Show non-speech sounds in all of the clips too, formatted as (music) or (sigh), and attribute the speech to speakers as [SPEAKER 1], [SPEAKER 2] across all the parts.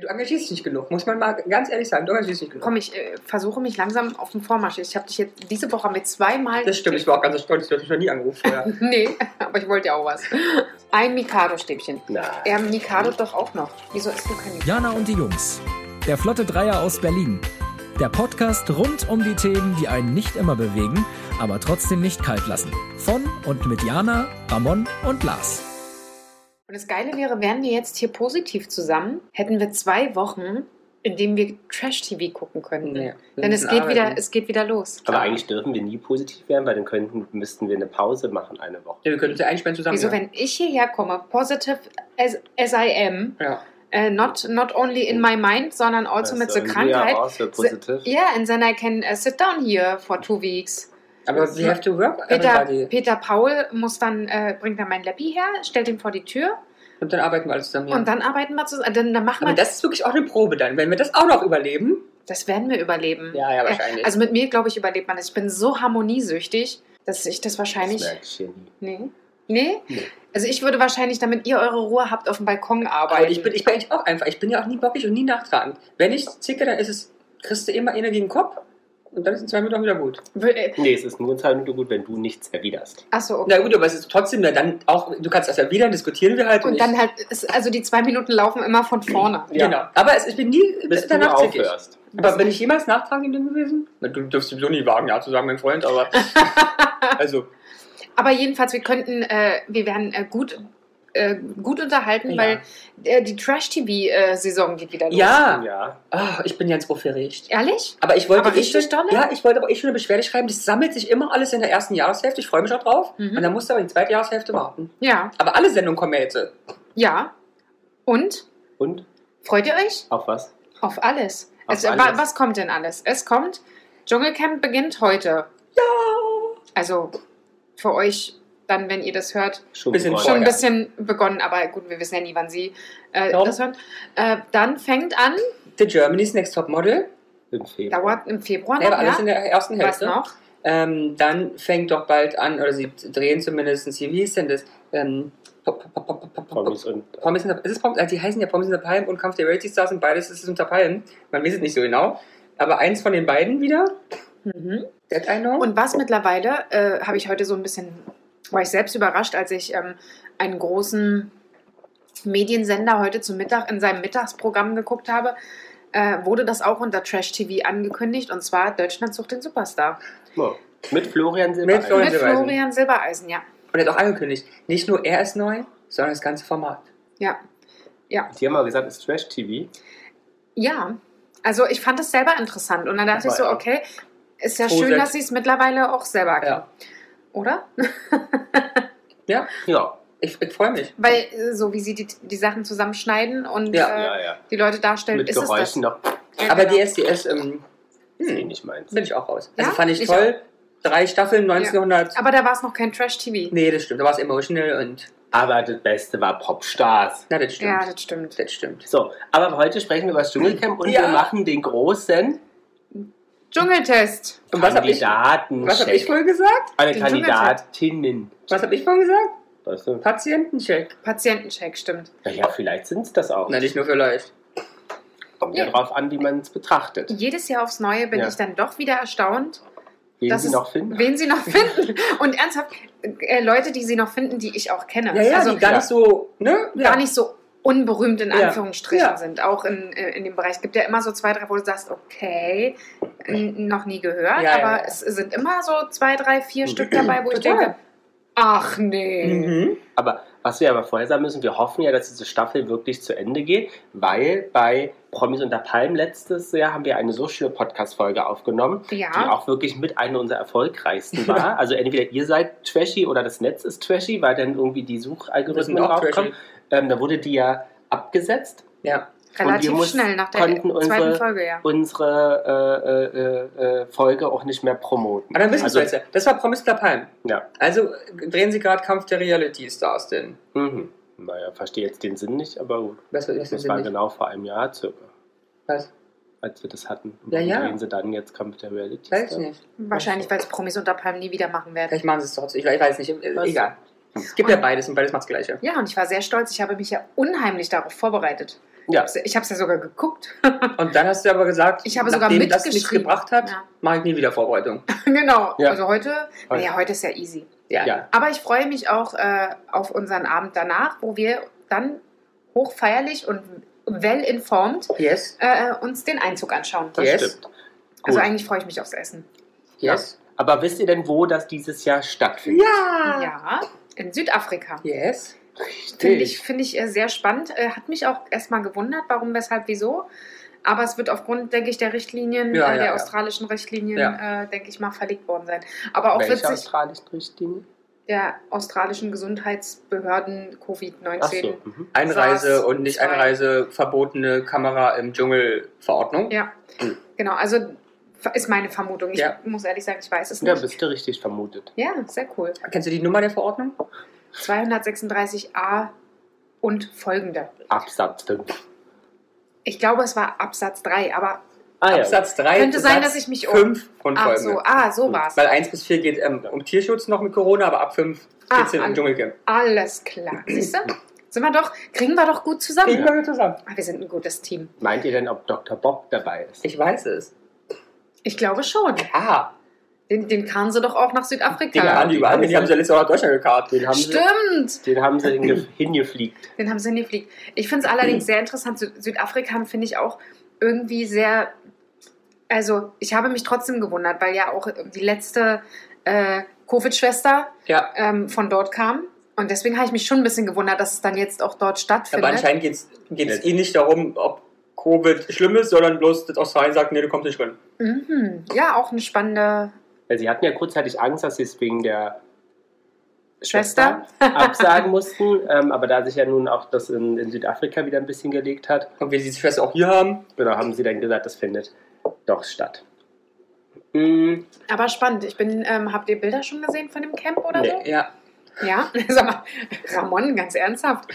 [SPEAKER 1] Du engagierst dich nicht genug, muss man mal ganz ehrlich sagen. Du engagierst dich nicht genug.
[SPEAKER 2] Komm, ich äh, versuche mich langsam auf den Vormarsch. Ich habe dich jetzt, diese Woche haben wir zweimal.
[SPEAKER 1] Das stimmt, ich war auch ganz stolz, du hast mich noch nie angerufen vorher.
[SPEAKER 2] (laughs) Nee, aber ich wollte ja auch was. Ein Mikado-Stäbchen.
[SPEAKER 1] Nein.
[SPEAKER 2] Ähm, Mikado doch auch noch. Wieso ist du kein Mikado?
[SPEAKER 3] Jana und die Jungs. Der Flotte Dreier aus Berlin. Der Podcast rund um die Themen, die einen nicht immer bewegen, aber trotzdem nicht kalt lassen. Von und mit Jana, Ramon und Lars.
[SPEAKER 2] Und das Geile wäre, wären wir jetzt hier positiv zusammen, hätten wir zwei Wochen, in denen wir Trash-TV gucken könnten.
[SPEAKER 1] Nee, wir
[SPEAKER 2] Denn es
[SPEAKER 1] müssen
[SPEAKER 2] geht, wieder,
[SPEAKER 1] arbeiten.
[SPEAKER 2] es geht wieder los.
[SPEAKER 4] Aber eigentlich dürfen wir nie positiv werden, weil dann könnten, müssten wir eine Pause machen, eine Woche.
[SPEAKER 1] Ja, wir können uns ja einsperren zusammen.
[SPEAKER 2] Wieso,
[SPEAKER 1] ja.
[SPEAKER 2] wenn ich hierher komme, positive as, as I am,
[SPEAKER 1] Ja.
[SPEAKER 2] äh, not, not only in my mind, sondern also mit der
[SPEAKER 4] Also, we are
[SPEAKER 2] Krankheit.
[SPEAKER 4] also positive.
[SPEAKER 2] Yeah, and then I can uh, sit down here for two weeks.
[SPEAKER 1] Aber we have to work also
[SPEAKER 2] Peter,
[SPEAKER 1] everybody.
[SPEAKER 2] Peter Paul muss dann, äh, bringt dann mein Läppi her, stellt ihn vor die Tür
[SPEAKER 1] Und dann arbeiten wir alle zusammen. Ja.
[SPEAKER 2] und dann arbeiten wir zusammen. Dann, dann machen
[SPEAKER 1] Aber
[SPEAKER 2] wir das.
[SPEAKER 1] das ist wirklich auch eine Probe dann. Wenn wir das auch noch überleben.
[SPEAKER 2] Das werden wir überleben.
[SPEAKER 1] Ja, ja, wahrscheinlich.
[SPEAKER 2] Äh, Also mit mir, glaube ich, überlebt man das. Ich bin so harmoniesüchtig, dass ich das wahrscheinlich.
[SPEAKER 4] Das merke ich hier nie.
[SPEAKER 2] Nee. Nee?
[SPEAKER 4] Nee.
[SPEAKER 2] Also ich würde wahrscheinlich, damit ihr eure Ruhe habt, auf dem Balkon arbeiten.
[SPEAKER 1] Aber ich bin, ich bin eigentlich auch einfach. Ich bin ja auch nie bockig und nie nachtragend. Wenn ich zicke, dann ist es, kriegst du immer eine gegen den Kopf und dann ist in zwei Minuten auch wieder gut.
[SPEAKER 2] Wür- äh,
[SPEAKER 4] Nee, es ist nur in zwei Minuten gut, wenn du nichts erwiderst.
[SPEAKER 2] Achso, okay.
[SPEAKER 1] Na gut, aber es ist trotzdem ja dann auch, du kannst das ja wieder, diskutieren wir halt.
[SPEAKER 2] Und dann halt, ist, also die zwei Minuten laufen immer von vorne.
[SPEAKER 1] ich, genau. Aber es, ich bin nie
[SPEAKER 4] Bis du
[SPEAKER 1] danach zickig.
[SPEAKER 4] aufhörst.
[SPEAKER 1] Aber bin ich jemals nachtragend denn gewesen? Na, du dürfst sowieso nie wagen, ja zu sagen, mein Freund,
[SPEAKER 2] (laughs)
[SPEAKER 1] aber. also,
[SPEAKER 2] Aber jedenfalls, wir könnten, äh, wir werden äh, gut, äh, gut unterhalten,
[SPEAKER 1] Ja.
[SPEAKER 2] weil äh, die Trash-TV-Saison geht wieder los.
[SPEAKER 1] ja.
[SPEAKER 4] Ja.
[SPEAKER 1] Ah, ich bin ganz aufgeregt.
[SPEAKER 2] Ehrlich?
[SPEAKER 1] Aber ich wollte
[SPEAKER 2] Aber
[SPEAKER 1] eh schon-
[SPEAKER 2] richtig dolle?
[SPEAKER 1] Ja, ich wollte aber eh schon eine Beschwerde schreiben. Das sammelt sich immer alles in der ersten Jahreshälfte. Ich freue mich auch drauf.
[SPEAKER 2] Mhm.
[SPEAKER 1] Und dann musst du aber die zweite Jahreshälfte warten.
[SPEAKER 2] Ja,
[SPEAKER 1] Aber alle Sendungen kommen ja jetzt.
[SPEAKER 2] ja. Und?
[SPEAKER 4] Und?
[SPEAKER 2] Freut ihr euch?
[SPEAKER 4] Auf was?
[SPEAKER 2] Auf alles.
[SPEAKER 4] Auf
[SPEAKER 2] es, wa-
[SPEAKER 4] alles.
[SPEAKER 2] Was kommt denn alles? Es kommt, Dschungelcamp beginnt heute. Ja! Also für euch dann, wenn ihr das hört,
[SPEAKER 4] Schon
[SPEAKER 1] Bisschen
[SPEAKER 4] begonnen.
[SPEAKER 2] schon ein
[SPEAKER 1] Vorher.
[SPEAKER 2] bisschen begonnen, aber gut, wir wissen ja nie, wann sie äh,
[SPEAKER 1] Doch.
[SPEAKER 2] das hören. Äh, dann fängt an,
[SPEAKER 1] The Germany's Next Top Model.
[SPEAKER 4] Im Februar.
[SPEAKER 2] dauert im Februar
[SPEAKER 1] Ja, aber
[SPEAKER 2] noch,
[SPEAKER 1] alles
[SPEAKER 2] Ah, ja?
[SPEAKER 1] in der ersten
[SPEAKER 2] Was
[SPEAKER 1] Hälfte.
[SPEAKER 2] noch?
[SPEAKER 1] Ähm, dann fängt doch bald an, oder sie drehen zumindest, hier, wie hieß denn das? Ähm, Pop- Pop- Pop- Pop- Pop- Pop-
[SPEAKER 4] Promis und äh,
[SPEAKER 1] Promis in der, ist es Promis, Ah, die heißen ja Promis in der Palm und Kampf der Reality Stars und beides ist es unter Palm. Man weiß es nicht so genau. Aber eins von den beiden wieder,
[SPEAKER 2] Mhm.
[SPEAKER 1] that I know.
[SPEAKER 2] Und was mittlerweile, äh, habe ich heute so ein bisschen, war ich selbst überrascht, als ich ähm, einen großen Mediensender heute zum Mittag in seinem Mittagsprogramm geguckt habe, äh, wurde das auch unter Trash TV angekündigt und zwar Deutschland sucht den Superstar.
[SPEAKER 4] Ja. Mit Florian Silber.
[SPEAKER 1] Mit Florian-
[SPEAKER 2] Mit
[SPEAKER 1] Silbereisen.
[SPEAKER 2] Florian Silbereisen, ja.
[SPEAKER 1] Und er hat auch angekündigt, nicht nur er ist neu, sondern das ganze Format.
[SPEAKER 2] Ja.
[SPEAKER 4] Die haben mal gesagt, es ist Trash-TV.
[SPEAKER 2] Ja. Also ich fand das selber interessant und dann dachte ich so,
[SPEAKER 4] War ja.
[SPEAKER 2] okay, ist ja
[SPEAKER 1] Froh
[SPEAKER 2] schön,
[SPEAKER 1] selbst.
[SPEAKER 2] dass sie es mittlerweile auch selber kann.
[SPEAKER 1] Ja.
[SPEAKER 2] Oder?
[SPEAKER 1] Ja,
[SPEAKER 4] Ja.
[SPEAKER 1] ich, ich freue mich.
[SPEAKER 2] Weil äh, so wie sie die, die Sachen zusammenschneiden und
[SPEAKER 1] Ja.
[SPEAKER 2] äh,
[SPEAKER 4] Ja, ja.
[SPEAKER 2] die Leute darstellen,
[SPEAKER 4] Mit
[SPEAKER 2] ist es das.
[SPEAKER 4] Geräuschen noch.
[SPEAKER 2] Ja,
[SPEAKER 1] Aber
[SPEAKER 2] genau.
[SPEAKER 1] die SDS, ähm,
[SPEAKER 4] Ist eh
[SPEAKER 1] hm,
[SPEAKER 4] nicht meins.
[SPEAKER 1] bin ich auch raus.
[SPEAKER 2] Ja?
[SPEAKER 1] Also fand ich
[SPEAKER 2] Ich
[SPEAKER 1] toll. Drei Staffeln, 1900.
[SPEAKER 2] Aber da war es noch kein Trash-TV.
[SPEAKER 1] Nee, das stimmt. Da war es emotional und.
[SPEAKER 4] Aber das Beste war Popstars.
[SPEAKER 1] Na, das stimmt.
[SPEAKER 2] Ja, das stimmt.
[SPEAKER 1] das stimmt.
[SPEAKER 4] So, aber heute sprechen wir über das Dschungelcamp und
[SPEAKER 1] Ja.
[SPEAKER 4] wir machen den großen
[SPEAKER 2] Dschungeltest.
[SPEAKER 1] Und was habe ich,
[SPEAKER 4] Kandidaten.
[SPEAKER 1] was hab ich vorhin gesagt?
[SPEAKER 4] Eine
[SPEAKER 2] Den
[SPEAKER 4] Kandidatinnen.
[SPEAKER 1] Was habe ich vorhin gesagt?
[SPEAKER 4] Weißt du?
[SPEAKER 1] Patientencheck.
[SPEAKER 2] Patientencheck, stimmt.
[SPEAKER 4] Naja, vielleicht sind es das auch.
[SPEAKER 1] Na, nicht nur für Leute.
[SPEAKER 4] Kommt ja
[SPEAKER 2] Nee.
[SPEAKER 4] drauf an, wie man es betrachtet.
[SPEAKER 2] Jedes Jahr aufs Neue bin
[SPEAKER 4] Ja.
[SPEAKER 2] ich dann doch wieder erstaunt,
[SPEAKER 4] Wen
[SPEAKER 2] Das
[SPEAKER 4] sie
[SPEAKER 2] ist-
[SPEAKER 4] noch finden.
[SPEAKER 2] wen sie noch (laughs) finden. Und ernsthaft, äh, Leute, die sie noch finden, die ich auch kenne.
[SPEAKER 1] Ja, ja,
[SPEAKER 2] also
[SPEAKER 1] die gar
[SPEAKER 4] ja.
[SPEAKER 1] nicht so, ne? Ja.
[SPEAKER 2] gar nicht so unberühmt in
[SPEAKER 1] Ja.
[SPEAKER 2] Anführungsstrichen
[SPEAKER 1] Ja.
[SPEAKER 2] sind, auch in, äh, in dem Bereich. Es gibt ja immer so zwei, drei, wo du sagst, okay, n- noch nie
[SPEAKER 1] Ja,
[SPEAKER 2] gehört,
[SPEAKER 1] ja,
[SPEAKER 2] aber
[SPEAKER 1] ja.
[SPEAKER 2] es sind immer so zwei, drei, vier Stück dabei, wo ich denke, ach nee.
[SPEAKER 1] Mhm.
[SPEAKER 4] Aber was wir aber vorher sagen müssen, wir hoffen ja, dass diese Staffel wirklich zu Ende geht, weil bei Promis unter Palmen letztes Jahr haben wir eine so schöne Podcast-Folge aufgenommen, die
[SPEAKER 2] Ja,
[SPEAKER 4] auch wirklich mit einer unserer
[SPEAKER 1] (laughs)
[SPEAKER 4] erfolgreichsten war. Also entweder ihr seid trashy oder das Netz ist trashy, weil dann irgendwie die Suchalgorithmen
[SPEAKER 1] Sind auch
[SPEAKER 4] draufkommen. Ähm, da wurde die ja abgesetzt.
[SPEAKER 1] Ja.
[SPEAKER 4] und wir
[SPEAKER 2] relativ
[SPEAKER 4] muss-
[SPEAKER 2] schnell nach der
[SPEAKER 4] konnten
[SPEAKER 2] zweiten
[SPEAKER 4] unsere-
[SPEAKER 2] Folge, ja.
[SPEAKER 4] unsere äh, äh, äh, äh, Folge auch nicht mehr promoten.
[SPEAKER 1] Aber Ah, dann wissen
[SPEAKER 4] also,
[SPEAKER 1] wir jetzt. Das war Promis La Palm.
[SPEAKER 4] Ja.
[SPEAKER 1] Also äh, drehen sie gerade Kampf der Reality Stars denn.
[SPEAKER 4] Mhm. Naja, verstehe jetzt den Sinn nicht, aber gut.
[SPEAKER 1] Was, was
[SPEAKER 4] Das
[SPEAKER 1] ist
[SPEAKER 4] war
[SPEAKER 1] denn nicht?
[SPEAKER 4] genau vor einem Jahr circa,
[SPEAKER 1] Was?
[SPEAKER 4] als wir das hatten. Und
[SPEAKER 1] Ja,
[SPEAKER 4] warum
[SPEAKER 1] ja.
[SPEAKER 4] drehen sie dann jetzt Kampf der Reality
[SPEAKER 1] Weiß ich
[SPEAKER 4] Stars?
[SPEAKER 1] nicht.
[SPEAKER 2] Wahrscheinlich, weil es Promis unter Palmen nie wieder machen werden.
[SPEAKER 1] Vielleicht machen sie es trotzdem. Ich weiß nicht. Äh,
[SPEAKER 4] Was?
[SPEAKER 1] Egal. Es gibt ja beides und beides macht das Gleiche.
[SPEAKER 2] Ja, und ich war sehr stolz. Ich habe mich ja unheimlich darauf vorbereitet. Also,
[SPEAKER 4] Ja.
[SPEAKER 2] Ich habe es ja sogar geguckt.
[SPEAKER 1] Und dann hast du aber gesagt,
[SPEAKER 2] Ich habe sogar
[SPEAKER 1] nachdem das nichts
[SPEAKER 2] mitgeschrieben.
[SPEAKER 1] gebracht hat,
[SPEAKER 2] Ja. (laughs)
[SPEAKER 1] mache ich nie wieder Vorbereitung.
[SPEAKER 2] genau.
[SPEAKER 4] Ja.
[SPEAKER 2] Also heute, naja, heute ist ja easy.
[SPEAKER 1] Ja.
[SPEAKER 4] Ja.
[SPEAKER 2] Aber ich freue mich auch äh, auf unseren Abend danach, wo wir dann hochfeierlich und well informed
[SPEAKER 1] Yes.
[SPEAKER 2] äh, uns den Einzug anschauen.
[SPEAKER 4] Das
[SPEAKER 1] Yes.
[SPEAKER 4] stimmt.
[SPEAKER 2] Also
[SPEAKER 4] Gut.
[SPEAKER 2] eigentlich freue ich mich aufs Essen.
[SPEAKER 1] Yes.
[SPEAKER 4] Aber wisst ihr denn, wo das dieses Jahr stattfindet?
[SPEAKER 1] Ja.
[SPEAKER 2] Ja, in Südafrika.
[SPEAKER 1] Yes.
[SPEAKER 2] Finde ich, finde ich äh, sehr spannend. Äh, Hat mich auch erstmal gewundert, warum, weshalb, wieso. Aber es wird aufgrund, denke ich, der Richtlinien,
[SPEAKER 1] Ja,
[SPEAKER 2] äh,
[SPEAKER 1] ja,
[SPEAKER 2] der
[SPEAKER 1] ja.
[SPEAKER 2] australischen Richtlinien, äh, denke ich mal, verlegt worden sein. Aber auch
[SPEAKER 4] Welche
[SPEAKER 2] witzig,
[SPEAKER 4] australischen Richtlinie?
[SPEAKER 2] der australischen Gesundheitsbehörden
[SPEAKER 4] Ach
[SPEAKER 2] Covid-19.
[SPEAKER 4] so. Mhm.
[SPEAKER 1] Einreise
[SPEAKER 2] Saß
[SPEAKER 1] und nicht
[SPEAKER 2] zwei.
[SPEAKER 1] Einreise verbotene Kamera im Dschungel Verordnung.
[SPEAKER 2] Ja, genau. Also ist meine Vermutung. Ich
[SPEAKER 1] Ja.
[SPEAKER 2] muss ehrlich sagen, ich weiß es
[SPEAKER 4] Ja,
[SPEAKER 2] nicht.
[SPEAKER 4] bist du richtig vermutet.
[SPEAKER 2] Ja, sehr cool.
[SPEAKER 1] Kennst du die Nummer der Verordnung?
[SPEAKER 2] 236a und folgende.
[SPEAKER 4] Absatz 5.
[SPEAKER 2] Ich glaube, es war Absatz 3, aber
[SPEAKER 4] Ah,
[SPEAKER 1] Absatz 3.
[SPEAKER 2] Könnte sein,
[SPEAKER 1] Satz
[SPEAKER 2] dass ich mich um-
[SPEAKER 1] 5 und
[SPEAKER 2] ach
[SPEAKER 1] folgende.
[SPEAKER 2] so, ah, so war es.
[SPEAKER 1] Weil 1 bis 4 geht ähm, um Tierschutz noch mit Corona, aber ab 5
[SPEAKER 2] Ah,
[SPEAKER 1] geht's in
[SPEAKER 2] alles-
[SPEAKER 1] den Dschungelcamp.
[SPEAKER 2] Alles klar. Siehst du? Sind wir doch, kriegen wir doch gut zusammen.
[SPEAKER 1] Kriegen wir zusammen.
[SPEAKER 2] Ah, wir sind ein gutes Team.
[SPEAKER 4] Meint ihr denn, ob Dr. Bob dabei ist?
[SPEAKER 1] Ich weiß es.
[SPEAKER 2] Ich glaube schon.
[SPEAKER 1] Ah,
[SPEAKER 2] Den, den kamen sie doch auch nach Südafrika.
[SPEAKER 1] den
[SPEAKER 4] Ja,
[SPEAKER 1] haben die
[SPEAKER 4] die
[SPEAKER 1] überall,
[SPEAKER 4] haben
[SPEAKER 1] die haben
[SPEAKER 4] sie-
[SPEAKER 1] sie letztes Jahr nach Deutschland gekarrt.
[SPEAKER 4] Den haben
[SPEAKER 2] Stimmt.
[SPEAKER 4] sie, den haben sie hinge hingefliegt.
[SPEAKER 2] Den haben sie hingefliegt. Ich finde es allerdings sehr interessant. Sü Südafrika finde ich auch irgendwie sehr. Also, ich habe mich trotzdem gewundert, weil ja auch die letzte äh, Covid-Schwester
[SPEAKER 1] Ja,
[SPEAKER 2] ähm, von dort kam. Und deswegen habe ich mich schon ein bisschen gewundert, dass es dann jetzt auch dort
[SPEAKER 1] aber
[SPEAKER 2] stattfindet.
[SPEAKER 1] anscheinend geht es ihnen nicht darum, ob Covid schlimm ist, sondern bloß das Australien sagt, nee, du kommst nicht rein.
[SPEAKER 2] mhm. Ja, auch eine spannende
[SPEAKER 4] Weil sie hatten ja kurzzeitig Angst, dass sie es wegen der
[SPEAKER 2] Schwester.
[SPEAKER 4] absagen mussten. (laughs) Ähm, aber da sich ja nun auch das in, in Südafrika wieder ein bisschen gelegt hat,
[SPEAKER 1] Und wir die Schwester auch hier haben.
[SPEAKER 4] genau, haben sie dann gesagt, das findet doch statt.
[SPEAKER 1] Mhm.
[SPEAKER 4] Mm,
[SPEAKER 2] Aber spannend. Ich bin, ähm, habt ihr Bilder schon gesehen von dem Camp oder
[SPEAKER 4] Nee.
[SPEAKER 1] Ja,
[SPEAKER 2] so? Ja. (laughs) Sag mal, Ramon, ganz ernsthaft.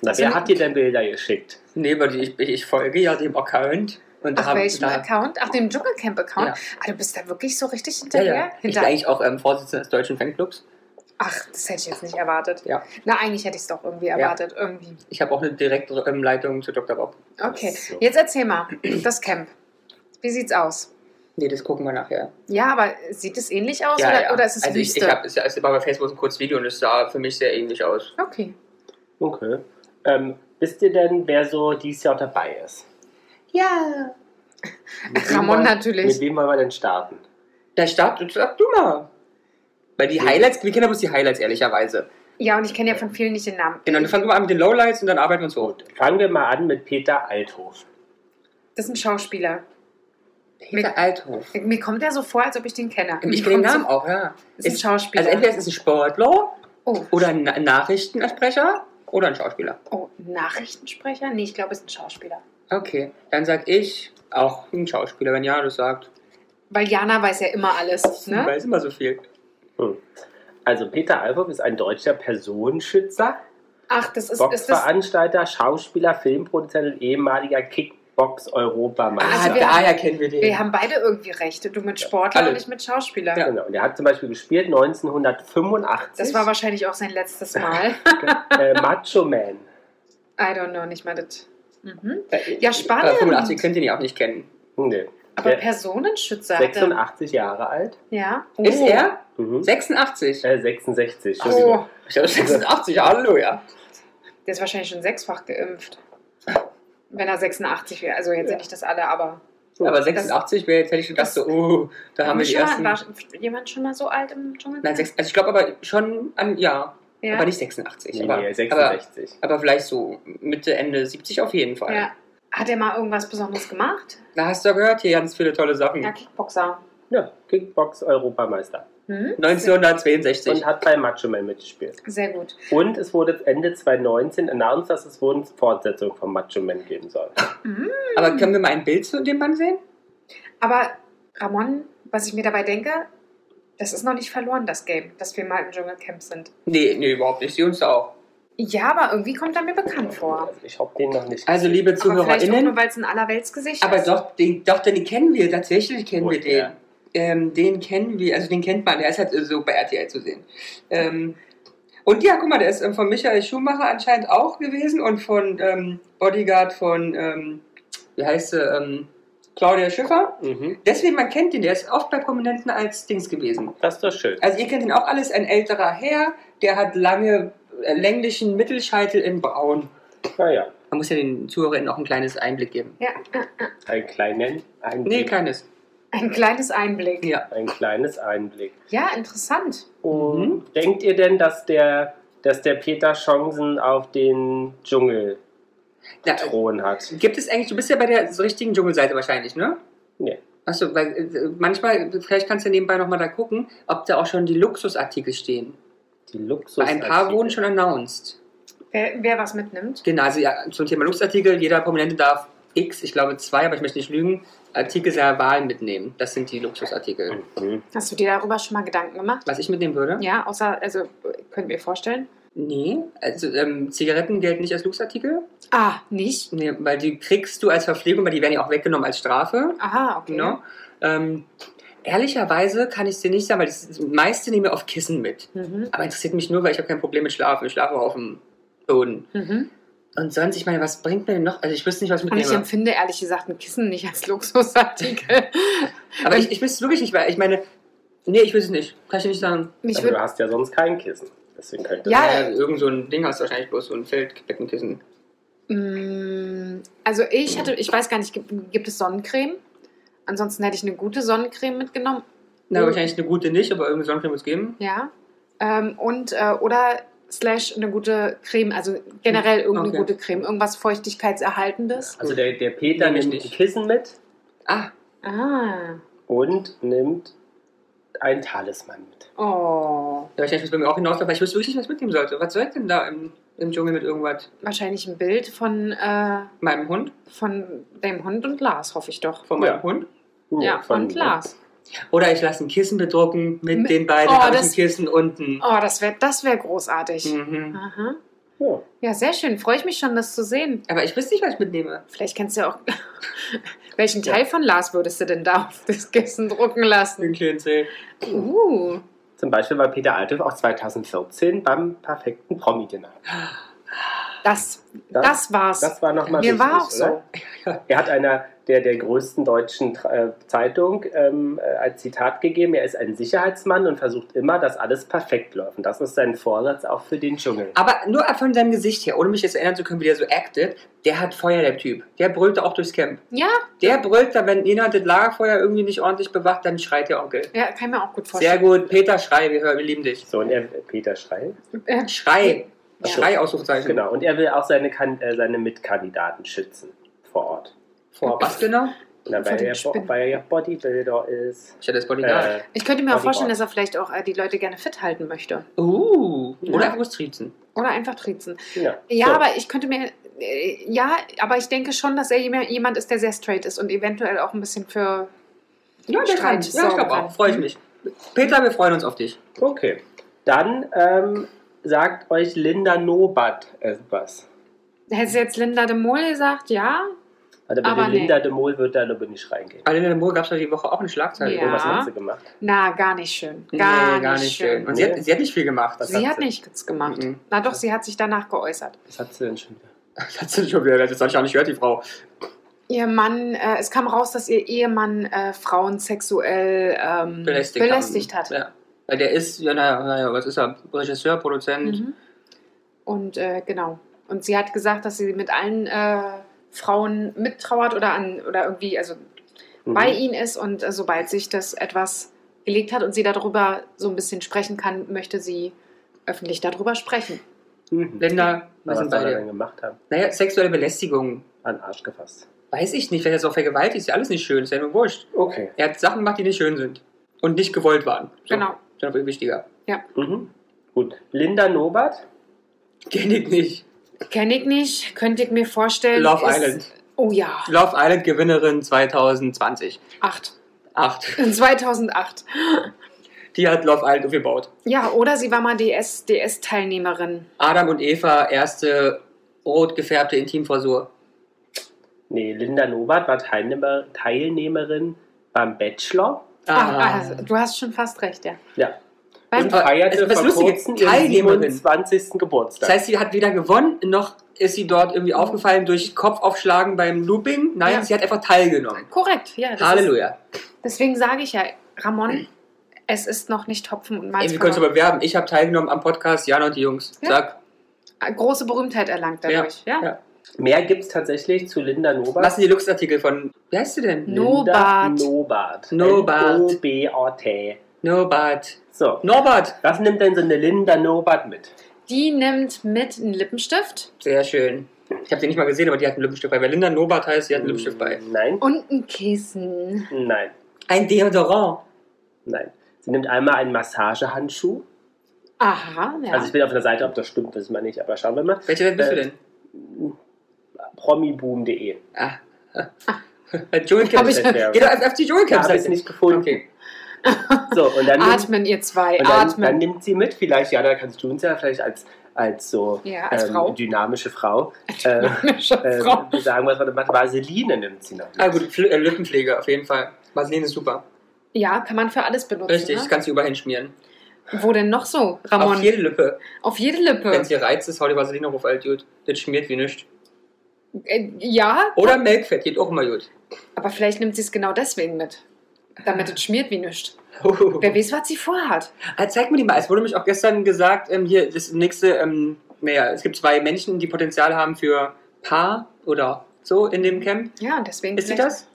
[SPEAKER 4] na,
[SPEAKER 2] Also
[SPEAKER 4] wer hat dir denn Bilder geschickt?
[SPEAKER 1] nee, weil ich, ich, ich folge ja dem Account. Und da
[SPEAKER 2] Ach,
[SPEAKER 1] haben-
[SPEAKER 2] welchem
[SPEAKER 1] da,
[SPEAKER 2] Account? Ach, dem Dschungelcamp-Account.
[SPEAKER 1] Ja.
[SPEAKER 2] Ah, du bist da wirklich so richtig
[SPEAKER 1] Ja,
[SPEAKER 2] hinterher?
[SPEAKER 1] ja. Ich bin
[SPEAKER 2] Hinter
[SPEAKER 1] eigentlich auch ähm, Vorsitzender des deutschen Fanclubs.
[SPEAKER 2] Ach, das hätte ich jetzt nicht erwartet.
[SPEAKER 1] Ja.
[SPEAKER 2] Na, eigentlich hätte ich es doch irgendwie erwartet. Irgendwie.
[SPEAKER 1] Ich habe auch eine direkte ähm, Leitung zu Dr. Bob.
[SPEAKER 2] Okay,
[SPEAKER 4] So.
[SPEAKER 2] jetzt erzähl mal. Das Camp. Wie sieht's aus?
[SPEAKER 1] Nee, das gucken wir nachher.
[SPEAKER 2] Ja, aber sieht es ähnlich aus oder, oder ist es
[SPEAKER 1] also ich,
[SPEAKER 2] Wüste?
[SPEAKER 1] ich habe es ja- es war bei Facebook ein kurzes Video und es sah für mich sehr ähnlich aus.
[SPEAKER 2] okay.
[SPEAKER 4] Okay. Ähm, wisst ihr denn, wer so dieses Jahr dabei ist?
[SPEAKER 1] Ja.
[SPEAKER 4] Mit wem
[SPEAKER 2] Ramon
[SPEAKER 4] wollen-
[SPEAKER 2] natürlich.
[SPEAKER 4] Mit wem wollen wir denn starten?
[SPEAKER 1] Da startet, sag du mal. Weil die Highlights, wir kennen ja bloß die Highlights, ehrlicherweise.
[SPEAKER 2] Ja, und ich kenne ja von vielen nicht den Namen.
[SPEAKER 1] Genau, dann fangen wir an mit den Lowlights und dann arbeiten wir uns hoch.
[SPEAKER 4] Fangen wir mal an mit Peter Althof.
[SPEAKER 2] Das ist ein Schauspieler.
[SPEAKER 1] Peter Althof.
[SPEAKER 2] Mir kommt er so vor, als ob ich den kenne. Mir
[SPEAKER 1] Ich kenne den
[SPEAKER 2] kommt so-
[SPEAKER 1] Namen auch, ja.
[SPEAKER 2] Ist ein
[SPEAKER 1] Ist-
[SPEAKER 2] Schauspieler.
[SPEAKER 1] Also entweder es ist ein Sportler
[SPEAKER 2] oh,
[SPEAKER 1] oder ein Na- Nachrichtensprecher oder ein Schauspieler.
[SPEAKER 2] oh, Nachrichtensprecher? Nee, ich glaube, es ist ein Schauspieler.
[SPEAKER 1] Okay, dann sag ich auch ein Schauspieler, wenn ja, das sagt.
[SPEAKER 2] Weil Jana weiß ja immer alles,
[SPEAKER 1] Ich
[SPEAKER 2] ne?
[SPEAKER 1] weiß immer so viel.
[SPEAKER 4] Hm. Also Peter Althof ist ein deutscher Personenschützer,
[SPEAKER 2] Ach, das ist, ist das
[SPEAKER 4] Boxveranstalter, Schauspieler, Filmproduzent und ehemaliger Kickbox-Europameister.
[SPEAKER 2] Also
[SPEAKER 1] ah,
[SPEAKER 2] wir-
[SPEAKER 1] daher kennen wir den.
[SPEAKER 2] Wir haben beide irgendwie Recht. Du mit Sportler
[SPEAKER 1] alle.
[SPEAKER 2] und ich mit Schauspieler.
[SPEAKER 1] Ja.
[SPEAKER 4] Genau. Und er hat zum Beispiel gespielt 1985.
[SPEAKER 2] Das war wahrscheinlich auch
[SPEAKER 1] (laughs)
[SPEAKER 2] sein letztes Mal.
[SPEAKER 4] äh, Macho Man.
[SPEAKER 2] I don't know, nicht mal das. Mhm.
[SPEAKER 1] Äh,
[SPEAKER 2] Ja, spannend.
[SPEAKER 1] äh, 85 könnt ihr ihn auch nicht kennen.
[SPEAKER 4] Nee.
[SPEAKER 2] Aber
[SPEAKER 4] Der-
[SPEAKER 2] Personenschützer. hat er-
[SPEAKER 4] 86 Jahre alt.
[SPEAKER 2] Ja.
[SPEAKER 1] Ist
[SPEAKER 2] Oh.
[SPEAKER 1] er?
[SPEAKER 4] Mhm.
[SPEAKER 1] 86.
[SPEAKER 4] Äh, 66. Entschuldigung.
[SPEAKER 2] Oh,
[SPEAKER 1] Ich glaube 86, Halleluja.
[SPEAKER 2] der ist wahrscheinlich schon sechsfach geimpft. Wenn er 86 wäre. Also jetzt
[SPEAKER 1] Ja.
[SPEAKER 2] nicht das alle, aber.
[SPEAKER 1] Aber 86 wäre jetzt, hätte ich gedacht,
[SPEAKER 2] das-
[SPEAKER 1] so, oh, da haben wir die
[SPEAKER 2] schon
[SPEAKER 1] ersten.
[SPEAKER 2] mal, war jemand schon mal so alt im Dschungel?
[SPEAKER 1] Nein, sechs, also ich glaube aber schon an, ja,
[SPEAKER 2] ja.
[SPEAKER 1] aber nicht 86.
[SPEAKER 4] Nee,
[SPEAKER 1] aber,
[SPEAKER 4] nee,
[SPEAKER 1] aber,
[SPEAKER 4] 66.
[SPEAKER 1] aber vielleicht so Mitte, Ende 70 auf jeden Fall.
[SPEAKER 2] Ja. Hat er mal irgendwas Besonderes gemacht?
[SPEAKER 1] Da hast du ja gehört, hier ganz viele tolle Sachen.
[SPEAKER 2] Ja, Kickboxer.
[SPEAKER 4] Ja, Kickbox-Europameister.
[SPEAKER 2] Hm?
[SPEAKER 1] 1962.
[SPEAKER 4] Und hat bei Macho Man mitgespielt.
[SPEAKER 2] Sehr gut.
[SPEAKER 4] Und es wurde Ende 2019 announced, dass es wohl eine Fortsetzung von Macho Man geben soll.
[SPEAKER 1] Aber können wir mal ein Bild zu dem Mann sehen?
[SPEAKER 2] Aber Ramon, was ich mir dabei denke, das ist noch nicht verloren, das Game, dass wir mal im Dschungelcamp sind.
[SPEAKER 1] Nee, nee, überhaupt nicht. Sie uns da auch.
[SPEAKER 2] Ja, aber irgendwie kommt er mir bekannt vor.
[SPEAKER 4] Also ich hab den noch nicht.
[SPEAKER 1] Also,
[SPEAKER 4] gesehen.
[SPEAKER 1] liebe
[SPEAKER 2] Aber vielleicht auch nur,
[SPEAKER 1] ZuhörerInnen,
[SPEAKER 2] weil es ein Allerweltsgesicht
[SPEAKER 1] aber
[SPEAKER 2] ist.
[SPEAKER 1] doch, den, doch, den kennen wir, tatsächlich kennen wir
[SPEAKER 4] Und
[SPEAKER 1] den.
[SPEAKER 4] er.
[SPEAKER 1] Ähm, den kennen wir, also den kennt man, der ist halt so bei RTL zu sehen. Ähm, Und ja, guck mal, der ist ähm, von Michael Schumacher anscheinend auch gewesen und von ähm, Bodyguard von, ähm, wie heißt sie, ähm, Claudia Schiffer.
[SPEAKER 4] Mhm.
[SPEAKER 1] Deswegen, man kennt ihn, der ist oft bei Prominenten als Dings gewesen.
[SPEAKER 4] Das ist doch schön.
[SPEAKER 1] Also ihr kennt ihn auch alles, ein älterer Herr, der hat lange, äh, länglichen Mittelscheitel in Braun.
[SPEAKER 4] Naja,
[SPEAKER 1] Man muss ja den ZuhörerInnen auch ein kleines Einblick geben.
[SPEAKER 2] Ja,
[SPEAKER 4] einen kleinen
[SPEAKER 1] Nee,
[SPEAKER 4] Einblick.
[SPEAKER 1] kleines.
[SPEAKER 2] ein kleines Einblick.
[SPEAKER 1] Ja.
[SPEAKER 4] ein kleines Einblick.
[SPEAKER 2] Ja, interessant.
[SPEAKER 4] Und
[SPEAKER 1] Mhm.
[SPEAKER 4] denkt ihr denn, dass der, dass der Peter Chancen auf den Dschungelthron
[SPEAKER 1] Na,
[SPEAKER 4] hat?
[SPEAKER 1] gibt es eigentlich, du bist ja bei der so richtigen Dschungelseite wahrscheinlich, ne?
[SPEAKER 4] Nee.
[SPEAKER 1] Achso, weil äh, manchmal, vielleicht kannst du nebenbei nochmal da gucken, ob da auch schon die Luxusartikel stehen.
[SPEAKER 4] Die Luxus.
[SPEAKER 1] Bei ein paar wurden schon announced.
[SPEAKER 2] Wer, wer was mitnimmt.
[SPEAKER 1] Genau, also ja, zum Thema Luxusartikel, jeder Prominente darf X, ich glaube zwei, aber ich möchte nicht lügen, Artikel seiner Wahl mitnehmen. Das sind die Luxusartikel.
[SPEAKER 4] Mhm.
[SPEAKER 2] Hast du dir darüber schon mal Gedanken gemacht?
[SPEAKER 1] Was ich mitnehmen würde?
[SPEAKER 2] Ja, außer, also, können wir vorstellen?
[SPEAKER 1] Nee, also ähm, Zigaretten gelten nicht als Luxusartikel,
[SPEAKER 2] Ah, nicht?
[SPEAKER 1] nee, weil die kriegst du als Verpflegung, weil die werden ja auch weggenommen als Strafe.
[SPEAKER 2] Aha, okay.
[SPEAKER 1] Genau. Ähm, ehrlicherweise kann ich es dir nicht sagen, weil das meiste nehmen wir auf Kissen mit.
[SPEAKER 2] Mhm.
[SPEAKER 1] Aber interessiert mich nur, weil ich habe kein Problem mit Schlafen. Ich schlafe auf dem Boden.
[SPEAKER 2] Mhm.
[SPEAKER 1] Und sonst, ich meine, was bringt mir denn noch? Also ich wüsste nicht, was ich
[SPEAKER 2] Und ich
[SPEAKER 1] mitnehme.
[SPEAKER 2] empfinde ehrlich gesagt ein Kissen nicht als Luxusartikel.
[SPEAKER 1] (laughs) Aber ich, ich wüsste es wirklich nicht, weil ich meine, nee, ich wüsste es nicht. Kann ich dir nicht sagen.
[SPEAKER 2] Mich
[SPEAKER 4] Aber du
[SPEAKER 2] würde.
[SPEAKER 4] hast ja sonst kein Kissen. Deswegen könnte
[SPEAKER 2] Ja.
[SPEAKER 1] Äh, irgend so ein Ding hast du wahrscheinlich bloß so ein Feldbeckenkissen.
[SPEAKER 2] Mm, Also ich hatte, ich weiß gar nicht, gibt, gibt es Sonnencreme? Ansonsten hätte ich eine gute Sonnencreme mitgenommen.
[SPEAKER 1] Na,
[SPEAKER 2] Mhm.
[SPEAKER 1] wahrscheinlich eine gute nicht, aber irgendeine Sonnencreme muss es geben.
[SPEAKER 2] Ja. Ähm, und äh, oder slash eine gute Creme, also generell irgendeine
[SPEAKER 1] Okay.
[SPEAKER 2] gute Creme, irgendwas Feuchtigkeitserhaltendes.
[SPEAKER 4] Also der, der Peter
[SPEAKER 1] Nehm ich
[SPEAKER 4] nimmt ein
[SPEAKER 1] nicht.
[SPEAKER 4] Kissen mit
[SPEAKER 1] Ah,
[SPEAKER 2] Ah.
[SPEAKER 4] und nimmt ein Talisman mit.
[SPEAKER 2] Oh.
[SPEAKER 1] ja, wahrscheinlich muss bei mir auch hinaus, weil ich wüsste wirklich nicht, was ich mitnehmen sollte. Was soll ich denn da im, im Dschungel mit irgendwas?
[SPEAKER 2] Wahrscheinlich ein Bild von, äh,
[SPEAKER 1] Meinem Hund?
[SPEAKER 2] von deinem Hund und Lars, hoffe ich doch.
[SPEAKER 1] Von meinem
[SPEAKER 4] Ja.
[SPEAKER 1] Hund?
[SPEAKER 2] Ja, und Lars.
[SPEAKER 1] Oder ich lasse ein Kissen bedrucken mit
[SPEAKER 2] Mit-
[SPEAKER 1] den beiden.
[SPEAKER 2] Oh,
[SPEAKER 1] hab ich ein
[SPEAKER 2] das-
[SPEAKER 1] Kissen unten.
[SPEAKER 2] Oh, Ah. das wäre das wär großartig.
[SPEAKER 1] Mhm.
[SPEAKER 2] Aha.
[SPEAKER 4] Ja.
[SPEAKER 2] Ja, sehr schön. Freue ich mich schon, das zu sehen.
[SPEAKER 1] Aber ich wüsste nicht, was ich mitnehme.
[SPEAKER 2] Vielleicht kannst du ja auch. (laughs) Welchen Teil von Lars würdest du denn da auf das Kissen drucken lassen?
[SPEAKER 1] Den kleinen Zeh.
[SPEAKER 2] Uh.
[SPEAKER 4] Zum Beispiel war Peter Althoff auch 2014 beim perfekten Promi-Dinner.
[SPEAKER 2] Das, das, war's.
[SPEAKER 4] das war nochmal
[SPEAKER 2] Mir
[SPEAKER 4] richtig,
[SPEAKER 2] war auch so.
[SPEAKER 4] oder? (laughs) Er hat einer der, der größten deutschen äh, Zeitung ähm, äh, als Zitat gegeben, er ist ein Sicherheitsmann und versucht immer, dass alles perfekt läuft. Und das ist sein Vorsatz auch für den Dschungel.
[SPEAKER 1] Aber nur von seinem Gesicht her, ohne mich jetzt erinnern zu können, wie der so acted, der hat Feuer, der Typ. Der brüllt auch durchs Camp.
[SPEAKER 2] Ja,
[SPEAKER 1] Der brüllt da, wenn jemand das Lagerfeuer irgendwie nicht ordentlich bewacht, dann schreit der Onkel.
[SPEAKER 2] ja, kann ich mir auch gut
[SPEAKER 1] Sehr
[SPEAKER 2] vorstellen.
[SPEAKER 1] gut, Peter, schrei, wir, hören, wir lieben dich.
[SPEAKER 4] So, und er, Peter Schrei.
[SPEAKER 2] Äh,
[SPEAKER 1] Schrei,
[SPEAKER 2] Ja.
[SPEAKER 1] Schrei, Ausrufezeichen.
[SPEAKER 4] Genau, und er will auch seine, kan äh, seine Mitkandidaten schützen vor Ort.
[SPEAKER 1] Vor was genau?
[SPEAKER 4] Na,
[SPEAKER 2] Vor
[SPEAKER 4] weil,
[SPEAKER 2] den
[SPEAKER 4] er, bo-
[SPEAKER 2] Spinnen.
[SPEAKER 4] weil er ja Bodybuilder ist.
[SPEAKER 1] Ich hatte das Bodyguard.
[SPEAKER 4] Äh,
[SPEAKER 2] Ich könnte mir auch
[SPEAKER 4] Bodyguard.
[SPEAKER 2] vorstellen, dass er vielleicht auch äh, die Leute gerne fit halten möchte.
[SPEAKER 1] Uh,
[SPEAKER 4] Ja.
[SPEAKER 1] oder einfach bloß triezen.
[SPEAKER 2] Oder einfach triezen.
[SPEAKER 4] ja,
[SPEAKER 2] Ja,
[SPEAKER 4] genau. so.
[SPEAKER 2] aber ich könnte mir. äh, Ja, aber ich denke schon, dass er jemand jemand ist, der sehr straight ist und eventuell auch ein bisschen für.
[SPEAKER 1] Ja, der
[SPEAKER 2] Streit
[SPEAKER 1] kann. Ja, ich
[SPEAKER 2] sorgen
[SPEAKER 1] glaube
[SPEAKER 2] kann.
[SPEAKER 1] auch. Freue ich mich. Peter, wir freuen uns auf dich.
[SPEAKER 4] Okay. Dann ähm, sagt euch Linda Nobat etwas.
[SPEAKER 2] Hätte jetzt Linda de Mol gesagt, ja?
[SPEAKER 4] Also bei
[SPEAKER 2] Aber
[SPEAKER 4] den
[SPEAKER 2] nee.
[SPEAKER 4] Linda de Mol wird da aber nicht reingehen.
[SPEAKER 1] Alena de Moore gab es ja die Woche auch eine Schlagzeile.
[SPEAKER 2] Ja.
[SPEAKER 4] Oh, was hat sie gemacht?
[SPEAKER 2] Na, gar nicht schön. Gar,
[SPEAKER 1] nee, gar
[SPEAKER 2] nicht, schön.
[SPEAKER 1] Und sie,
[SPEAKER 4] Nee.
[SPEAKER 1] hat, sie hat nicht viel gemacht.
[SPEAKER 4] Was
[SPEAKER 2] Sie
[SPEAKER 4] hat
[SPEAKER 2] hat
[SPEAKER 4] sie?
[SPEAKER 2] nichts gemacht.
[SPEAKER 1] Mhm.
[SPEAKER 2] Na doch, sie hat sich danach geäußert.
[SPEAKER 4] Was hat sie denn schon wieder?
[SPEAKER 1] (laughs) Das hat sie schon wieder, das habe ich auch nicht gehört, die Frau.
[SPEAKER 2] Ihr Mann, äh, es kam raus, dass ihr Ehemann äh, Frauen sexuell ähm,
[SPEAKER 1] Belästigt,
[SPEAKER 2] belästigt,
[SPEAKER 1] haben-
[SPEAKER 2] hat.
[SPEAKER 1] Ja. Weil der ist, ja, naja, naja, was ist er? Regisseur, Produzent.
[SPEAKER 2] Mhm. Und äh, genau. Und sie hat gesagt, dass sie mit allen äh, Frauen mittrauert oder an oder irgendwie also
[SPEAKER 4] Mhm.
[SPEAKER 2] bei
[SPEAKER 1] Mhm.
[SPEAKER 2] ihnen ist und äh, sobald sich das etwas gelegt hat und sie darüber so ein bisschen sprechen kann, möchte sie öffentlich darüber sprechen.
[SPEAKER 4] Mhm.
[SPEAKER 1] Länder,
[SPEAKER 4] Aber
[SPEAKER 1] was
[SPEAKER 4] was
[SPEAKER 1] sind
[SPEAKER 4] soll er denn
[SPEAKER 1] beide?
[SPEAKER 4] gemacht haben?
[SPEAKER 1] Naja, sexuelle Belästigung.
[SPEAKER 4] An den Arsch gefasst.
[SPEAKER 1] Weiß ich nicht, wenn er so vergewaltigt ist, ja alles nicht schön, ist ja nur wurscht.
[SPEAKER 4] Okay.
[SPEAKER 1] Er hat Sachen gemacht, die nicht schön sind. Und nicht gewollt waren. So,
[SPEAKER 2] Genau.
[SPEAKER 1] Ist noch viel wichtiger. (laughs)
[SPEAKER 4] Mhm. Gut. Linda Nobat?
[SPEAKER 1] Kenn ich nicht.
[SPEAKER 2] Kenne ich nicht, könnte ich mir vorstellen.
[SPEAKER 1] Love
[SPEAKER 2] ist-
[SPEAKER 1] Island.
[SPEAKER 2] Oh ja,
[SPEAKER 1] Love Island Gewinnerin 2020.
[SPEAKER 2] acht.
[SPEAKER 1] Acht.
[SPEAKER 2] In 2008.
[SPEAKER 1] Die hat Love Island aufgebaut.
[SPEAKER 2] Ja, oder sie war mal DS, DS-Teilnehmerin.
[SPEAKER 1] Adam und Eva, erste rot gefärbte Intimfrisur.
[SPEAKER 4] Nee, Linda Nobat war Teilnehmer, Teilnehmerin beim Bachelor.
[SPEAKER 1] Ah.
[SPEAKER 2] Ah, also, du hast schon fast recht, ja.
[SPEAKER 4] Ja. und feierte
[SPEAKER 1] Also, was
[SPEAKER 4] vor
[SPEAKER 1] Lustiges,
[SPEAKER 4] kurzem ihren
[SPEAKER 1] Teilnehmerin.
[SPEAKER 4] 27. Geburtstag.
[SPEAKER 1] Das heißt, sie hat weder gewonnen, noch ist sie dort irgendwie aufgefallen durch Kopfaufschlagen beim Looping. Nein,
[SPEAKER 2] Ja.
[SPEAKER 1] sie hat einfach teilgenommen.
[SPEAKER 2] Korrekt, ja. das
[SPEAKER 1] Halleluja.
[SPEAKER 2] Ist, deswegen sage ich ja, Ramon, es ist noch nicht Hopfen und
[SPEAKER 1] Ey,
[SPEAKER 2] Malz.
[SPEAKER 1] wir können uns
[SPEAKER 2] verloren.
[SPEAKER 1] bewerben. Ich habe teilgenommen am Podcast, Jana und die Jungs.
[SPEAKER 2] Ja.
[SPEAKER 1] Sag,
[SPEAKER 2] Große Berühmtheit erlangt dadurch, ja?
[SPEAKER 1] Ja.
[SPEAKER 4] Mehr gibt es tatsächlich zu Linda Nobart.
[SPEAKER 1] was sind die Luxartikel von. Wie heißt sie denn?
[SPEAKER 4] Linda
[SPEAKER 2] Nobart.
[SPEAKER 4] Nobart.
[SPEAKER 1] Nobart.
[SPEAKER 4] O-B-O-T.
[SPEAKER 1] Norbert.
[SPEAKER 4] So,
[SPEAKER 1] Norbert!
[SPEAKER 4] was nimmt denn so eine Linda Nobart mit?
[SPEAKER 2] Die nimmt mit einen Lippenstift
[SPEAKER 1] Sehr schön. Ich habe sie nicht mal gesehen, aber die hat einen Lippenstift bei. Weil Linda Norbert heißt, die hat einen Lippenstift bei.
[SPEAKER 4] Nein,
[SPEAKER 2] und ein Kissen.
[SPEAKER 4] nein,
[SPEAKER 1] Ein Deodorant.
[SPEAKER 4] nein. Sie nimmt einmal einen Massagehandschuh.
[SPEAKER 2] Aha, ja.
[SPEAKER 4] Also ich bin auf der Seite, ob das stimmt, wissen wir nicht, aber schauen wir mal.
[SPEAKER 1] Welche Welt bist
[SPEAKER 4] Äh,
[SPEAKER 1] du denn?
[SPEAKER 4] Promiboom.de.
[SPEAKER 1] Ah. (laughs) Bei Joel
[SPEAKER 2] Hab
[SPEAKER 1] Camps.
[SPEAKER 2] ich-
[SPEAKER 1] Geh doch als FC Joel
[SPEAKER 4] Da
[SPEAKER 1] Camps.
[SPEAKER 4] habe ich es nicht gefunden.
[SPEAKER 1] Okay.
[SPEAKER 4] So, und dann, nimmt,
[SPEAKER 2] atmen, ihr zwei,
[SPEAKER 4] und dann,
[SPEAKER 2] atmen.
[SPEAKER 4] dann nimmt sie mit, vielleicht, ja, da kannst du uns ja vielleicht als, als so ähm,
[SPEAKER 2] Ja, als Frau.
[SPEAKER 4] dynamische Frau, äh,
[SPEAKER 2] (laughs)
[SPEAKER 4] äh,
[SPEAKER 2] Frau.
[SPEAKER 4] sagen, was man macht. Vaseline nimmt sie noch mit.
[SPEAKER 1] Ah, gut, Pfl äh, Lippenpflege auf jeden Fall. Vaseline ist super.
[SPEAKER 2] Ja, kann man für alles benutzen.
[SPEAKER 1] Richtig, das
[SPEAKER 2] Ne?
[SPEAKER 1] kannst du überall hinschmieren.
[SPEAKER 2] Wo denn noch so, Ramon?
[SPEAKER 1] Auf jede Lippe.
[SPEAKER 2] Auf jede Lippe.
[SPEAKER 1] Wenn sie reizt, ist, hau die Vaseline drauf, alt, gut. Das schmiert wie nichts.
[SPEAKER 2] Äh, ja,
[SPEAKER 1] Oder Melkfett, geht auch immer gut.
[SPEAKER 2] aber vielleicht nimmt sie es genau deswegen mit. Damit es schmiert wie nichts.
[SPEAKER 1] (laughs)
[SPEAKER 2] Wer weiß, was sie vorhat.
[SPEAKER 1] Ah, Zeig mir die mal. Es wurde mich auch gestern gesagt, ähm, hier das nächste, ähm, naja, es gibt zwei Menschen, die Potenzial haben für Paar oder so in dem Camp.
[SPEAKER 2] Ja, und deswegen.
[SPEAKER 1] Ist sie
[SPEAKER 2] vielleicht-
[SPEAKER 1] das?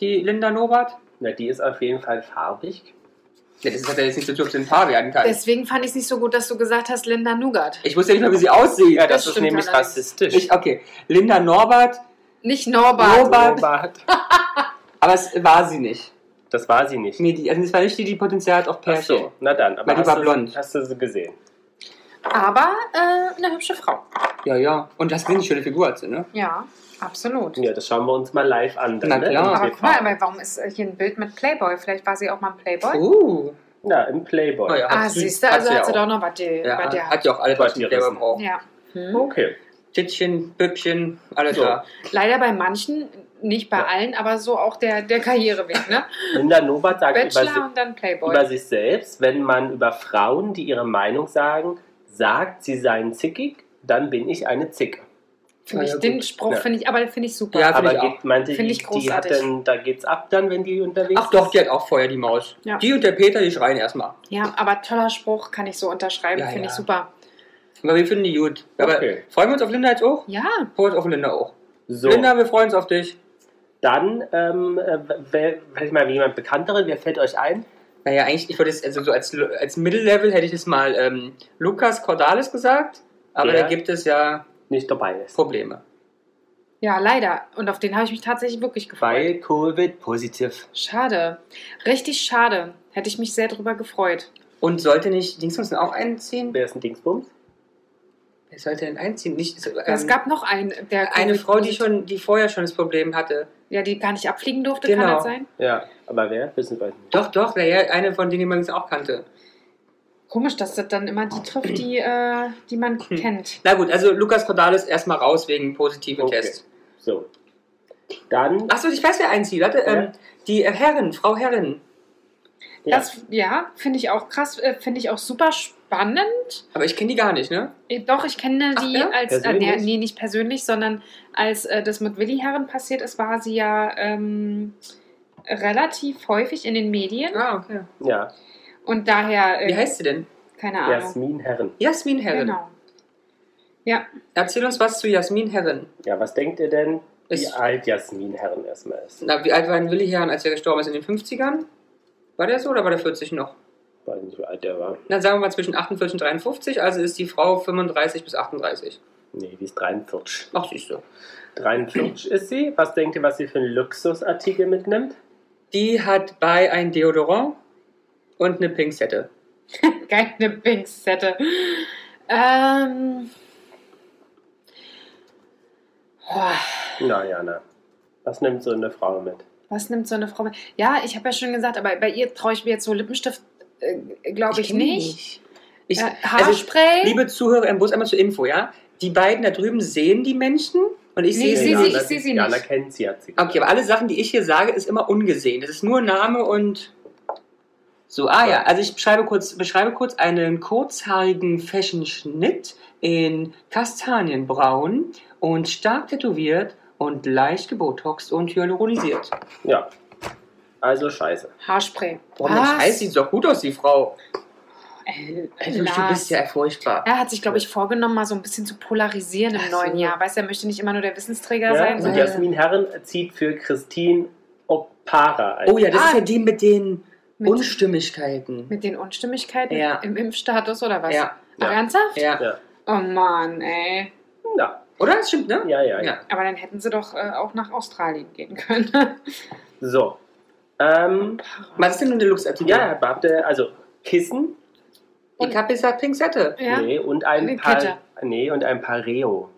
[SPEAKER 1] Die Linda Norbert?
[SPEAKER 4] Na, die ist auf jeden Fall farbig.
[SPEAKER 1] Ja, das halt hat ja jetzt nicht so tun, ob sie ein Paar werden kann.
[SPEAKER 2] Deswegen fand ich es nicht so gut, dass du gesagt hast, Linda Nougat.
[SPEAKER 1] ich wusste ja nicht mal, wie sie aussieht.
[SPEAKER 4] Ja,
[SPEAKER 2] das Das
[SPEAKER 4] das,
[SPEAKER 2] ist
[SPEAKER 4] ist
[SPEAKER 2] stimmt nämlich
[SPEAKER 4] nämlich
[SPEAKER 2] allerdings.
[SPEAKER 4] rassistisch.
[SPEAKER 1] Ich, okay, Linda Norbert,
[SPEAKER 2] Nicht Norbert.
[SPEAKER 1] Norbert. aber es war sie nicht.
[SPEAKER 4] Das war sie nicht.
[SPEAKER 1] Nee, die, also es war nicht die, die Potenzial hat auf
[SPEAKER 4] Ach
[SPEAKER 1] Pärchen.
[SPEAKER 4] so, na dann. Aber
[SPEAKER 1] Weil die war
[SPEAKER 4] hast,
[SPEAKER 1] blond.
[SPEAKER 4] du, hast du sie gesehen?
[SPEAKER 2] Aber äh, eine hübsche Frau.
[SPEAKER 1] Ja, ja. Und das ist eine schöne Figur hat sie, ne?
[SPEAKER 2] Ja, absolut.
[SPEAKER 4] Ja, das schauen wir uns mal live an. Dann,
[SPEAKER 1] Na
[SPEAKER 4] ne?
[SPEAKER 1] klar.
[SPEAKER 4] Im
[SPEAKER 2] Aber
[SPEAKER 4] TV.
[SPEAKER 2] guck mal, aber warum ist äh, hier ein Bild mit Playboy? Vielleicht war sie auch mal ein Playboy.
[SPEAKER 1] Uh.
[SPEAKER 4] Ja, im Playboy.
[SPEAKER 1] Oh ja.
[SPEAKER 2] ah,
[SPEAKER 1] hat sie-
[SPEAKER 2] siehst du,
[SPEAKER 1] hat
[SPEAKER 2] also
[SPEAKER 1] sie
[SPEAKER 2] hat sie
[SPEAKER 1] ja
[SPEAKER 2] doch noch was die-
[SPEAKER 1] Ja,
[SPEAKER 2] was die
[SPEAKER 1] hat ja auch alle
[SPEAKER 4] Hat
[SPEAKER 1] deutschen
[SPEAKER 4] die
[SPEAKER 1] Kleber
[SPEAKER 4] Rissen.
[SPEAKER 1] braucht.
[SPEAKER 2] Ja. Hm.
[SPEAKER 4] Okay.
[SPEAKER 1] Tittchen, Büppchen, alles
[SPEAKER 4] So.
[SPEAKER 1] da.
[SPEAKER 2] Leider bei manchen, nicht bei
[SPEAKER 4] Ja.
[SPEAKER 2] allen, aber so auch der, der Karriereweg, ne?
[SPEAKER 4] Linda Nobart sagt über,
[SPEAKER 2] Bachelor
[SPEAKER 4] si
[SPEAKER 2] und dann Playboy.
[SPEAKER 4] über sich selbst, wenn man über Frauen, die ihre Meinung sagen, sagt, sie seien zickig, dann bin ich eine Zicke.
[SPEAKER 2] Finde ich,
[SPEAKER 1] Ja, gut.
[SPEAKER 2] den Spruch
[SPEAKER 4] Ja.
[SPEAKER 2] finde ich, aber finde ich super.
[SPEAKER 1] Ja,
[SPEAKER 4] Aber
[SPEAKER 1] ich auch.
[SPEAKER 4] geht, meinte
[SPEAKER 2] Finde
[SPEAKER 4] die,
[SPEAKER 2] ich
[SPEAKER 4] die hat
[SPEAKER 2] großartig.
[SPEAKER 4] dann, da geht's ab dann, wenn die unterwegs
[SPEAKER 1] Ach doch, die hat auch Feuer, die Maus.
[SPEAKER 2] Ja.
[SPEAKER 1] Die und der Peter, die schreien erstmal.
[SPEAKER 2] Ja, aber toller Spruch, kann ich so unterschreiben,
[SPEAKER 1] Ja,
[SPEAKER 2] finde ich
[SPEAKER 1] ja.
[SPEAKER 2] super.
[SPEAKER 1] Aber wir finden die gut. Aber
[SPEAKER 4] Okay.
[SPEAKER 1] freuen wir uns auf Linda jetzt auch?
[SPEAKER 2] Ja,
[SPEAKER 1] Freuen wir uns auf Linda auch.
[SPEAKER 4] ist. So,
[SPEAKER 1] Linda, wir freuen uns auf dich.
[SPEAKER 4] dann, ähm, äh, wer, vielleicht mal jemand Bekannteren, wer fällt euch ein?
[SPEAKER 1] Naja, eigentlich, ich würde es, also so als, als Mittellevel hätte ich es mal ähm, Lukas Cordalis gesagt, aber
[SPEAKER 4] Ja.
[SPEAKER 1] da gibt es ja
[SPEAKER 4] Nicht dabei ist.
[SPEAKER 1] Probleme.
[SPEAKER 2] ja, leider. Und auf den habe ich mich tatsächlich wirklich gefreut.
[SPEAKER 4] Weil Covid positiv.
[SPEAKER 2] Schade. Richtig schade. Hätte ich mich sehr drüber gefreut.
[SPEAKER 1] Und sollte nicht Dingsbums denn auch einziehen?
[SPEAKER 4] Wer ist ein Dingsbums?
[SPEAKER 1] Wer sollte denn einziehen? Nicht, so, ähm,
[SPEAKER 2] es gab noch einen, der
[SPEAKER 1] eine Frau, die schon, die vorher schon das Problem hatte.
[SPEAKER 2] ja, die gar nicht abfliegen durfte, kann
[SPEAKER 1] Genau.
[SPEAKER 2] das sein?
[SPEAKER 4] Ja, aber wer? Wissen wir nicht.
[SPEAKER 1] Doch, doch, naja, eine von denen, die man jetzt auch kannte.
[SPEAKER 2] Komisch, dass das dann immer die trifft, die, äh, die man
[SPEAKER 1] Hm.
[SPEAKER 2] kennt.
[SPEAKER 1] Na gut, also Lukas Cordalis erstmal raus wegen positiven
[SPEAKER 4] Okay.
[SPEAKER 1] Tests.
[SPEAKER 4] So. Dann.
[SPEAKER 1] Achso, ich weiß, wer einzieht. Warte, ähm, die äh, Herrin, Frau Herrin.
[SPEAKER 4] ja.
[SPEAKER 2] Das, ja, finde ich auch krass, äh, finde ich auch super spannend.
[SPEAKER 1] Aber ich kenne die gar nicht, ne?
[SPEAKER 2] Äh, Doch, ich kenne
[SPEAKER 1] Ach,
[SPEAKER 2] die
[SPEAKER 1] ja?
[SPEAKER 2] als, äh,
[SPEAKER 4] Persönlich?
[SPEAKER 2] nee, nee, nicht persönlich, sondern als äh, das mit Willi Herren passiert ist, war sie ja ähm, relativ häufig in den Medien
[SPEAKER 1] Ah, okay.
[SPEAKER 4] ja.
[SPEAKER 2] und daher, äh,
[SPEAKER 1] Wie heißt sie denn?
[SPEAKER 2] keine Ahnung.
[SPEAKER 4] Jasmin Herren.
[SPEAKER 1] Jasmin Herren.
[SPEAKER 2] Genau.
[SPEAKER 1] Erzähl uns was zu Jasmin Herren.
[SPEAKER 4] Ja, was denkt ihr denn, wie
[SPEAKER 1] Ist-
[SPEAKER 4] alt Jasmin Herren erstmal ist?
[SPEAKER 1] Na, wie alt war denn Willi Herren, als er gestorben ist? In den 50ern? War der so oder war der 40 noch?
[SPEAKER 4] Weiß nicht, wie alt der war.
[SPEAKER 1] Na, sagen wir mal zwischen 48 und 53, also ist die Frau 35 bis 38.
[SPEAKER 4] Nee, die ist 43.
[SPEAKER 1] Ach, siehst du.
[SPEAKER 4] 43 ist sie. Was denkt ihr, was sie für einen Luxusartikel mitnimmt?
[SPEAKER 1] Die hat bei ein Deodorant und eine Pinzette.
[SPEAKER 2] Keine Pinksette. Ähm. Boah,
[SPEAKER 4] Na, Jana. Was nimmt so eine Frau mit?
[SPEAKER 2] was nimmt so eine Frau mit? Ja, ich habe ja schon gesagt, aber bei ihr traue ich mir jetzt so Lippenstift, äh, glaube ich,
[SPEAKER 1] kenn die
[SPEAKER 2] nicht.
[SPEAKER 1] Ich,
[SPEAKER 2] Äh,
[SPEAKER 1] also,
[SPEAKER 2] Haarspray?
[SPEAKER 1] liebe Zuhörer, im Bus einmal zur Info, ja? Die beiden da drüben sehen die Menschen und ich sehe
[SPEAKER 2] Nee, ich
[SPEAKER 1] sie
[SPEAKER 2] sehe
[SPEAKER 4] Jana,
[SPEAKER 2] sie, ich
[SPEAKER 1] nicht.
[SPEAKER 2] sehe sie
[SPEAKER 4] Jana
[SPEAKER 2] nicht.
[SPEAKER 4] kennt sie, hat sie
[SPEAKER 1] Okay, aber alle Sachen, die ich hier sage, ist immer ungesehen. Das ist nur Name und So, ah ja, also ich beschreibe kurz, beschreibe kurz einen kurzhaarigen Fashion-Schnitt in Kastanienbraun und stark tätowiert und leicht gebotoxt und hyaluronisiert.
[SPEAKER 4] Ja. Also scheiße.
[SPEAKER 2] Haarspray.
[SPEAKER 1] Boah, Mensch, heiß sieht doch gut aus, die Frau.
[SPEAKER 2] Äh,
[SPEAKER 1] Also, du
[SPEAKER 2] Lars.
[SPEAKER 1] bist ja furchtbar.
[SPEAKER 2] Er hat sich, glaube ich, vorgenommen, mal so ein bisschen zu polarisieren im
[SPEAKER 1] Ach
[SPEAKER 2] neuen
[SPEAKER 1] so.
[SPEAKER 2] Jahr. Weißt du, er möchte nicht immer nur der Wissensträger
[SPEAKER 4] Ja,
[SPEAKER 2] sein.
[SPEAKER 4] und
[SPEAKER 2] sondern-
[SPEAKER 4] Jasmin Herren zieht für Christine Opara ein.
[SPEAKER 1] Oh ja, das ist ja die mit den
[SPEAKER 2] Ah. mit,
[SPEAKER 1] Unstimmigkeiten.
[SPEAKER 2] mit den Unstimmigkeiten
[SPEAKER 1] Ja.
[SPEAKER 2] im Impfstatus oder was?
[SPEAKER 1] ja,
[SPEAKER 2] Ach,
[SPEAKER 4] Ja.
[SPEAKER 2] ernsthaft?
[SPEAKER 1] ja.
[SPEAKER 2] Oh Mann, ey.
[SPEAKER 4] Ja,
[SPEAKER 1] Oder? Das stimmt, ne?
[SPEAKER 4] ja, ja. ja.
[SPEAKER 1] Ja.
[SPEAKER 2] Aber dann hätten sie doch äh, auch nach Australien gehen können. (laughs)
[SPEAKER 4] So. Ähm,
[SPEAKER 1] Was ist denn nun der Luxartikel?
[SPEAKER 4] ja, habt ihr, also Kissen
[SPEAKER 1] Ich habe gesagt Pinzette.
[SPEAKER 2] ja?
[SPEAKER 4] nee, und
[SPEAKER 2] Eine
[SPEAKER 4] ein
[SPEAKER 2] Kette.
[SPEAKER 4] paar, nee, und ein paar Reo.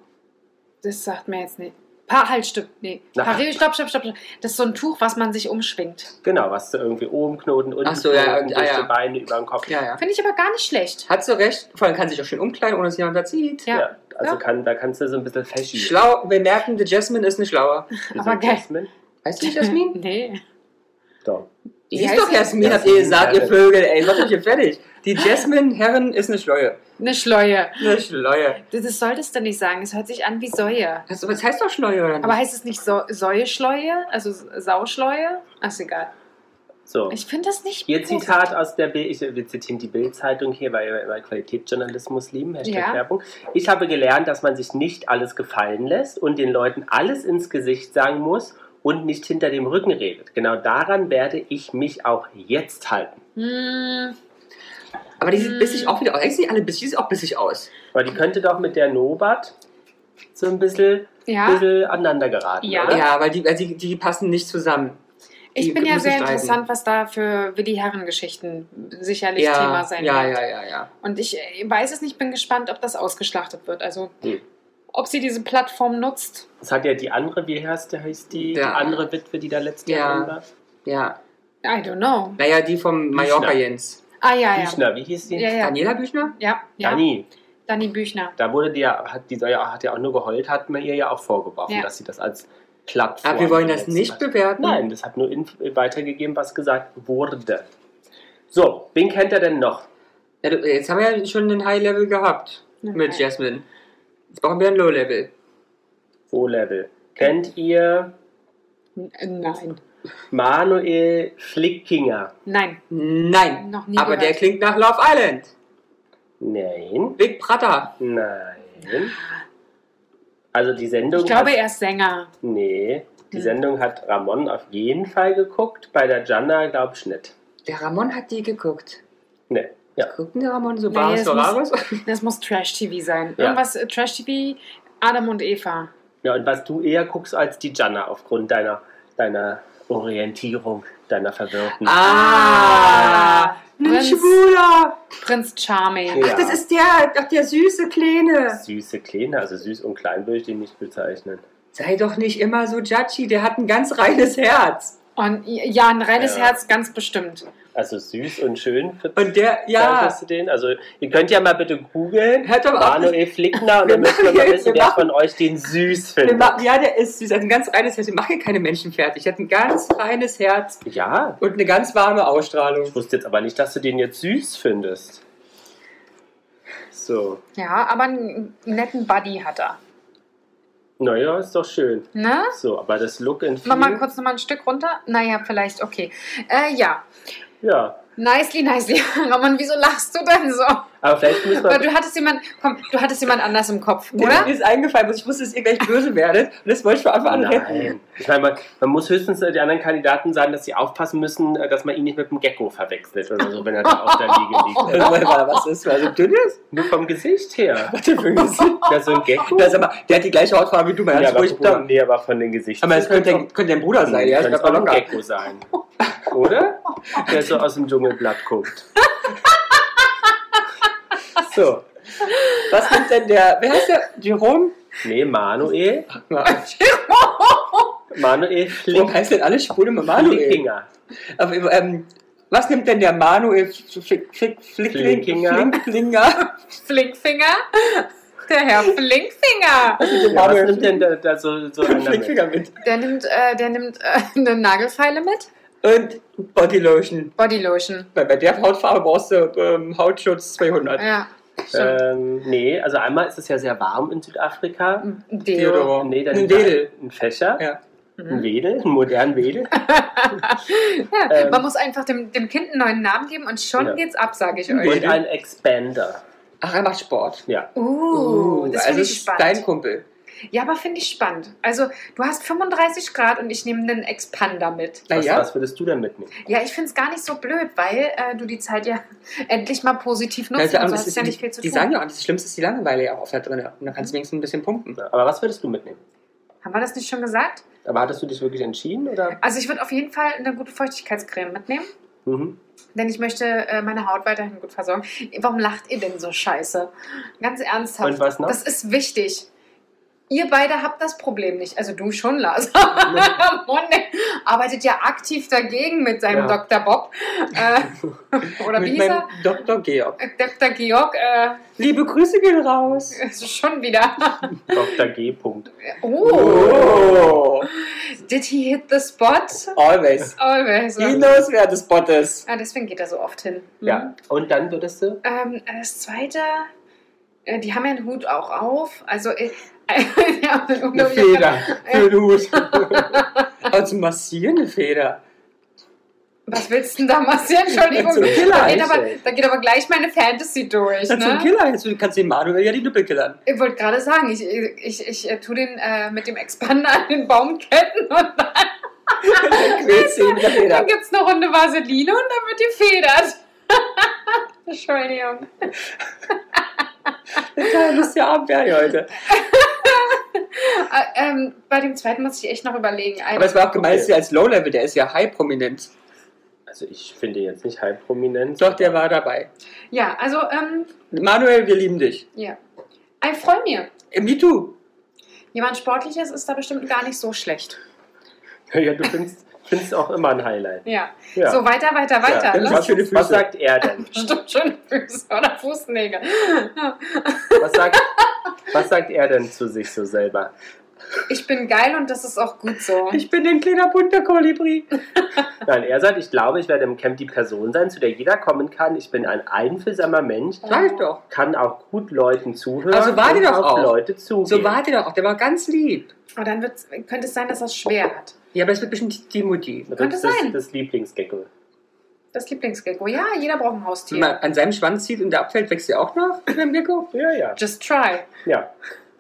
[SPEAKER 2] Das sagt mir jetzt nicht. Pa halt, stimmt. Nee.
[SPEAKER 4] Na.
[SPEAKER 2] Paré, stopp, stopp, stopp. stopp. Das ist so ein Tuch, was man sich umschwingt.
[SPEAKER 4] Genau, was du irgendwie oben knoten, unten
[SPEAKER 1] Ach so, ja,
[SPEAKER 4] knoten,
[SPEAKER 1] und-
[SPEAKER 4] durch
[SPEAKER 1] ah, ja.
[SPEAKER 4] die Beine, über den Kopf.
[SPEAKER 1] Ja, ja.
[SPEAKER 2] Finde ich aber gar nicht schlecht.
[SPEAKER 1] Hat sie recht. Vor allem kann sie sich auch schön umkleiden, ohne dass jemand das sieht.
[SPEAKER 2] Ja.
[SPEAKER 4] Ja, also
[SPEAKER 2] Ja.
[SPEAKER 4] Kann, da kannst du so ein bisschen fashion.
[SPEAKER 1] Schlau, wir merken, die Jasmine ist eine Schlaue.
[SPEAKER 4] Wieso
[SPEAKER 2] aber geil.
[SPEAKER 4] Jasmin?
[SPEAKER 1] Weißt du nicht, Jasmin?
[SPEAKER 2] (laughs) Nee.
[SPEAKER 4] Doch.
[SPEAKER 1] Die
[SPEAKER 2] Wie
[SPEAKER 1] ist
[SPEAKER 2] heißt
[SPEAKER 1] doch
[SPEAKER 2] sie?
[SPEAKER 1] Jasmin, habt ihr
[SPEAKER 4] Jasmin
[SPEAKER 1] gesagt, ihr
[SPEAKER 4] Herren.
[SPEAKER 1] Vögel, ey. Macht euch hier fertig. Die Jasmine Herren ist eine Schleue.
[SPEAKER 2] Eine Schleue.
[SPEAKER 1] Eine Schleue.
[SPEAKER 2] Das, das solltest du nicht sagen. Es hört sich an wie Säue.
[SPEAKER 1] Das, das heißt doch Schleue, oder nicht?
[SPEAKER 2] Aber heißt es nicht so Säuschleue? Also Sauschleue? Ach, ist egal.
[SPEAKER 4] So.
[SPEAKER 2] Ich finde das nicht.
[SPEAKER 4] Ihr
[SPEAKER 2] groß.
[SPEAKER 4] Zitat aus der Bild, ich, wir zitieren die Bild-Zeitung hier, weil wir immer Qualitätsjournalismus lieben, Hashtag
[SPEAKER 2] Ja.
[SPEAKER 4] Werbung. Ich habe gelernt, dass man sich nicht alles gefallen lässt und den Leuten alles ins Gesicht sagen muss und nicht hinter dem Rücken redet. Genau daran werde ich mich auch jetzt halten.
[SPEAKER 2] Hm,
[SPEAKER 1] Aber die sieht
[SPEAKER 2] Mm.
[SPEAKER 1] bissig auch wieder aus. Eigentlich sind die alle bissig, die sieht auch bissig aus.
[SPEAKER 4] Weil die könnte doch mit der Nobat so ein bisschen,
[SPEAKER 2] ja.
[SPEAKER 4] bisschen aneinander geraten,
[SPEAKER 2] Ja.
[SPEAKER 4] oder?
[SPEAKER 1] Ja, weil die, weil die, die passen nicht zusammen.
[SPEAKER 2] Ich bin ja
[SPEAKER 1] müssen
[SPEAKER 2] sehr
[SPEAKER 1] streiten.
[SPEAKER 2] interessant, was da für Willi Herren-Geschichten sicherlich
[SPEAKER 1] ja,
[SPEAKER 2] Thema sein
[SPEAKER 1] ja,
[SPEAKER 2] wird.
[SPEAKER 1] ja, ja, ja.
[SPEAKER 2] Und ich äh, weiß es nicht, bin gespannt, ob das ausgeschlachtet wird. Also,
[SPEAKER 4] Hm.
[SPEAKER 2] ob sie diese Plattform nutzt.
[SPEAKER 4] Das hat ja die andere, wie heißt, heißt die, die
[SPEAKER 1] Ja.
[SPEAKER 4] andere Witwe, die da letztes
[SPEAKER 1] Ja.
[SPEAKER 4] Jahr drin war?
[SPEAKER 1] Ja.
[SPEAKER 2] I don't know.
[SPEAKER 1] Naja, die vom Mallorca Jens.
[SPEAKER 2] Ah, ja, ja.
[SPEAKER 4] Büchner, wie hieß die?
[SPEAKER 2] Ja, ja.
[SPEAKER 1] Daniela Büchner?
[SPEAKER 2] Ja, ja. Dani,
[SPEAKER 4] Dani,
[SPEAKER 2] Büchner.
[SPEAKER 4] Da wurde die ja, hat die soll ja, hat ja auch nur geheult, hat man ihr ja auch vorgeworfen,
[SPEAKER 2] Ja.
[SPEAKER 4] dass sie das als Plattform.
[SPEAKER 1] Aber Ah, wir wollen das
[SPEAKER 4] benutzt
[SPEAKER 1] nicht
[SPEAKER 4] hat.
[SPEAKER 1] bewerten.
[SPEAKER 4] Nein, das hat nur inf- weitergegeben, was gesagt wurde. So, wen kennt er denn noch?
[SPEAKER 1] Ja, du- jetzt haben wir ja schon einen High-Level gehabt
[SPEAKER 2] Nein.
[SPEAKER 1] mit Jasmine. Jetzt brauchen wir ein Low-Level.
[SPEAKER 4] O-Level. Kennt ihr
[SPEAKER 2] N- äh, Nein.
[SPEAKER 4] Manuel Flickinger?
[SPEAKER 2] Nein.
[SPEAKER 1] Nein.
[SPEAKER 2] Noch nie
[SPEAKER 1] Aber der
[SPEAKER 2] gehört.
[SPEAKER 1] klingt nach Love Island.
[SPEAKER 4] Nein,
[SPEAKER 1] Big Prater.
[SPEAKER 4] nein. Also die Sendung.
[SPEAKER 2] Ich glaube,
[SPEAKER 4] hat,
[SPEAKER 2] er ist Sänger.
[SPEAKER 4] Nee, die
[SPEAKER 2] Hm.
[SPEAKER 4] Sendung hat Ramon auf jeden Fall geguckt, bei der Jana glaub ich nicht.
[SPEAKER 1] Der Ramon hat die geguckt.
[SPEAKER 4] Nee, ja.
[SPEAKER 1] Guckt denn der Ramon so
[SPEAKER 2] Nee,
[SPEAKER 1] Bares
[SPEAKER 2] es
[SPEAKER 1] Dorares?
[SPEAKER 2] (laughs) Das muss Trash-TV sein.
[SPEAKER 4] Ja.
[SPEAKER 2] Irgendwas äh, Trash-TV, Adam und Eva.
[SPEAKER 4] Ja, und was du eher guckst als die Janna aufgrund deiner, deiner Orientierung, deiner Verwirrten.
[SPEAKER 1] Ah! Ein
[SPEAKER 2] Prinz,
[SPEAKER 1] Schwuler!
[SPEAKER 2] Prinz Charming.
[SPEAKER 1] Ach, das ist der, ach, der süße Kleine.
[SPEAKER 4] Süße Kleine, also süß und klein würde ich den nicht bezeichnen.
[SPEAKER 1] Sei doch nicht immer so judgy, der hat ein ganz reines Herz.
[SPEAKER 2] Und ja, ein reines
[SPEAKER 4] Ja.
[SPEAKER 2] Herz, ganz bestimmt.
[SPEAKER 4] Also süß und schön für
[SPEAKER 1] Und der, ja,
[SPEAKER 4] bezeichnest du den. Also ihr könnt ja mal bitte googeln.
[SPEAKER 1] Hört doch auf.
[SPEAKER 4] Manuel Flickner und
[SPEAKER 1] Wir
[SPEAKER 4] dann müssen wir mal
[SPEAKER 1] machen-
[SPEAKER 4] wissen,
[SPEAKER 1] wir
[SPEAKER 4] wer
[SPEAKER 1] machen-
[SPEAKER 4] von euch den süß
[SPEAKER 1] wir
[SPEAKER 4] findet.
[SPEAKER 1] ma- ja, der ist süß, hat ein ganz reines Herz. Wir machen hier keine Menschen fertig. Er hat ein ganz reines Herz
[SPEAKER 4] Ja,
[SPEAKER 1] und eine ganz warme
[SPEAKER 4] ich
[SPEAKER 1] Ausstrahlung.
[SPEAKER 4] wusste jetzt aber nicht, dass du den jetzt süß findest. So,
[SPEAKER 2] Ja, aber einen netten Buddy hat er.
[SPEAKER 4] naja, ist doch schön.
[SPEAKER 2] Ne?
[SPEAKER 4] So, aber das Look in
[SPEAKER 2] Mach mal
[SPEAKER 4] Feel,
[SPEAKER 2] kurz nochmal ein Stück runter. Naja, vielleicht, okay. Äh, ja.
[SPEAKER 4] ja.
[SPEAKER 2] Nicely, nicely. (laughs) Ramon, wieso lachst du denn so?
[SPEAKER 4] Aber vielleicht müssen
[SPEAKER 2] Weil
[SPEAKER 4] wir
[SPEAKER 2] du hattest jemand, komm, du hattest jemand anders im Kopf,
[SPEAKER 4] Genau.
[SPEAKER 1] Oder?
[SPEAKER 2] oder?
[SPEAKER 1] Mir ist eingefallen, dass ich wusste, dass ihr gleich böse werdet. Und das wollte ich von Anfang an retten.
[SPEAKER 4] Nein. Ich meine, man, man muss höchstens äh, die anderen Kandidaten sagen, dass sie aufpassen müssen, äh, dass man ihn nicht mit dem Gecko verwechselt oder so, wenn er da auf der Liege
[SPEAKER 1] (laughs)
[SPEAKER 4] liegt.
[SPEAKER 1] Also, warte mal, was ist, weil er so dünn ist?
[SPEAKER 4] Nur vom Gesicht her.
[SPEAKER 1] Was denn für ein Gesicht?
[SPEAKER 4] (laughs) Ja, so ein Gecko.
[SPEAKER 1] Na, sag mal, der hat die gleiche Hautfarbe wie du, mein
[SPEAKER 4] ja,
[SPEAKER 1] ja,
[SPEAKER 4] aber,
[SPEAKER 1] ruhig
[SPEAKER 4] guck mal,
[SPEAKER 1] da.
[SPEAKER 4] nee, aber von den Gesichts.
[SPEAKER 1] Aber es könnte, dein- könnte dein Bruder sein, ja? Ich
[SPEAKER 4] Könnte
[SPEAKER 1] glaube
[SPEAKER 4] auch ein
[SPEAKER 1] locker.
[SPEAKER 4] Gecko sein. Oder? Der so aus dem Dschungelblatt guckt. So.
[SPEAKER 1] Was nimmt denn der, wer heißt der? Jerome?
[SPEAKER 4] Nee, Manuel. Manuel
[SPEAKER 1] Warum
[SPEAKER 4] Flink.
[SPEAKER 1] heißt denn alle Schwule mit
[SPEAKER 4] Ah,
[SPEAKER 1] Manuel?
[SPEAKER 4] Flinkinger.
[SPEAKER 1] Aber, ähm, was nimmt denn der Manuel Fl- Fl- Fl- Flickling-
[SPEAKER 4] Flinkinger?
[SPEAKER 1] Flinklinger?
[SPEAKER 2] Flinkfinger? Der Herr Flinkfinger.
[SPEAKER 4] Ja,
[SPEAKER 1] (laughs)
[SPEAKER 4] was nimmt denn da, da so, so einer mit?
[SPEAKER 1] Flinkfinger mit?
[SPEAKER 2] Der nimmt, äh, der nimmt äh, eine Nagelfeile mit.
[SPEAKER 1] Und Bodylotion.
[SPEAKER 2] Bodylotion.
[SPEAKER 1] Bei, bei der Hautfarbe brauchst du ähm, Hautschutz 200.
[SPEAKER 2] Ja,
[SPEAKER 1] Äh,
[SPEAKER 2] stimmt.
[SPEAKER 4] Ähm, nee, also einmal ist es ja sehr warm in Südafrika.
[SPEAKER 2] Deo.
[SPEAKER 4] Nee, dann
[SPEAKER 1] Ein Wedel.
[SPEAKER 4] ein Fächer,
[SPEAKER 1] Ja.
[SPEAKER 4] ein
[SPEAKER 2] Mhm.
[SPEAKER 4] Wedel, einen modernen
[SPEAKER 2] (laughs)
[SPEAKER 4] Wedel.
[SPEAKER 2] Ja,
[SPEAKER 4] Ähm.
[SPEAKER 2] man muss einfach dem, dem Kind einen neuen Namen geben und schon
[SPEAKER 4] Ja.
[SPEAKER 2] geht's ab, sage
[SPEAKER 1] Oh.
[SPEAKER 2] ich euch.
[SPEAKER 4] Und ein Expander.
[SPEAKER 1] Ach, er macht Sport.
[SPEAKER 4] Ja.
[SPEAKER 2] Uh, das
[SPEAKER 1] also
[SPEAKER 2] finde
[SPEAKER 1] ist
[SPEAKER 2] ich spannend.
[SPEAKER 1] dein Kumpel.
[SPEAKER 2] Ja, aber finde ich spannend. Also, du hast 35 Grad und ich nehme einen Expander mit.
[SPEAKER 4] Was,
[SPEAKER 1] Naja.
[SPEAKER 4] was würdest du denn mitnehmen?
[SPEAKER 2] Ja, ich finde es gar nicht so blöd, weil äh, du die Zeit ja (laughs) endlich mal positiv nutzt.
[SPEAKER 1] Also,
[SPEAKER 2] Also,
[SPEAKER 1] es
[SPEAKER 2] hast
[SPEAKER 1] ist-
[SPEAKER 2] ja nicht viel zu
[SPEAKER 1] die
[SPEAKER 2] tun. Mhm.
[SPEAKER 1] sagen ja auch, das Schlimmste ist die Langeweile ja auch oft da drin. Und dann kannst du wenigstens ein bisschen pumpen.
[SPEAKER 4] Ja, Aber was würdest du mitnehmen?
[SPEAKER 2] Haben wir das nicht schon gesagt?
[SPEAKER 4] Aber hattest du dich wirklich entschieden? Oder?
[SPEAKER 2] Also, ich würde auf jeden Fall eine gute Feuchtigkeitscreme mitnehmen,
[SPEAKER 4] Mhm.
[SPEAKER 2] denn ich möchte äh, meine Haut weiterhin gut versorgen. Warum lacht ihr denn so scheiße? Ganz ernsthaft.
[SPEAKER 4] Und was
[SPEAKER 1] ne?
[SPEAKER 4] noch?
[SPEAKER 2] Das ist wichtig. Ihr beide habt das Problem nicht. Also du schon, Lars. (laughs) Monne arbeitet ja aktiv dagegen mit seinem
[SPEAKER 4] Ja.
[SPEAKER 2] Dr. Bob. Äh,
[SPEAKER 1] (laughs)
[SPEAKER 2] oder wie
[SPEAKER 1] Mit
[SPEAKER 2] hieß er?
[SPEAKER 1] meinem Dr. Georg.
[SPEAKER 2] Äh, Dr. Georg äh,
[SPEAKER 1] Liebe Grüße gehen raus.
[SPEAKER 2] ist schon wieder.
[SPEAKER 4] Dr. G. Punkt.
[SPEAKER 2] (laughs) Oh, did he hit the spot?
[SPEAKER 1] Always.
[SPEAKER 2] Always.
[SPEAKER 1] He knows wer das Bot ist.
[SPEAKER 2] Ah, deswegen geht er so oft hin. Mhm.
[SPEAKER 4] Ja. Und dann würdest du?
[SPEAKER 2] Ähm, das zweite, äh, die haben ja einen Hut auch auf. Also, äh, (laughs) ja,
[SPEAKER 1] Eine Feder für den Hut. (laughs) Aber zum Massieren eine Feder.
[SPEAKER 2] Was willst du denn da
[SPEAKER 1] (laughs)
[SPEAKER 2] massieren? Entschuldigung.
[SPEAKER 1] Zum Killer,
[SPEAKER 2] da, geht
[SPEAKER 4] ich
[SPEAKER 2] aber,
[SPEAKER 4] ey.
[SPEAKER 2] da geht aber gleich meine Fantasy durch.
[SPEAKER 1] Das ist ein
[SPEAKER 2] Ne?
[SPEAKER 1] Killer. Jetzt kannst du den Manuel ja die Nippel killern. (laughs)
[SPEAKER 2] Ich wollte gerade sagen, ich, ich, ich, ich tue den äh, mit dem Expander an den Baumketten und dann,
[SPEAKER 1] Dann quälst du ihn mit der
[SPEAKER 2] dann (laughs)
[SPEAKER 1] Feder.
[SPEAKER 2] gibt es eine Runde Vaseline und dann wird die federt. (laughs) Entschuldigung.
[SPEAKER 1] Total lustiger Abend wäre hier heute.
[SPEAKER 2] Äh, ähm, bei dem zweiten muss ich echt noch überlegen. Ein-
[SPEAKER 1] Aber es war auch gemeint, dass er als Low-Level, der ist ja high-prominent.
[SPEAKER 4] Also ich finde jetzt nicht halb prominent.
[SPEAKER 1] Doch, der war dabei.
[SPEAKER 2] ja, also, ähm,
[SPEAKER 1] Manuel, wir lieben dich.
[SPEAKER 2] ja. Ich freue mich.
[SPEAKER 1] Äh, Me too.
[SPEAKER 2] Jemand Sportliches ist da bestimmt gar nicht so schlecht.
[SPEAKER 4] Ja, du findest, findest auch immer ein Highlight.
[SPEAKER 2] Ja.
[SPEAKER 4] Ja.
[SPEAKER 2] So, weiter, weiter, weiter.
[SPEAKER 1] Ja,
[SPEAKER 2] Lass
[SPEAKER 4] was,
[SPEAKER 1] für die Füße.
[SPEAKER 4] was sagt er denn?
[SPEAKER 2] bestimmt schöne Füße oder Fußnägel.
[SPEAKER 4] Was sagt, was sagt er denn zu sich so selber?
[SPEAKER 2] Ich bin geil und das ist auch gut so.
[SPEAKER 1] Ich bin ein kleiner bunter Kolibri.
[SPEAKER 4] Nein, er sagt, ich glaube, ich werde im Camp die Person sein, zu der jeder kommen kann. Ich bin ein einfühlsamer Mensch,
[SPEAKER 1] Sag ich doch.
[SPEAKER 4] kann auch gut Leuten zuhören
[SPEAKER 1] Also war die
[SPEAKER 4] und
[SPEAKER 1] doch
[SPEAKER 4] auf
[SPEAKER 1] auch.
[SPEAKER 4] Leute zugehen.
[SPEAKER 1] So war der doch auch. Der war ganz lieb.
[SPEAKER 2] Und dann wird's, könnte es sein, dass er es schwer hat.
[SPEAKER 1] Ja, aber das wird bestimmt die Mutti.
[SPEAKER 4] Also das
[SPEAKER 2] könnte
[SPEAKER 4] ist
[SPEAKER 2] sein.
[SPEAKER 4] das Lieblingsgecko.
[SPEAKER 2] Das Lieblingsgecko. Ja, jeder braucht
[SPEAKER 1] Wenn
[SPEAKER 2] ein
[SPEAKER 1] man
[SPEAKER 2] Haustier.
[SPEAKER 1] an seinem Schwanz zieht und der abfällt, wächst er auch nach mit dem Gecko.
[SPEAKER 4] Ja, ja.
[SPEAKER 2] Just try.
[SPEAKER 4] ja.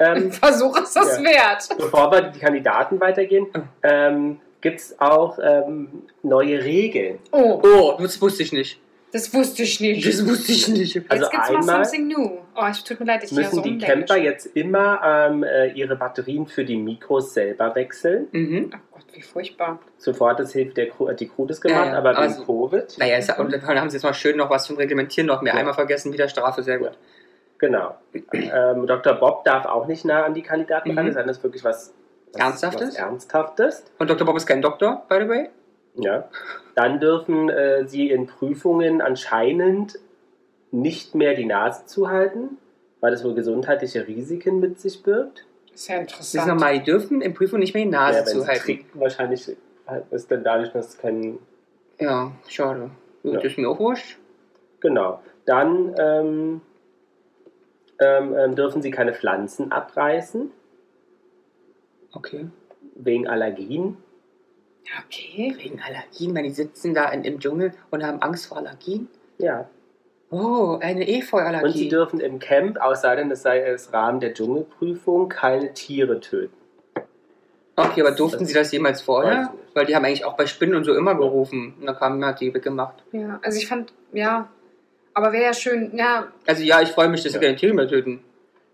[SPEAKER 4] Ähm,
[SPEAKER 2] Versuch ist das
[SPEAKER 4] Ja.
[SPEAKER 2] wert.
[SPEAKER 4] bevor wir die Kandidaten weitergehen,
[SPEAKER 1] Oh.
[SPEAKER 4] ähm, gibt es auch ähm, neue Regeln.
[SPEAKER 2] Oh,
[SPEAKER 1] Oh, das wusste ich nicht.
[SPEAKER 2] das wusste ich nicht.
[SPEAKER 1] Das wusste ich nicht.
[SPEAKER 4] Also
[SPEAKER 2] Jetzt gibt's mal
[SPEAKER 4] einmal
[SPEAKER 2] something new. Oh, ich tut mir leid, ich bin ja
[SPEAKER 4] müssen
[SPEAKER 2] so
[SPEAKER 4] die
[SPEAKER 2] undenklich.
[SPEAKER 4] Camper jetzt immer ähm, äh, ihre Batterien für die Mikros selber wechseln.
[SPEAKER 1] Mhm.
[SPEAKER 2] Oh Gott, wie furchtbar.
[SPEAKER 4] Sofort das hilft der Crew, hat die Crew das gemacht,
[SPEAKER 1] Ja, ja.
[SPEAKER 4] aber wegen
[SPEAKER 1] Also-
[SPEAKER 4] Covid.
[SPEAKER 1] Naja, ist, und dann haben sie jetzt mal schön noch was zum Reglementieren noch mehr.
[SPEAKER 4] Ja.
[SPEAKER 1] Einmal vergessen, wieder Strafe, sehr gut.
[SPEAKER 4] Genau. Ähm, Dr. Bob darf auch nicht nah an die Kandidaten ran,
[SPEAKER 1] Mhm.
[SPEAKER 4] es sei denn, das ist wirklich was, was
[SPEAKER 1] Ernsthaftes?
[SPEAKER 4] Was Ernsthaftes.
[SPEAKER 1] Und Dr. Bob ist kein Doktor, by the way.
[SPEAKER 4] Ja. Dann dürfen äh, sie in Prüfungen anscheinend nicht mehr die Nase zuhalten, weil das wohl gesundheitliche Risiken mit sich birgt.
[SPEAKER 2] Ist ja
[SPEAKER 1] Das ist
[SPEAKER 2] interessant.
[SPEAKER 1] nochmal, die dürfen im Prüfung nicht mehr die Nase
[SPEAKER 4] Ja, wenn sie
[SPEAKER 1] zuhalten.
[SPEAKER 4] trinken, wahrscheinlich äh, ist dann dadurch, dass es kein
[SPEAKER 1] Ja, schade. Gut,
[SPEAKER 4] Ja.
[SPEAKER 1] Das ist mir auch wurscht.
[SPEAKER 4] Genau. Dann ähm, ähm, ähm, dürfen sie keine Pflanzen abreißen,
[SPEAKER 1] Okay.
[SPEAKER 4] wegen Allergien.
[SPEAKER 2] Okay.
[SPEAKER 1] Wegen Allergien, weil die sitzen da in, im Dschungel und haben Angst vor Allergien.
[SPEAKER 4] Ja.
[SPEAKER 1] Oh, eine Efeuallergie.
[SPEAKER 4] Und sie dürfen im Camp, aus sei denn, es sei es Rahmen der Dschungelprüfung, keine Tiere töten.
[SPEAKER 1] Okay, aber durften sie das jemals
[SPEAKER 4] Weiß
[SPEAKER 1] vorher?
[SPEAKER 4] ich nicht.
[SPEAKER 1] Weil die haben eigentlich auch bei Spinnen und so immer gerufen. Und dann kam hat die weggemacht.
[SPEAKER 2] Ja, also ich fand, ja. Aber wäre ja schön, ja,
[SPEAKER 1] Also ja, ich freue mich, dass sie
[SPEAKER 4] Ja.
[SPEAKER 1] keine Tiere mehr töten.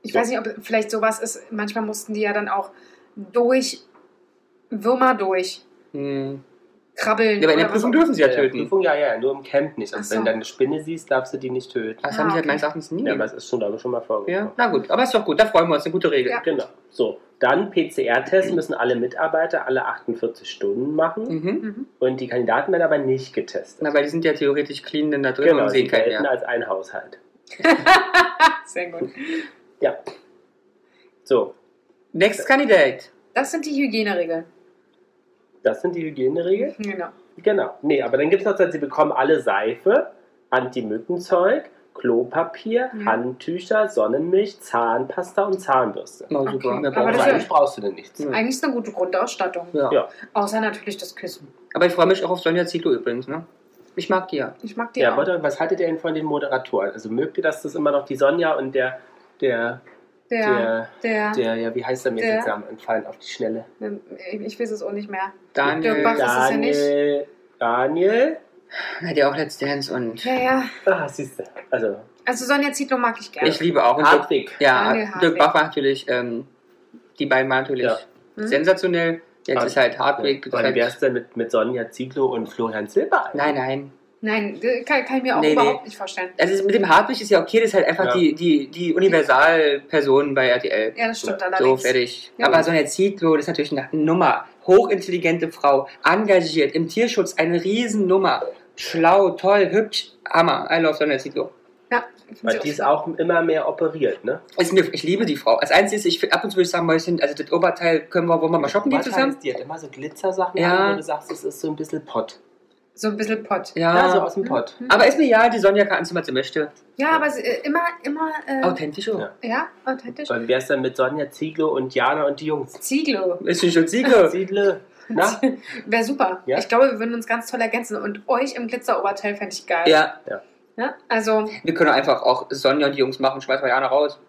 [SPEAKER 2] ich
[SPEAKER 4] Ja.
[SPEAKER 2] weiß nicht, ob vielleicht sowas ist. Manchmal mussten die ja dann auch durch Würmer durch
[SPEAKER 1] Hm.
[SPEAKER 2] krabbeln.
[SPEAKER 1] Ja, aber in der
[SPEAKER 2] oder was
[SPEAKER 1] Prüfung
[SPEAKER 2] auch-
[SPEAKER 1] dürfen sie ja,
[SPEAKER 4] Ja, ja,
[SPEAKER 1] töten.
[SPEAKER 4] Äh, Prüfung, ja, ja, nur im Camp nicht. Also
[SPEAKER 2] Ach so.
[SPEAKER 4] wenn da eine Spinne siehst, darfst du die nicht töten.
[SPEAKER 1] Das
[SPEAKER 2] Ah,
[SPEAKER 1] haben sie halt
[SPEAKER 2] okay.
[SPEAKER 1] meines Erachtens nie.
[SPEAKER 4] Ja, aber
[SPEAKER 1] Ja,
[SPEAKER 4] es ist schon, glaube ich, schon mal vorgekommen.
[SPEAKER 1] na gut, aber ist doch gut, da freuen wir uns, eine gute Regel.
[SPEAKER 2] Ja.
[SPEAKER 4] Genau. So, dann PCR-Test müssen alle Mitarbeiter alle 48 Stunden machen
[SPEAKER 1] Mhm.
[SPEAKER 2] Mhm.
[SPEAKER 4] und die Kandidaten werden aber nicht getestet.
[SPEAKER 1] Na, weil die sind ja theoretisch clean denn da drin
[SPEAKER 4] genau,
[SPEAKER 1] und
[SPEAKER 4] sie
[SPEAKER 1] sehen keinen
[SPEAKER 4] gelten
[SPEAKER 1] mehr.
[SPEAKER 4] als ein Haushalt.
[SPEAKER 2] Sehr gut.
[SPEAKER 4] Ja. So,
[SPEAKER 1] Next Candidate.
[SPEAKER 2] Das sind die Hygieneregeln.
[SPEAKER 4] Das sind die Hygieneregeln?
[SPEAKER 2] Genau.
[SPEAKER 4] Genau. Nee, aber dann gibt es noch, dass sie bekommen alle Seife, Antimückenzeug, Klopapier,
[SPEAKER 2] Ja.
[SPEAKER 4] Handtücher, Sonnenmilch, Zahnpasta und Zahnbürste.
[SPEAKER 1] Na, super.
[SPEAKER 2] Okay.
[SPEAKER 1] Wir
[SPEAKER 2] Aber
[SPEAKER 1] brauchen
[SPEAKER 2] das ist
[SPEAKER 1] einen.
[SPEAKER 5] eigentlich brauchst du denn nichts.
[SPEAKER 1] Ja.
[SPEAKER 2] Eigentlich ist eine gute Grundausstattung.
[SPEAKER 1] ja.
[SPEAKER 4] Ja.
[SPEAKER 2] Außer natürlich das Kissen.
[SPEAKER 1] Aber ich freue mich auch auf Sonja Zietlow übrigens, ne? Ich mag die ja.
[SPEAKER 2] Ich mag die
[SPEAKER 4] Ja,
[SPEAKER 2] auch.
[SPEAKER 4] wollt ihr- was haltet ihr denn von den Moderatoren? Also mögt ihr, dass das immer noch die Sonja und der, der,
[SPEAKER 2] Der,
[SPEAKER 4] der,
[SPEAKER 2] der,
[SPEAKER 4] der, ja, wie heißt der mir
[SPEAKER 2] Der-
[SPEAKER 4] jetzt am entfallen auf die Schnelle?
[SPEAKER 2] ich weiß es auch nicht mehr. Dirk
[SPEAKER 1] Daniel
[SPEAKER 2] Bach- Das ist ja nicht-
[SPEAKER 4] Daniel, Daniel?
[SPEAKER 1] hat ja auch Let's Dance und
[SPEAKER 2] Ja, ja.
[SPEAKER 4] Ah, siehst du. Also,
[SPEAKER 2] Also Sonja Zietlow mag ich gerne.
[SPEAKER 1] ich liebe auch. Und Dirk,
[SPEAKER 4] Hartwig.
[SPEAKER 1] ja,
[SPEAKER 2] Daniel
[SPEAKER 1] Dirk
[SPEAKER 2] Hartwig.
[SPEAKER 1] Bach war natürlich, ähm, die beiden waren natürlich
[SPEAKER 4] Ja.
[SPEAKER 2] Hm?
[SPEAKER 1] sensationell. Jetzt
[SPEAKER 4] Ah,
[SPEAKER 1] ist halt Hartwig.
[SPEAKER 4] Und wie wär's denn mit, mit Sonja Zieglo und Florian Silbereisen?
[SPEAKER 1] Nein, nein.
[SPEAKER 2] Nein, d- kann, kann ich mir auch
[SPEAKER 1] Nee, nee.
[SPEAKER 2] überhaupt nicht vorstellen.
[SPEAKER 1] Also es- mit dem Hartwig ist ja okay, das ist halt einfach
[SPEAKER 4] Ja.
[SPEAKER 1] die, die, die Universalperson bei RTL.
[SPEAKER 2] Ja, das stimmt
[SPEAKER 1] So,
[SPEAKER 2] allerdings.
[SPEAKER 1] fertig.
[SPEAKER 2] Ja.
[SPEAKER 1] Aber Sonja Zietlow, das ist natürlich eine Nummer. Hochintelligente Frau, engagiert, im Tierschutz eine Riesennummer. Schlau, toll, hübsch, Hammer. I love Sonja Zietlow.
[SPEAKER 2] Find
[SPEAKER 4] Weil
[SPEAKER 2] ich
[SPEAKER 4] die ist
[SPEAKER 2] auch
[SPEAKER 4] auch immer mehr operiert, ne?
[SPEAKER 1] Ist mir, ich liebe die Frau. Als einziges, ich, ab und zu würde ich sagen, Mäuschen, also das Oberteil können wir, wollen wir mal shoppen gehen
[SPEAKER 4] Walter
[SPEAKER 1] zusammen?
[SPEAKER 4] ist- Die hat immer so Glitzersachen,
[SPEAKER 1] Ja.
[SPEAKER 4] an, wo du sagst, es ist so ein bisschen Pott.
[SPEAKER 2] so ein bisschen Pott.
[SPEAKER 1] Ja.
[SPEAKER 4] Ja, so aus dem Pott.
[SPEAKER 2] Hm?
[SPEAKER 1] aber ist mir ja, die Sonja kann anziehen, was sie möchte.
[SPEAKER 2] Ja, aber sie, äh, immer, immer, äh,
[SPEAKER 1] Authentisch, oder?
[SPEAKER 4] Ja.
[SPEAKER 2] ja, authentisch.
[SPEAKER 4] Und wer ist denn mit Sonja Zieglo und Jana und die Jungs?
[SPEAKER 2] Zieglo.
[SPEAKER 1] Ist nicht schon
[SPEAKER 4] (laughs)
[SPEAKER 1] Ziegel.
[SPEAKER 4] Zieglo, na?
[SPEAKER 2] Wäre super.
[SPEAKER 4] Ja?
[SPEAKER 2] Ich glaube, wir würden uns ganz toll ergänzen. Und euch im Glitzeroberteil fände ich geil.
[SPEAKER 1] ja,
[SPEAKER 2] Ne? Also,
[SPEAKER 1] wir können einfach auch Sonja und die Jungs machen, schmeißen wir Jana raus.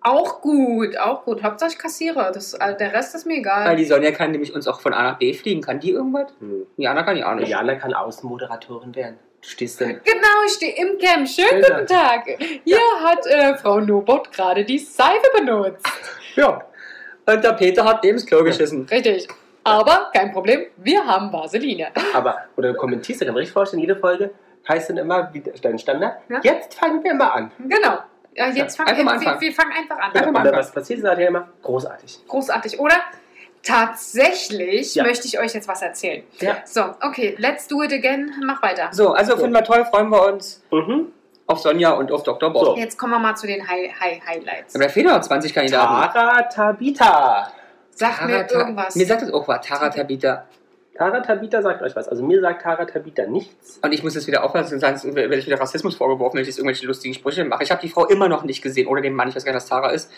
[SPEAKER 2] auch gut, auch gut. Hauptsache ich kassiere. Das, also der Rest ist mir
[SPEAKER 1] Weil
[SPEAKER 2] egal.
[SPEAKER 1] die Sonja kann nämlich uns auch von A nach B fliegen. Kann die irgendwas?
[SPEAKER 4] Hm.
[SPEAKER 1] Jana kann ja auch nicht.
[SPEAKER 4] Jana kann Außenmoderatorin werden. Du stehst da.
[SPEAKER 2] Genau, ich stehe im Camp. Schönen
[SPEAKER 4] Genau.
[SPEAKER 2] guten Tag. Hier hat äh, Frau Nobot gerade die Seife benutzt.
[SPEAKER 1] Ja. Und der Peter hat eben ins Klo geschissen.
[SPEAKER 2] Richtig. Aber kein Problem, wir haben Vaseline.
[SPEAKER 4] Aber, oder du kommentierst, da kann man richtig vorstellen, jede Folge heißt dann immer, wie dein Standard,
[SPEAKER 2] Ja.
[SPEAKER 4] jetzt fangen wir mal an.
[SPEAKER 2] Genau. Ja, jetzt
[SPEAKER 1] Ja, einfach
[SPEAKER 2] fangen
[SPEAKER 1] mal
[SPEAKER 2] wir, wir,
[SPEAKER 1] anfangen.
[SPEAKER 2] wir fangen einfach an.
[SPEAKER 1] Ja. Einfach mal
[SPEAKER 4] Oder
[SPEAKER 1] anfangen.
[SPEAKER 4] was passiert, sagt er immer, großartig.
[SPEAKER 2] Großartig, oder? Tatsächlich
[SPEAKER 4] Ja.
[SPEAKER 2] möchte ich euch jetzt was erzählen.
[SPEAKER 4] Ja.
[SPEAKER 2] So, okay, let's do it again. Mach weiter.
[SPEAKER 1] So, also finden wir toll, freuen wir uns
[SPEAKER 4] Mhm.
[SPEAKER 1] auf Sonja und auf Dr. Bob.
[SPEAKER 4] So.
[SPEAKER 2] Jetzt kommen wir mal zu den Hi Hi Highlights.
[SPEAKER 1] Aber da fehlen noch 20 Kandidaten.
[SPEAKER 4] Tara Tabita.
[SPEAKER 2] Sag mir
[SPEAKER 1] Tara-
[SPEAKER 2] irgendwas.
[SPEAKER 1] Mir sagt das auch was, Tara Tabita.
[SPEAKER 4] Tara Tabita sagt euch was. Also mir sagt Tara Tabita nichts.
[SPEAKER 1] Und ich muss jetzt wieder aufpassen, und sagen, sonst werde ich wieder Rassismus vorgeworfen, wenn ich jetzt irgendwelche lustigen Sprüche mache. Ich habe die Frau immer noch nicht gesehen oder den Mann, ich weiß gar nicht, was Tara ist.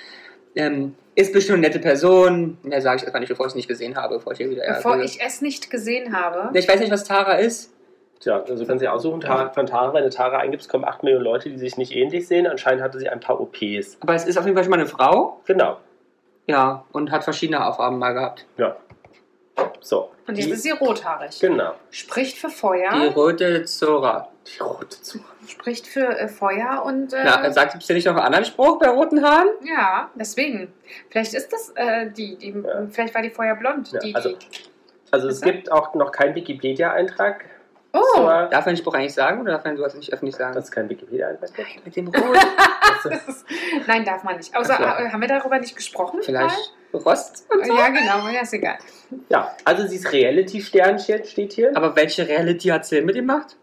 [SPEAKER 1] Ähm, ist bestimmt eine nette Person. Mehr sage ich einfach nicht, bevor ich es nicht gesehen habe. Bevor ich, hier wieder
[SPEAKER 2] Bevor ich es nicht gesehen habe.
[SPEAKER 1] Ne, ich weiß nicht, was Tara ist.
[SPEAKER 4] Tja, also kannst du ja aussuchen, Tara, von Tara, wenn du Tara eingibst, kommen 8 Millionen Leute, die sich nicht ähnlich sehen. Anscheinend hatte sie ein paar OPs.
[SPEAKER 1] Aber es ist auf jeden Fall schon mal eine Frau.
[SPEAKER 4] Genau.
[SPEAKER 1] Ja, und hat verschiedene Aufgaben mal gehabt.
[SPEAKER 4] Ja. So.
[SPEAKER 2] Und jetzt
[SPEAKER 4] Die-
[SPEAKER 2] ist sie rothaarig.
[SPEAKER 4] Genau.
[SPEAKER 2] Spricht für
[SPEAKER 1] Die
[SPEAKER 2] Feuer.
[SPEAKER 1] rote Zora.
[SPEAKER 4] Die rote Zunge.
[SPEAKER 2] Spricht für äh, Feuer und. Äh,
[SPEAKER 1] Na, sagt es dir nicht noch einen anderen Spruch bei roten Haaren?
[SPEAKER 2] ja, deswegen. Vielleicht ist das äh, die, die
[SPEAKER 4] Ja.
[SPEAKER 2] vielleicht war die vorher blond.
[SPEAKER 4] Ja,
[SPEAKER 2] die,
[SPEAKER 4] also-
[SPEAKER 2] die.
[SPEAKER 4] Also es gibt auch noch keinen Wikipedia-Eintrag.
[SPEAKER 2] Oh,
[SPEAKER 4] zur-
[SPEAKER 1] Darf man den Spruch eigentlich sagen oder darf man sowas nicht öffentlich sagen?
[SPEAKER 4] Das ist kein Wikipedia-Eintrag.
[SPEAKER 1] Nein, mit dem
[SPEAKER 2] (laughs)
[SPEAKER 1] Rot.
[SPEAKER 4] Das ist-
[SPEAKER 2] das ist, nein, darf man nicht. Außer
[SPEAKER 1] Ach so.
[SPEAKER 2] äh, haben wir darüber nicht gesprochen?
[SPEAKER 1] Vielleicht Rost
[SPEAKER 2] mal?
[SPEAKER 1] und so.
[SPEAKER 2] Ja, genau, ja, ist egal.
[SPEAKER 4] Ja, also sie ist Reality-Sternchen, steht hier.
[SPEAKER 1] Aber welche Reality hat sie mitgemacht?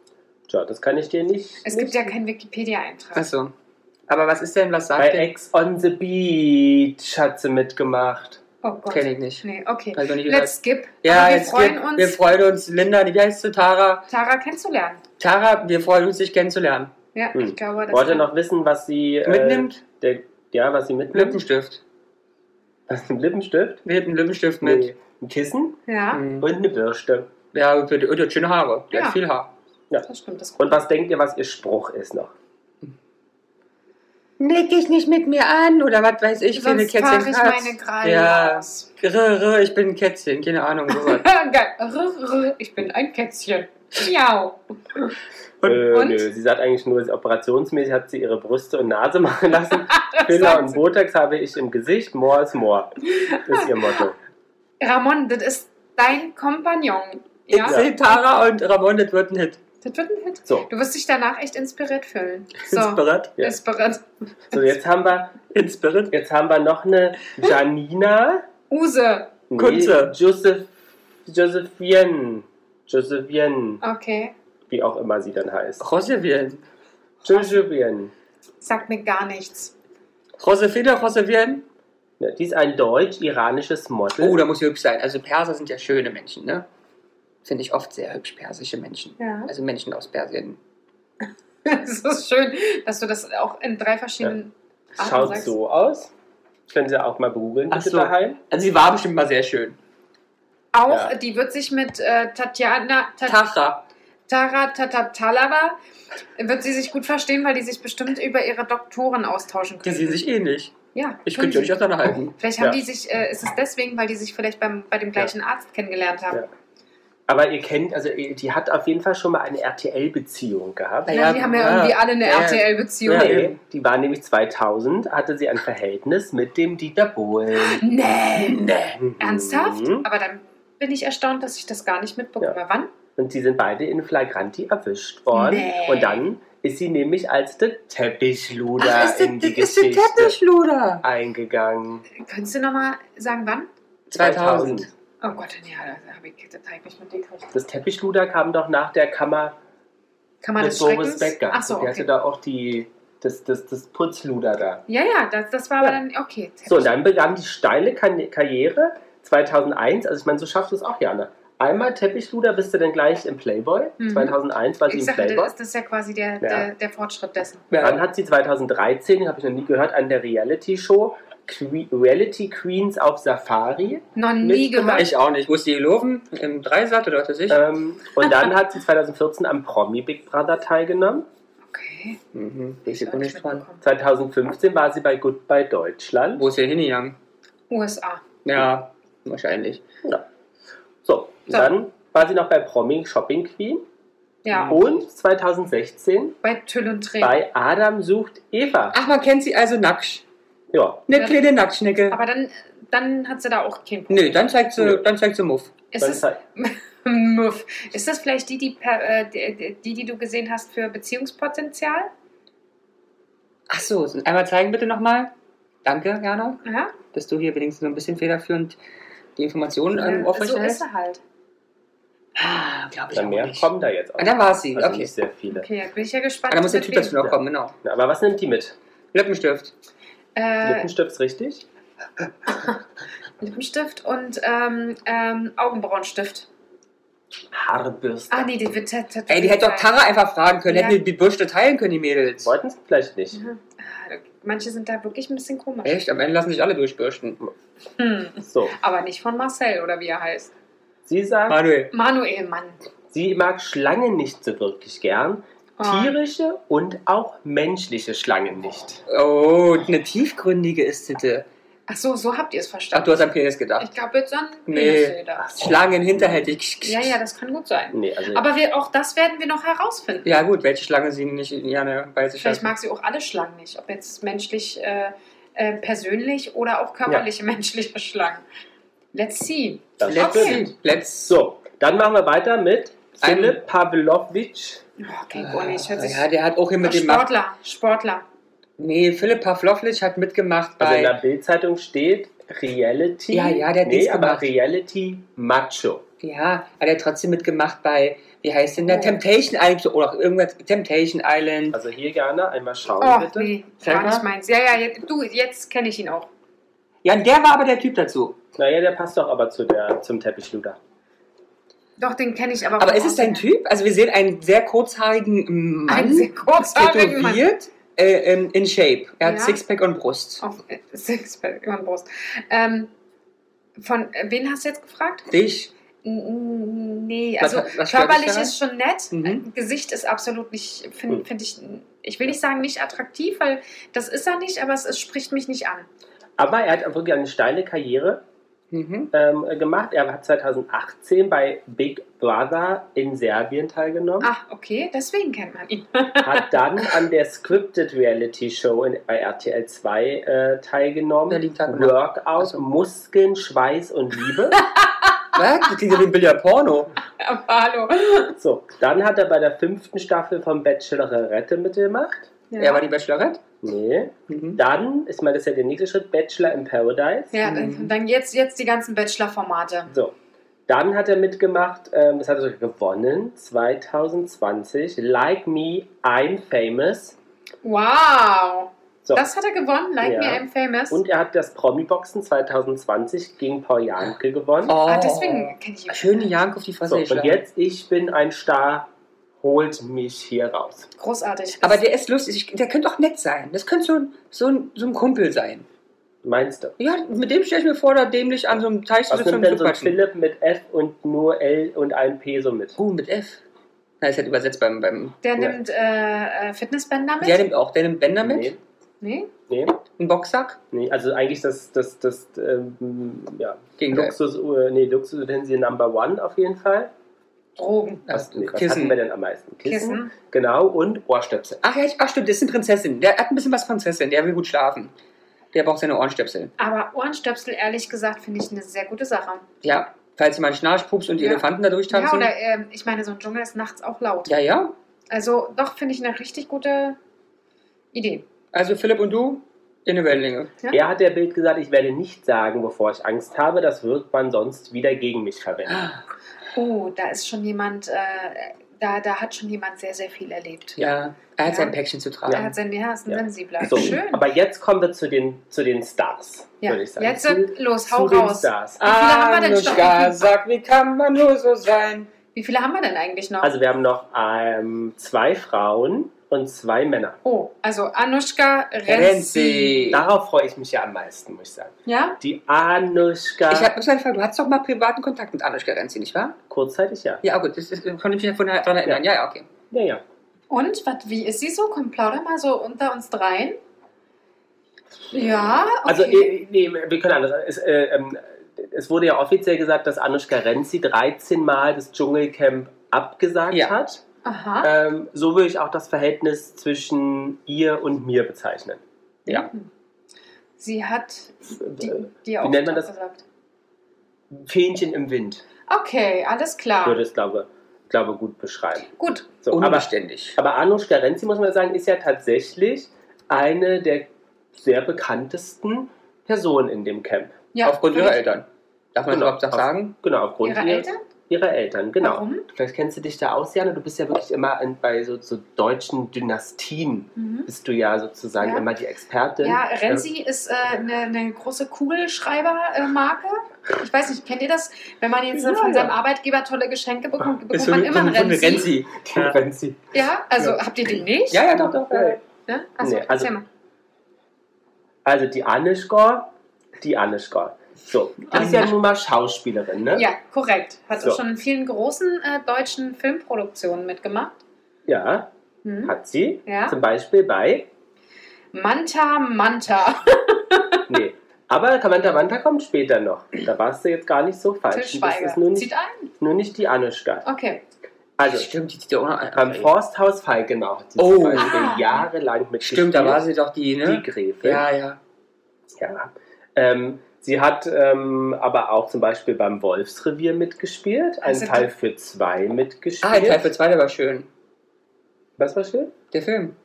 [SPEAKER 4] Tja, das kann ich dir nicht.
[SPEAKER 2] Es
[SPEAKER 4] nicht.
[SPEAKER 2] gibt ja keinen Wikipedia-Eintrag.
[SPEAKER 1] Achso. Aber was ist denn, was
[SPEAKER 4] Bei
[SPEAKER 1] sagt denn?
[SPEAKER 4] Ex on the Beach hat sie mitgemacht.
[SPEAKER 2] Oh Gott.
[SPEAKER 1] Kenne ich nicht.
[SPEAKER 2] Nee, okay.
[SPEAKER 1] Hab ich noch nicht gehört.
[SPEAKER 2] Let's skip.
[SPEAKER 1] Ja,
[SPEAKER 2] Aber wir
[SPEAKER 1] jetzt
[SPEAKER 2] freuen
[SPEAKER 1] wir,
[SPEAKER 2] uns,
[SPEAKER 1] Wir freuen uns, Linda, wie heißt du, Tara?
[SPEAKER 2] Tara kennenzulernen.
[SPEAKER 1] Tara, wir freuen uns, dich kennenzulernen.
[SPEAKER 2] Ja,
[SPEAKER 4] Hm.
[SPEAKER 2] ich glaube, das
[SPEAKER 4] Wollt ihr noch wissen, was sie äh,
[SPEAKER 1] Mitnimmt?
[SPEAKER 4] Der, ja, was sie
[SPEAKER 2] Mhm.
[SPEAKER 4] (laughs) mitnimmt?
[SPEAKER 1] Lippenstift.
[SPEAKER 4] Was ein Lippenstift?
[SPEAKER 1] Wir hätten einen Lippenstift mit.
[SPEAKER 4] Nee, Ein Kissen
[SPEAKER 2] Ja,
[SPEAKER 1] Mhm.
[SPEAKER 4] und eine Bürste.
[SPEAKER 1] Ja, die, die hat schöne Haare. Die
[SPEAKER 2] Ja.
[SPEAKER 1] hat viel Haar.
[SPEAKER 2] das stimmt. Das
[SPEAKER 4] Und was denkt ihr, was ihr Spruch ist noch?
[SPEAKER 1] Leg dich nicht mit mir an oder was weiß ich für eine
[SPEAKER 2] Sonst fahre
[SPEAKER 1] Kätzchen.
[SPEAKER 2] ich meine Krallen
[SPEAKER 1] Ja.
[SPEAKER 2] aus. (laughs)
[SPEAKER 1] Rö, rö, ich bin ein Kätzchen, keine Ahnung. Sowas.
[SPEAKER 2] Geil. Rr, rr, Ich bin ein Kätzchen. Miau.
[SPEAKER 1] Und-
[SPEAKER 4] äh,
[SPEAKER 2] und?
[SPEAKER 4] Nö, sie sagt eigentlich nur, sie- operationsmäßig hat sie ihre Brüste und Nase (laughs) machen lassen. Filler
[SPEAKER 2] sagt
[SPEAKER 4] und
[SPEAKER 2] sie.
[SPEAKER 4] Botox habe ich im Gesicht. More is more. Ist ihr Motto.
[SPEAKER 2] Ramon, das ist dein Kompagnon. Ja?
[SPEAKER 1] Ich sehe Tara und Ramon, das wird ein Hit.
[SPEAKER 2] Das wird ein Hit.
[SPEAKER 4] So,
[SPEAKER 2] Du wirst dich danach echt inspiriert
[SPEAKER 4] (laughs)
[SPEAKER 2] fühlen. So.
[SPEAKER 1] Inspirat.
[SPEAKER 4] Ja.
[SPEAKER 2] Inspiriert.
[SPEAKER 4] so jetzt haben wir,
[SPEAKER 1] Inspirat.
[SPEAKER 4] jetzt haben wir noch eine Janina.
[SPEAKER 2] Use.
[SPEAKER 4] Nee,
[SPEAKER 1] Kunze.
[SPEAKER 4] Joseph, Josephine. Josephine,
[SPEAKER 2] Okay.
[SPEAKER 4] wie auch immer sie dann heißt.
[SPEAKER 1] Rosevien.
[SPEAKER 4] Josephine.
[SPEAKER 2] Sagt mir gar nichts.
[SPEAKER 1] Rosefina, Rosevien.
[SPEAKER 4] Ja, die ist ein deutsch-iranisches Model.
[SPEAKER 1] Oh, da muss sie hübsch sein. Also Perser sind ja schöne Menschen, ne? finde ich oft sehr hübsch persische Menschen.
[SPEAKER 2] Ja.
[SPEAKER 1] Also Menschen aus Persien.
[SPEAKER 2] (laughs) Es ist schön, dass du das auch in drei verschiedenen Arten
[SPEAKER 4] Schaut
[SPEAKER 2] Ah, sagst.
[SPEAKER 4] so aus. Können Sie auch mal googeln,
[SPEAKER 1] Ach
[SPEAKER 4] bitte
[SPEAKER 1] so.
[SPEAKER 4] daheim.
[SPEAKER 1] Also sie war bestimmt mal sehr schön.
[SPEAKER 2] Auch
[SPEAKER 4] Ja.
[SPEAKER 2] die wird sich mit äh, Tatjana Tat
[SPEAKER 1] Tachra.
[SPEAKER 2] Tara Tatatalava wird sie sich gut verstehen, weil die sich bestimmt über ihre Doktoren austauschen
[SPEAKER 1] Die
[SPEAKER 2] können.
[SPEAKER 1] sehen sich ähnlich.
[SPEAKER 2] ja,
[SPEAKER 1] Ich
[SPEAKER 2] können
[SPEAKER 1] könnte die
[SPEAKER 2] sie.
[SPEAKER 1] nicht auseinanderhalten.
[SPEAKER 2] Vielleicht haben
[SPEAKER 4] Ja.
[SPEAKER 2] die sich, äh, ist es deswegen, weil die sich vielleicht beim, bei dem gleichen Arzt kennengelernt haben.
[SPEAKER 4] Ja. Aber ihr kennt, also ihr- die hat auf jeden Fall schon mal eine RTL-Beziehung gehabt.
[SPEAKER 2] Ja, die haben ja, irgendwie alle eine
[SPEAKER 1] ja.
[SPEAKER 2] RTL-Beziehung.
[SPEAKER 1] Ja,
[SPEAKER 4] Nee,
[SPEAKER 1] eben.
[SPEAKER 4] die war nämlich 2000, hatte sie ein Verhältnis mit dem Dieter Bohlen.
[SPEAKER 2] Nee,
[SPEAKER 4] Mhm.
[SPEAKER 2] (laughs) ernsthaft? Aber dann bin ich erstaunt, dass ich das gar nicht mitbekomme. Wann?
[SPEAKER 4] Und die sind beide in Flagranti erwischt worden.
[SPEAKER 2] Nee.
[SPEAKER 4] Und dann ist sie nämlich als der Teppichluder in die
[SPEAKER 1] ist der
[SPEAKER 4] Geschichte
[SPEAKER 1] Teppichluder?
[SPEAKER 4] eingegangen.
[SPEAKER 2] Könntest du nochmal sagen, wann?
[SPEAKER 1] 2000.
[SPEAKER 2] Oh Gott, ja, da habe ich, das hab ich nicht mitgekriegt.
[SPEAKER 4] Das Teppichluder kam doch nach der Kammer
[SPEAKER 2] Kann man
[SPEAKER 4] mit
[SPEAKER 2] das
[SPEAKER 4] Boris
[SPEAKER 2] Schreckens?
[SPEAKER 4] Becker.
[SPEAKER 2] Ach so,
[SPEAKER 4] Die hatte
[SPEAKER 2] okay.
[SPEAKER 4] da auch die, das, das, das Putzluder da.
[SPEAKER 2] Ja, ja, das, das war aber
[SPEAKER 4] Ja.
[SPEAKER 2] dann, okay.
[SPEAKER 4] So, und dann begann die steile Kan- Karriere 2001. Also ich meine, so schaffst du es auch, Jana. Einmal Teppichluder bist du dann gleich im Playboy.
[SPEAKER 2] Mhm.
[SPEAKER 4] 2001 war sie
[SPEAKER 2] ich
[SPEAKER 4] im
[SPEAKER 2] sage,
[SPEAKER 4] Playboy.
[SPEAKER 2] das, das ist ja quasi der, Der, der Fortschritt dessen.
[SPEAKER 4] Dann hat sie 2013, habe ich noch nie gehört, an der Reality-Show Que Reality Queens auf Safari.
[SPEAKER 2] Noch nie gehört.
[SPEAKER 1] Ich auch nicht. Wo ist die Loven? Im Dreisat oder was weiß ich?
[SPEAKER 4] Ähm, und dann hat sie 2014 am Promi Big Brother teilgenommen.
[SPEAKER 2] okay.
[SPEAKER 1] Mhm. Ich
[SPEAKER 2] hab
[SPEAKER 1] bin nicht dran.
[SPEAKER 2] mitbekommen.
[SPEAKER 4] 2015 war sie bei Goodbye Deutschland.
[SPEAKER 1] Wo ist der hingegangen?
[SPEAKER 2] USA.
[SPEAKER 1] Ja, wahrscheinlich.
[SPEAKER 4] So,
[SPEAKER 2] So.
[SPEAKER 4] dann war sie noch bei Promi Shopping Queen.
[SPEAKER 2] Ja,
[SPEAKER 1] Oh.
[SPEAKER 4] Und 2016
[SPEAKER 2] bei Tüll und Tränen.
[SPEAKER 4] bei Adam sucht Eva.
[SPEAKER 1] Ach, man kennt sie also nackt.
[SPEAKER 4] Ja,
[SPEAKER 1] Eine
[SPEAKER 2] Ja.
[SPEAKER 1] kleine Nacktschnecke.
[SPEAKER 2] Aber dann, dann hat sie da auch kein Problem.
[SPEAKER 1] Nö, dann zeigt sie,
[SPEAKER 4] Nö.
[SPEAKER 1] dann halt- zeigt sie Muff.
[SPEAKER 2] Ist es,
[SPEAKER 4] dann-
[SPEAKER 2] Muff. Ist das vielleicht die die, per, äh, die, die, die du gesehen hast für Beziehungspotenzial?
[SPEAKER 1] Ach so, einmal zeigen bitte nochmal. Danke, Jana,
[SPEAKER 2] Ja,
[SPEAKER 1] dass du hier wenigstens so ein bisschen federführend die Informationen ähm,
[SPEAKER 2] ja so ist
[SPEAKER 1] aufrechterhältst.
[SPEAKER 2] sie halt.
[SPEAKER 1] ah, glaube ich
[SPEAKER 4] Na,
[SPEAKER 1] auch
[SPEAKER 4] mehr
[SPEAKER 1] nicht.
[SPEAKER 4] kommen da jetzt auch.
[SPEAKER 1] Ah, da war sie,
[SPEAKER 4] Also
[SPEAKER 1] okay.
[SPEAKER 4] nicht sehr viele.
[SPEAKER 2] Okay, da bin ich ja
[SPEAKER 1] Ah,
[SPEAKER 2] gespannt.
[SPEAKER 1] da muss der
[SPEAKER 2] mit
[SPEAKER 1] Typ dazu noch
[SPEAKER 4] Ja.
[SPEAKER 1] kommen, genau.
[SPEAKER 4] Na, Aber was nimmt die mit?
[SPEAKER 1] Lippenstift.
[SPEAKER 2] Äh,
[SPEAKER 4] Lippenstift ist richtig?
[SPEAKER 2] Lippenstift und ähm, ähm, Augenbrauenstift.
[SPEAKER 4] Haarbürste.
[SPEAKER 2] Ah, nee, die wird tätowiert.
[SPEAKER 1] Ey, die hätte doch Tara einfach fragen können.
[SPEAKER 2] Ja.
[SPEAKER 1] Hätten die die Bürste teilen können, die Mädels.
[SPEAKER 4] Wollten sie vielleicht nicht.
[SPEAKER 1] Mhm.
[SPEAKER 2] Ja. Ah, Manche sind da wirklich ein bisschen komisch.
[SPEAKER 1] Echt, am Ende lassen sich alle durchbürsten.
[SPEAKER 2] Hm.
[SPEAKER 4] So,
[SPEAKER 2] Aber nicht von Marcel oder wie er heißt.
[SPEAKER 4] sie sagt,
[SPEAKER 1] Manuel.
[SPEAKER 2] Manuel Mann.
[SPEAKER 4] sie mag Schlangen nicht so wirklich gern.
[SPEAKER 2] Oh.
[SPEAKER 4] Tierische und auch menschliche Schlangen nicht.
[SPEAKER 1] Oh, eine tiefgründige ist bitte.
[SPEAKER 2] Ach so, so habt ihr es
[SPEAKER 1] Ach,
[SPEAKER 2] verstanden.
[SPEAKER 1] du hast an Penis gedacht.
[SPEAKER 2] ich glaube jetzt an
[SPEAKER 1] Nee.
[SPEAKER 2] Penis gedacht.
[SPEAKER 1] Schlangen hinterhältig.
[SPEAKER 2] Ja, ja, das kann gut sein.
[SPEAKER 4] Nee, also
[SPEAKER 2] Aber wir, auch das werden wir noch herausfinden.
[SPEAKER 1] Ja gut, welche Schlange sie nicht gerne bei sich
[SPEAKER 2] Vielleicht
[SPEAKER 1] hat.
[SPEAKER 2] mag sie auch alle Schlangen nicht. Ob jetzt menschlich, äh, äh, persönlich oder auch körperliche (laughs) menschliche Schlangen. Let's see.
[SPEAKER 4] das
[SPEAKER 1] Let's,
[SPEAKER 2] Okay.
[SPEAKER 4] stimmt.
[SPEAKER 1] see. let's
[SPEAKER 4] So, dann machen wir weiter mit
[SPEAKER 1] Ein-
[SPEAKER 4] Philipp Pavlovic.
[SPEAKER 2] Oh, okay, oh, nee, ich hört sich
[SPEAKER 1] Ah, ja, der hat auch hier mit dem Mach-
[SPEAKER 2] Sportler, Sportler.
[SPEAKER 1] Nee, Philipp Pavlovlic hat mitgemacht
[SPEAKER 4] Also in der
[SPEAKER 1] bei.
[SPEAKER 4] Bildzeitung steht Reality.
[SPEAKER 1] Ja, ja, der hat
[SPEAKER 4] nee,
[SPEAKER 1] nichts
[SPEAKER 4] aber
[SPEAKER 1] gemacht.
[SPEAKER 4] Reality Macho.
[SPEAKER 1] Ja, hat er trotzdem mitgemacht bei, wie heißt denn der?
[SPEAKER 2] Oh.
[SPEAKER 1] Temptation Island oder irgendwas. Temptation Island.
[SPEAKER 4] Also hier gerne einmal schauen,
[SPEAKER 2] Oh,
[SPEAKER 4] bitte.
[SPEAKER 2] nee,
[SPEAKER 1] Sag
[SPEAKER 2] war
[SPEAKER 1] mal.
[SPEAKER 2] nicht meins. Ja, ja, jetzt, du, jetzt kenne ich ihn auch.
[SPEAKER 1] Ja, der war aber der Typ dazu.
[SPEAKER 4] Naja, der passt doch aber zu der, zum Teppichluder.
[SPEAKER 2] Doch, den kenne ich aber
[SPEAKER 1] Aber
[SPEAKER 2] vom
[SPEAKER 1] ist es dein
[SPEAKER 2] Aussehen her.
[SPEAKER 1] Typ? Also wir sehen einen sehr kurzhaarigen
[SPEAKER 2] Ein
[SPEAKER 1] Mann,
[SPEAKER 2] sehr kurzhaarigen Mann.
[SPEAKER 1] tätowiert, äh, ähm, in Shape. Er hat
[SPEAKER 2] Ja.
[SPEAKER 1] Sixpack und Brust.
[SPEAKER 2] Auf äh, (laughs) Sixpack, über den Brust. Ähm, von äh, wen hast du jetzt gefragt?
[SPEAKER 1] Dich?
[SPEAKER 2] N- n- Nee,
[SPEAKER 1] Was-
[SPEAKER 2] also
[SPEAKER 1] was stört dich
[SPEAKER 2] körperlich
[SPEAKER 1] daran?
[SPEAKER 2] ist schon nett.
[SPEAKER 1] Mhm.
[SPEAKER 2] Gesicht ist absolut nicht, finde
[SPEAKER 4] Hm.
[SPEAKER 2] find ich, ich will nicht sagen nicht attraktiv, weil das ist er nicht, aber es, es spricht mich nicht an.
[SPEAKER 4] Aber er hat wirklich eine steile Karriere
[SPEAKER 1] Mhm.
[SPEAKER 4] ähm, gemacht. Er hat 2018 bei Big Brother in Serbien teilgenommen,
[SPEAKER 2] Ah, okay, deswegen kennt man ihn. (laughs)
[SPEAKER 4] hat dann an der Scripted Reality Show in, bei RTL 2 äh, teilgenommen.
[SPEAKER 1] Berlin Tag und Nacht. Ach
[SPEAKER 4] Workout,
[SPEAKER 1] so.
[SPEAKER 4] Muskeln, Schweiß und Liebe.
[SPEAKER 1] Was? Das klingt ja wie ein billiger Porno.
[SPEAKER 2] Aber hallo.
[SPEAKER 4] so, dann hat er bei der fünften Staffel von Bachelorette mitgemacht.
[SPEAKER 1] Er war die Bachelorette?
[SPEAKER 4] Nee.
[SPEAKER 1] Mhm.
[SPEAKER 4] Dann, ich meine, das ist ja der nächste Schritt, Bachelor in Paradise.
[SPEAKER 2] ja,
[SPEAKER 1] Mhm.
[SPEAKER 2] dann, dann jetzt, jetzt die ganzen Bachelor-Formate.
[SPEAKER 4] So. Dann hat er mitgemacht, ähm, das hat er sogar gewonnen, 2020, Like Me, I'm Famous.
[SPEAKER 2] Wow.
[SPEAKER 4] So.
[SPEAKER 2] Das hat er gewonnen, Like
[SPEAKER 4] Ja.
[SPEAKER 2] Me I'm Famous.
[SPEAKER 4] Und er hat das Promi-Boxen 2020 gegen Paul Janke gewonnen.
[SPEAKER 1] Oh,
[SPEAKER 2] ah, deswegen kenne ich ihn.
[SPEAKER 1] Schöne Jank auf die
[SPEAKER 4] so,
[SPEAKER 1] Fresse
[SPEAKER 4] und
[SPEAKER 1] geschlagen.
[SPEAKER 4] jetzt, ich bin ein Star, holt mich hier raus.
[SPEAKER 2] Großartig.
[SPEAKER 1] Aber der ist lustig. Ich- Der könnte auch nett sein. Das könnte so ein, so ein, so ein Kumpel sein.
[SPEAKER 4] Meinst du?
[SPEAKER 1] Ja, mit dem stelle ich mir vor, da dämlich an so einem Teich zu
[SPEAKER 4] Was
[SPEAKER 1] sitzen
[SPEAKER 4] nimmt
[SPEAKER 1] und zu
[SPEAKER 4] denn so ein
[SPEAKER 1] quatschen.
[SPEAKER 4] Philipp mit F und nur L und ein P so mit?
[SPEAKER 1] Oh, mit F. Na, ist halt übersetzt beim... beim
[SPEAKER 2] der
[SPEAKER 4] Ja.
[SPEAKER 2] nimmt äh, äh, Fitnessbänder mit?
[SPEAKER 1] der nimmt auch. Der nimmt Bänder mit.
[SPEAKER 4] Nee,
[SPEAKER 2] nee?
[SPEAKER 4] nee,
[SPEAKER 1] Einen Boxsack.
[SPEAKER 4] nee. Also eigentlich das, das, das, ähm, ja.
[SPEAKER 1] Gegen
[SPEAKER 4] Luxus, äh, nee, Luxusutensil Number One auf jeden Fall.
[SPEAKER 2] Drogen.
[SPEAKER 4] Was, nee, was hatten wir
[SPEAKER 1] Kissen.
[SPEAKER 4] denn am meisten?
[SPEAKER 2] Äh, Kissen.
[SPEAKER 4] Genau, und Ohrstöpsel.
[SPEAKER 1] Ach ja, ich- ach stimmt, das ist eine Prinzessin. Der hat ein bisschen was Prinzessin. Der will gut schlafen. Der braucht seine Ohrenstöpsel.
[SPEAKER 2] Aber Ohrenstöpsel, ehrlich gesagt, finde ich eine sehr gute Sache.
[SPEAKER 1] Ja, falls jemand Schnarchpups und die
[SPEAKER 2] Ja.
[SPEAKER 1] Elefanten da
[SPEAKER 2] Ja,
[SPEAKER 1] durchtanzen.
[SPEAKER 2] oder ähm, ich meine, so ein Dschungel ist nachts auch laut.
[SPEAKER 1] ja, ja.
[SPEAKER 2] Also doch, finde ich eine richtig gute Idee.
[SPEAKER 1] Also Philipp und du in eine Wellenlänge.
[SPEAKER 4] Er hat der Bild gesagt, ich werde nicht sagen, wovor ich Angst habe, das wird man sonst wieder gegen mich verwenden.
[SPEAKER 2] Oh, da ist schon jemand, äh, da, da hat schon jemand sehr, sehr viel erlebt.
[SPEAKER 1] Ja, er hat
[SPEAKER 2] Ja.
[SPEAKER 1] sein Päckchen zu tragen.
[SPEAKER 2] Er hat sein ja, ist ein
[SPEAKER 4] Ja.
[SPEAKER 2] sensibler.
[SPEAKER 4] So,
[SPEAKER 2] Ah, Schön.
[SPEAKER 4] aber jetzt kommen wir zu den, zu den Stars,
[SPEAKER 2] ja.
[SPEAKER 4] würde ich sagen.
[SPEAKER 2] Jetzt
[SPEAKER 4] zu,
[SPEAKER 2] äh, los, hau
[SPEAKER 4] zu den
[SPEAKER 2] raus.
[SPEAKER 4] Stars.
[SPEAKER 2] viele haben wir denn schon?
[SPEAKER 1] Anuschka, sag, wie kann man nur so sein?
[SPEAKER 2] Wie viele haben wir denn eigentlich noch?
[SPEAKER 4] Also wir haben noch ähm, zwei Frauen und zwei Männer.
[SPEAKER 2] oh, also Anushka Renzi.
[SPEAKER 1] Renzi.
[SPEAKER 4] Darauf freue ich mich ja am meisten, muss ich sagen.
[SPEAKER 2] Ja?
[SPEAKER 4] Die Anuschka.
[SPEAKER 1] Ich hab, muss mal fragen, du hattest doch mal privaten Kontakt mit Anuschka Renzi, nicht wahr?
[SPEAKER 4] kurzzeitig ja.
[SPEAKER 1] Ja, gut, das ist, konnte ich mich davon daran erinnern. Ja, ja, okay.
[SPEAKER 4] Ja, ja.
[SPEAKER 2] Und wat, wie ist sie so? Komm, plauder mal so unter uns dreien. Ja, okay.
[SPEAKER 4] Also eh, nee, wir können anders. Es, äh, ähm, es wurde ja offiziell gesagt, dass Anuschka Renzi 13 Mal das Dschungelcamp abgesagt
[SPEAKER 1] Ja.
[SPEAKER 4] hat.
[SPEAKER 2] Aha.
[SPEAKER 4] Ähm, so würde ich auch das Verhältnis zwischen ihr und mir bezeichnen.
[SPEAKER 1] Ja.
[SPEAKER 2] Sie hat die, die
[SPEAKER 4] Äh, nennt man das?
[SPEAKER 2] gesagt.
[SPEAKER 4] Fähnchen im Wind
[SPEAKER 2] Okay, alles klar.
[SPEAKER 4] würde es, glaube glaube gut beschreiben.
[SPEAKER 2] Gut.
[SPEAKER 4] So, aber,
[SPEAKER 1] Unbeständig.
[SPEAKER 4] aber Anuschka Renzi, muss man sagen, ist ja tatsächlich eine der sehr bekanntesten Personen in dem Camp.
[SPEAKER 2] Ja,
[SPEAKER 1] Aufgrund ihrer
[SPEAKER 2] völlig-
[SPEAKER 1] Eltern. Darf man
[SPEAKER 4] Genau.
[SPEAKER 1] das überhaupt noch sagen?
[SPEAKER 4] Genau, aufgrund
[SPEAKER 2] Ihrer
[SPEAKER 4] ihr-
[SPEAKER 2] Eltern?
[SPEAKER 4] ihrer Eltern, genau.
[SPEAKER 2] Warum?
[SPEAKER 4] Vielleicht kennst du dich da aus, Jana. Du bist ja wirklich immer in, bei so, so deutschen Dynastien,
[SPEAKER 2] Mhm.
[SPEAKER 4] bist du ja sozusagen
[SPEAKER 2] Ja.
[SPEAKER 4] immer die Expertin.
[SPEAKER 2] Ja,
[SPEAKER 4] (laughs)
[SPEAKER 2] Renzi ist äh, eine, eine große Kugelschreibermarke. Ich weiß nicht, kennt ihr das? Wenn man jetzt äh,
[SPEAKER 4] Ja,
[SPEAKER 2] von
[SPEAKER 4] ja.
[SPEAKER 2] seinem Arbeitgeber tolle Geschenke bekommt, bekommt man immer einen Renzi.
[SPEAKER 4] Die Renzi.
[SPEAKER 2] Ja, also
[SPEAKER 4] Ja.
[SPEAKER 2] habt ihr den nicht?
[SPEAKER 1] Ja, ja, doch, doch. Ja.
[SPEAKER 4] Ja.
[SPEAKER 1] ja.
[SPEAKER 2] Ne? Achso,
[SPEAKER 4] Nee, also-
[SPEAKER 2] erzähl mal.
[SPEAKER 4] Also die Anuschka, die Anuschka. So, die ist ja
[SPEAKER 1] Anuschka.
[SPEAKER 4] nun mal Schauspielerin, ne?
[SPEAKER 2] Ja, korrekt. Hat
[SPEAKER 4] So.
[SPEAKER 2] auch schon in vielen großen äh, deutschen Filmproduktionen mitgemacht.
[SPEAKER 4] Ja,
[SPEAKER 2] Hm?
[SPEAKER 4] hat sie.
[SPEAKER 2] Ja.
[SPEAKER 4] Zum Beispiel bei.
[SPEAKER 2] Manta, Manta.
[SPEAKER 4] Nee. Aber Kamanta Manta kommt später noch. Da warst du jetzt gar nicht so
[SPEAKER 2] Til
[SPEAKER 4] falsch. Und Das
[SPEAKER 2] Schweiger.
[SPEAKER 4] ist nur
[SPEAKER 2] Zieht
[SPEAKER 4] nicht,
[SPEAKER 2] ein?
[SPEAKER 4] nur nicht die Anuschka.
[SPEAKER 2] Okay.
[SPEAKER 4] Also,
[SPEAKER 1] Stimmt, die äh, zieht ja auch noch
[SPEAKER 4] am
[SPEAKER 1] ein.
[SPEAKER 4] Forsthaus Falkenau hat sie
[SPEAKER 1] Oh.
[SPEAKER 4] zum Beispiel
[SPEAKER 2] Ah.
[SPEAKER 4] jahrelang mitgespielt.
[SPEAKER 1] Stimmt, da war sie doch die,
[SPEAKER 4] Die
[SPEAKER 1] ne?
[SPEAKER 4] Gräfin.
[SPEAKER 1] Ja, ja.
[SPEAKER 4] Ja. Ähm, sie hat ähm, aber auch zum Beispiel beim Wolfsrevier mitgespielt, ein
[SPEAKER 2] Also die-
[SPEAKER 4] Teil für zwei mitgespielt.
[SPEAKER 1] Ah, ein Teil für zwei, der war schön.
[SPEAKER 4] Was war schön?
[SPEAKER 1] Der Film.